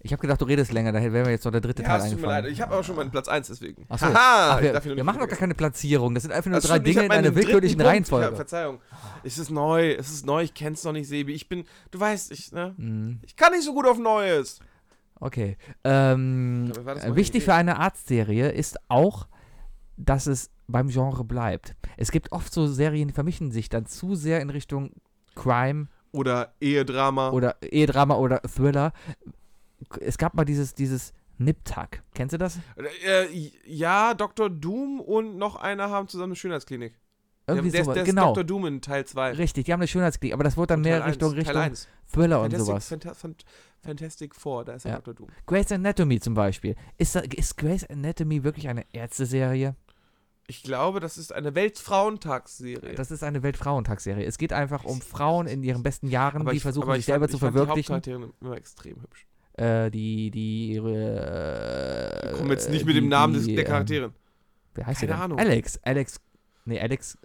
Speaker 1: Ich habe gedacht, du redest länger, daher wäre mir jetzt noch der dritte
Speaker 2: Ja,
Speaker 1: Teil
Speaker 2: es tut mir
Speaker 1: eingefallen.
Speaker 2: leid, ich habe auch schon meinen Platz 1, deswegen.
Speaker 1: Ah. Ach so.
Speaker 2: Haha,
Speaker 1: Ach,
Speaker 2: ich
Speaker 1: wir,
Speaker 2: darf ihn
Speaker 1: wir
Speaker 2: nicht
Speaker 1: machen doch gar
Speaker 2: vergessen.
Speaker 1: keine Platzierung. Das sind einfach nur
Speaker 2: Also
Speaker 1: drei
Speaker 2: stimmt, ich
Speaker 1: Dinge
Speaker 2: hab
Speaker 1: in
Speaker 2: meinen
Speaker 1: einer
Speaker 2: dritten
Speaker 1: willkürlichen
Speaker 2: Punkt. Ja,
Speaker 1: Reihenfolge.
Speaker 2: Verzeihung, es ist neu, es ist neu, ich kenn's noch nicht, Sebi. Ich bin, du weißt, ich, ne,
Speaker 1: Mhm,
Speaker 2: ich kann nicht so gut auf Neues.
Speaker 1: okay. Ähm,
Speaker 2: Aber war das
Speaker 1: äh,
Speaker 2: meine
Speaker 1: wichtig
Speaker 2: Idee?
Speaker 1: für eine Arztserie ist auch, dass es beim Genre bleibt. Es gibt oft so Serien, die vermischen sich dann zu sehr in Richtung Crime
Speaker 2: Oder Ehedrama.
Speaker 1: oder Ehedrama oder Thriller. Es gab mal dieses, dieses Nip-Tuck. Kennst du das?
Speaker 2: Äh, ja, Dr. Doom und noch einer haben zusammen eine Schönheitsklinik.
Speaker 1: Irgendwie
Speaker 2: der, der,
Speaker 1: sowas.
Speaker 2: der
Speaker 1: genau.
Speaker 2: ist Dr. Doom in Teil 2.
Speaker 1: Richtig, die haben eine Schönheitsklinik, aber das wurde dann mehr
Speaker 2: Teil
Speaker 1: Richtung,
Speaker 2: 1, Teil
Speaker 1: Richtung
Speaker 2: 1.
Speaker 1: Thriller und
Speaker 2: Fantastic,
Speaker 1: sowas.
Speaker 2: Fanta Fant Fantastic Four, da ist
Speaker 1: Ja.
Speaker 2: ja. Dr. Doom.
Speaker 1: Grey's Anatomy zum Beispiel. Ist, da, ist Grey's Anatomy wirklich eine Ärzteserie?
Speaker 2: Ich glaube, das ist eine Weltfrauentagsserie.
Speaker 1: Das ist eine Weltfrauentagsserie. Es geht einfach um Frauen in ihren besten Jahren,
Speaker 2: Aber
Speaker 1: die
Speaker 2: ich-
Speaker 1: versuchen,
Speaker 2: aber
Speaker 1: sich
Speaker 2: ich fand-
Speaker 1: selber zu
Speaker 2: ich fand
Speaker 1: verwirklichen.
Speaker 2: Die Hauptcharakterin immer extrem hübsch.
Speaker 1: Äh, die, die ihre. Äh,
Speaker 2: Komm jetzt nicht mit dem
Speaker 1: die-
Speaker 2: Namen des,
Speaker 1: die,
Speaker 2: der
Speaker 1: ähm,
Speaker 2: Charakterin.
Speaker 1: Wer heißt
Speaker 2: Keine
Speaker 1: der denn?
Speaker 2: Ahnung.
Speaker 1: Alex. Alex. Nee, Alex.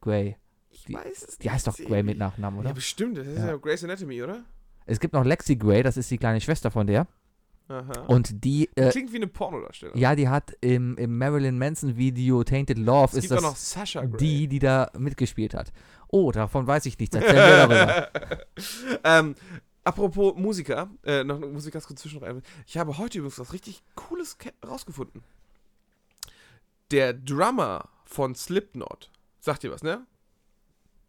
Speaker 1: Gray.
Speaker 2: Ich
Speaker 1: die-
Speaker 2: weiß es
Speaker 1: Die heißt doch Gray mit Nachnamen, oder?
Speaker 2: Ja, bestimmt. Das ist
Speaker 1: Ja.
Speaker 2: ja Grey's Anatomy, oder?
Speaker 1: es gibt noch Lexi Gray, das ist die kleine Schwester von der.
Speaker 2: Aha.
Speaker 1: Und die. Äh,
Speaker 2: Klingt wie eine Pornodarstellerin.
Speaker 1: ja, die hat im, im Marilyn Manson Video Tainted Love
Speaker 2: es
Speaker 1: ist
Speaker 2: gibt auch noch
Speaker 1: das
Speaker 2: Sasha Grey.
Speaker 1: die, die da mitgespielt hat. Oh, davon weiß ich nichts. Erzähl mir darüber.
Speaker 2: ähm, apropos Musiker, äh, noch eine Musik ganz kurz zwischenrein. Ich habe heute übrigens was richtig Cooles ke- rausgefunden. Der Drummer von Slipknot. Sagt ihr was, ne?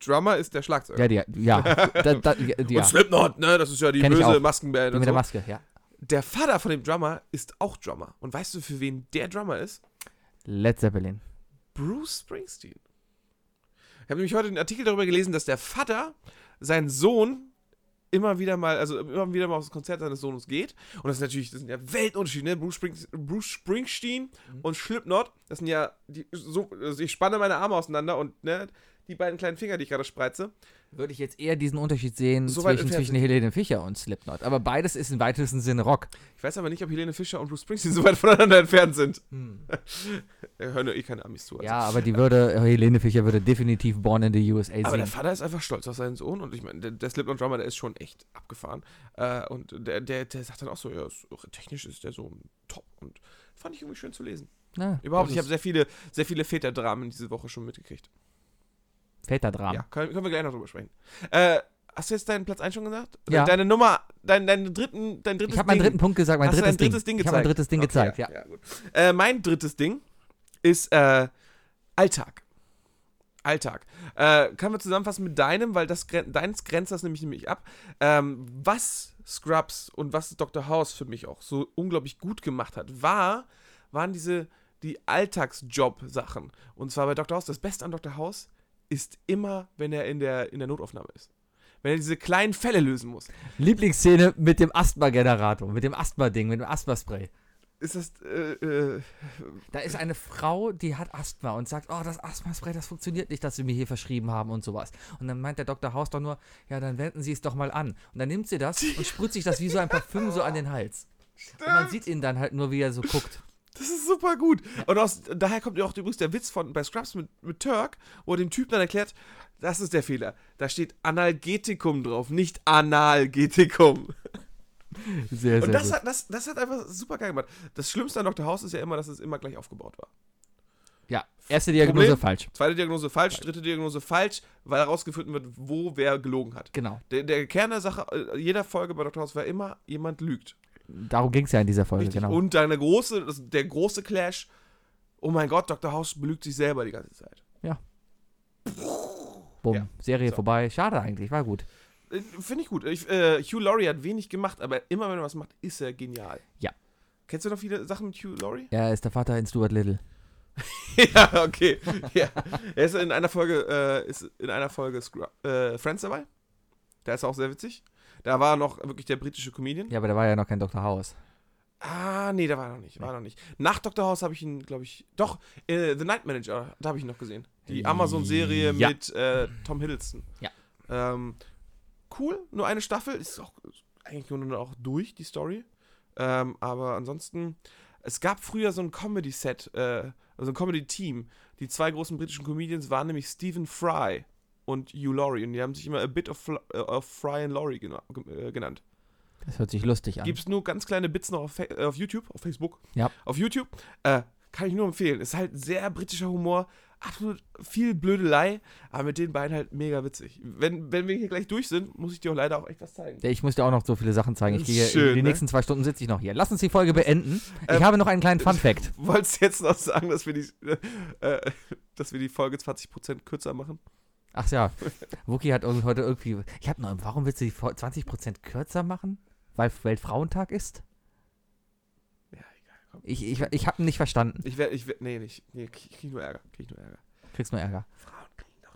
Speaker 2: Drummer ist der Schlagzeuger.
Speaker 1: Ja, die, ja. Da, da, ja, die, ja.
Speaker 2: Und Slipknot, ne? Das ist ja die
Speaker 1: Kenn ich
Speaker 2: böse
Speaker 1: auch.
Speaker 2: Maskenband.
Speaker 1: Die
Speaker 2: Und
Speaker 1: mit der
Speaker 2: so.
Speaker 1: Maske, ja.
Speaker 2: Der Vater von dem Drummer ist auch Drummer. Und weißt du, für wen der Drummer ist?
Speaker 1: Led Zeppelin.
Speaker 2: Bruce Springsteen. Ich habe nämlich heute einen Artikel darüber gelesen, dass der Vater seinen Sohn immer wieder mal, also immer wieder mal aufs Konzert seines Sohnes geht. Und das ist natürlich, das sind ja Weltunterschiede, ne? Bruce, Springs, Bruce Springsteen und Slipknot, das sind ja, die, so, also ich spanne meine Arme auseinander und ne, die beiden kleinen Finger, die ich gerade spreize.
Speaker 1: Würde ich jetzt eher diesen Unterschied sehen
Speaker 2: So weit
Speaker 1: zwischen,
Speaker 2: entfernt
Speaker 1: zwischen Helene Fischer und Slipknot. Aber beides ist im weitesten Sinne Rock.
Speaker 2: Ich weiß aber nicht, ob Helene Fischer und Bruce Springsteen so weit voneinander entfernt sind. Da hören ja eh keine Amis zu. also.
Speaker 1: Ja, aber die würde, Helene Fischer würde definitiv Born in the USA
Speaker 2: Aber der
Speaker 1: singen.
Speaker 2: Vater ist einfach stolz auf seinen Sohn und ich meine, der, der Slipknot Drummer, der ist schon echt abgefahren. Äh, und der, der, der sagt dann auch so, ja, ist, technisch ist der Sohn top und fand ich irgendwie schön zu lesen.
Speaker 1: Na,
Speaker 2: Überhaupt,
Speaker 1: das
Speaker 2: ich habe
Speaker 1: ist
Speaker 2: sehr viele, sehr viele Väterdramen diese Woche schon mitgekriegt.
Speaker 1: Väterdramen.
Speaker 2: Ja, können, können wir gleich noch drüber sprechen. Äh, hast du jetzt deinen Platz 1 schon gesagt?
Speaker 1: Ja.
Speaker 2: Deine Nummer, dein, dein, dritten, dein drittes
Speaker 1: Ich habe meinen
Speaker 2: Ding.
Speaker 1: dritten Punkt gesagt, mein
Speaker 2: Hast du
Speaker 1: drittes,
Speaker 2: dein drittes Ding
Speaker 1: Ich habe mein drittes Ding
Speaker 2: Okay,
Speaker 1: gezeigt, ja.
Speaker 2: ja. gut. Äh, mein drittes Ding ist äh, Alltag. Alltag. Äh, kann man zusammenfassen mit deinem, weil das gren- deins grenzt das nämlich nämlich ab. Ähm, was Scrubs und was Dr. House für mich auch so unglaublich gut gemacht hat, war, waren diese die Alltagsjob-Sachen. Und zwar bei Dr. House, das Beste an Dr. House ist immer, wenn er in der, in der Notaufnahme ist. Wenn er diese kleinen Fälle lösen muss.
Speaker 1: Lieblingsszene mit dem Asthma-Generator, mit dem Asthma-Ding, mit dem Asthma-Spray.
Speaker 2: Ist das, äh, äh,
Speaker 1: Da ist eine Frau, die hat Asthma und sagt, oh, das Asthma-Spray, das funktioniert nicht, das sie mir hier verschrieben haben und sowas. Und dann meint der Dr. Haus doch nur, ja, dann wenden Sie es doch mal an. Und dann nimmt sie das und sprüht sich das wie so ein Parfüm so an den Hals. Und man sieht ihn dann halt nur, wie er so guckt.
Speaker 2: Das ist super gut. Und aus, daher kommt ja auch übrigens der Witz von bei Scrubs mit, mit Turk, wo er dem Typen dann erklärt, das ist der Fehler. Da steht Analgetikum drauf, nicht Analgetikum.
Speaker 1: Sehr,
Speaker 2: Und das hat, das, das hat einfach super geil gemacht. Das Schlimmste an Dr. House ist ja immer, dass es immer gleich aufgebaut war.
Speaker 1: ja, erste Diagnose
Speaker 2: Problem?
Speaker 1: falsch.
Speaker 2: Zweite Diagnose falsch, dritte Diagnose falsch, weil herausgefunden wird, wo wer gelogen hat.
Speaker 1: Genau,
Speaker 2: Der, der Kern der Sache äh, jeder Folge bei Dr. House war immer, jemand lügt.
Speaker 1: darum ging es ja in dieser Folge,
Speaker 2: Richtig.
Speaker 1: genau.
Speaker 2: Und dann der große, das, der große Clash, oh mein Gott, Dr. House belügt sich selber die ganze Zeit.
Speaker 1: Bumm,
Speaker 2: Ja.
Speaker 1: Serie
Speaker 2: So.
Speaker 1: vorbei. Schade eigentlich, war gut.
Speaker 2: Äh, Finde ich gut. Ich, äh, Hugh Laurie hat wenig gemacht, aber immer wenn er was macht, ist er genial.
Speaker 1: Ja.
Speaker 2: Kennst du noch viele Sachen mit Hugh Laurie?
Speaker 1: Er ist der Vater in Stuart Little.
Speaker 2: ja, okay. ja. Er ist in einer Folge, äh, ist in einer Folge Scru äh, Friends dabei. Da ist er auch sehr witzig. Da war noch wirklich der britische Comedian.
Speaker 1: Ja, aber da war ja noch kein Dr. House.
Speaker 2: Ah, nee, da war er noch nicht. War er noch nicht. Nach Dr. House habe ich ihn, glaube ich, doch äh, The Night Manager, da habe ich ihn noch gesehen. Die Amazon-Serie
Speaker 1: Ja.
Speaker 2: mit äh, Tom Hiddleston.
Speaker 1: Ja.
Speaker 2: Ähm, cool, nur eine Staffel. Ist auch ist eigentlich nur noch durch die Story. Ähm, aber ansonsten, es gab früher so ein Comedy-Set, äh, also ein Comedy-Team. Die zwei großen britischen Comedians waren nämlich Stephen Fry und Hugh Laurie. Und die haben sich immer A Bit of, Fl- äh, of Fry and Laurie gena äh, genannt.
Speaker 1: Das hört sich lustig an.
Speaker 2: Gibt es nur ganz kleine Bits noch auf, Fa- äh, auf YouTube, auf Facebook.
Speaker 1: Ja.
Speaker 2: Auf YouTube. Äh, kann ich nur empfehlen. Ist halt sehr britischer Humor. Absolut viel Blödelei, aber mit den beiden halt mega witzig. Wenn, wenn wir hier gleich durch sind, muss ich dir auch leider auch echt was zeigen.
Speaker 1: Ja, Ich muss dir auch noch so viele Sachen zeigen. Ich gehe, die
Speaker 2: Schön, ne? Ähm,
Speaker 1: nächsten zwei Stunden sitze ich noch hier. Lass uns die Folge beenden. Ich habe noch einen kleinen Fun-Fact.
Speaker 2: Wolltest du jetzt noch sagen, dass wir die, äh, dass wir die Folge 20% kürzer machen?
Speaker 1: Ach ja, Wookie hat irgendwie heute irgendwie. Ich habe noch. Warum willst du die Fol- 20% kürzer machen? Weil Weltfrauentag ist?
Speaker 2: Ja, egal. Komm.
Speaker 1: Ich, ich, ich habe ihn nicht verstanden.
Speaker 2: Ich werde, ich werde, nee, nicht. Nee, krieg krieg ich nur Ärger. Krieg ich nur Ärger.
Speaker 1: Kriegst nur Ärger.
Speaker 2: Frauen kriegen doch 20%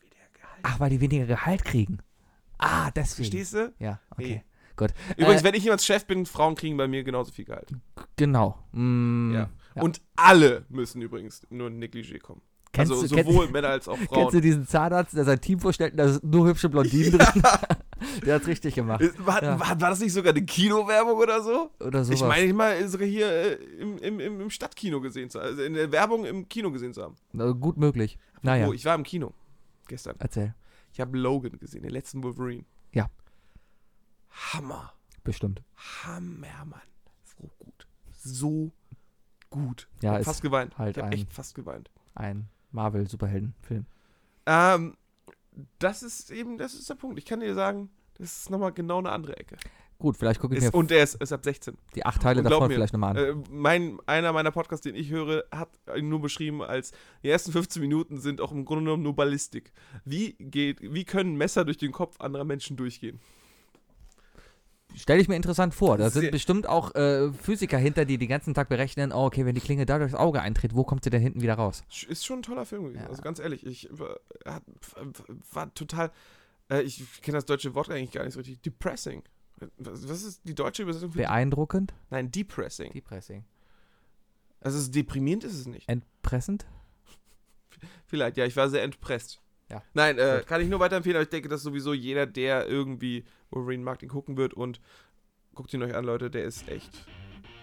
Speaker 2: weniger Gehalt.
Speaker 1: Ach, weil die weniger Gehalt kriegen. Ah, deswegen.
Speaker 2: Hm. Verstehst du?
Speaker 1: Ja, okay.
Speaker 2: Übrigens,
Speaker 1: Äh,
Speaker 2: wenn ich jemals Chef bin, Frauen kriegen bei mir genauso viel Gehalt.
Speaker 1: Genau. Mm,
Speaker 2: Ja.
Speaker 1: Ja.
Speaker 2: Und alle müssen übrigens nur in Negligé kommen.
Speaker 1: Kennst,
Speaker 2: also
Speaker 1: du-
Speaker 2: sowohl
Speaker 1: kennst,
Speaker 2: Männer als auch
Speaker 1: kennst du
Speaker 2: Frauen.
Speaker 1: diesen Zahnarzt, der sein Team vorstellt und da sind nur hübsche Blondinen drin? Der hat's richtig gemacht.
Speaker 2: Ist- War,
Speaker 1: Ja.
Speaker 2: war, war das nicht sogar eine Kinowerbung oder so?
Speaker 1: Oder sowas.
Speaker 2: Ich meine, ich mal sogar hier äh, im, im, im im Stadtkino gesehen zu haben. Also in der Werbung im Kino gesehen zu haben.
Speaker 1: Na, Gut möglich. Naja,
Speaker 2: Oh, ich war im Kino gestern.
Speaker 1: erzähl.
Speaker 2: Ich habe Logan gesehen, den letzten Wolverine.
Speaker 1: Ja.
Speaker 2: Hammer.
Speaker 1: Bestimmt.
Speaker 2: Hammer, Mann. So gut. So gut.
Speaker 1: Ja,
Speaker 2: ich hab
Speaker 1: ist
Speaker 2: fast geweint.
Speaker 1: halt
Speaker 2: ich
Speaker 1: ein-
Speaker 2: habe echt fast geweint.
Speaker 1: Ein Marvel-Superhelden-Film.
Speaker 2: Ähm, das ist eben, das ist der Punkt. Ich kann dir sagen, das ist nochmal genau eine andere Ecke.
Speaker 1: Gut, vielleicht gucke ich
Speaker 2: Ist,
Speaker 1: mir
Speaker 2: und der ist, ist ab 16.
Speaker 1: die acht Teile
Speaker 2: und glaub
Speaker 1: davon
Speaker 2: mir,
Speaker 1: vielleicht nochmal an.
Speaker 2: Äh, mein, einer meiner Podcasts, den ich höre, hat ihn nur beschrieben als die ersten 15 Minuten sind auch im Grunde genommen nur Ballistik. Wie, geht, wie können Messer durch den Kopf anderer Menschen durchgehen?
Speaker 1: Stelle ich mir interessant vor. Da sind
Speaker 2: sehr-
Speaker 1: bestimmt auch äh, Physiker hinter, die den ganzen Tag berechnen, oh, okay, wenn die Klinge da durchs Auge eintritt, wo kommt sie denn hinten wieder raus?
Speaker 2: Sch- Ist schon ein toller Film gewesen.
Speaker 1: Ja.
Speaker 2: Also ganz ehrlich, ich war, hat- war total. Äh, ich kenne das deutsche Wort eigentlich gar nicht so richtig. Depressing. Was, was ist die deutsche Übersetzung für.
Speaker 1: Beeindruckend.
Speaker 2: Nein, depressing.
Speaker 1: Depressing.
Speaker 2: Also es ist deprimierend ist es nicht.
Speaker 1: Entpressend?
Speaker 2: Vielleicht, ja, ich war sehr entpresst.
Speaker 1: Ja.
Speaker 2: Nein, äh,
Speaker 1: Gut.
Speaker 2: kann ich nur weiterempfehlen, aber ich denke, dass sowieso jeder, der irgendwie Wolverine mag, den gucken wird und guckt ihn euch an, Leute, der ist echt,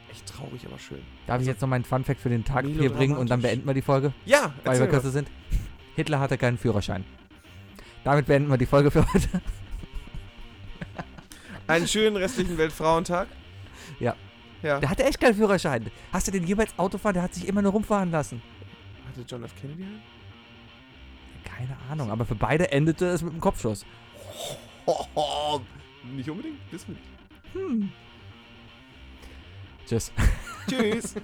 Speaker 2: echt traurig, aber schön.
Speaker 1: Darf ich jetzt noch meinen Funfact für den Tag hier bringen und dann
Speaker 2: Melodramatisch.
Speaker 1: beenden wir die Folge,
Speaker 2: Ja,
Speaker 1: weil wir
Speaker 2: erzähl mal.
Speaker 1: kürzer sind? Hitler hatte keinen Führerschein. Damit beenden wir die Folge für heute.
Speaker 2: einen schönen restlichen Weltfrauentag.
Speaker 1: Ja.
Speaker 2: Ja.
Speaker 1: Der hatte echt keinen Führerschein. Hast du den jemals Autofahren? Der hat sich immer nur rumfahren lassen.
Speaker 2: Hatte John F. Kennedy einen?
Speaker 1: Keine Ahnung, aber für beide endete es mit einem Kopfschuss.
Speaker 2: Hoho, nicht unbedingt, wissen wir nicht.
Speaker 1: Hm. Tschüss.
Speaker 2: Tschüss.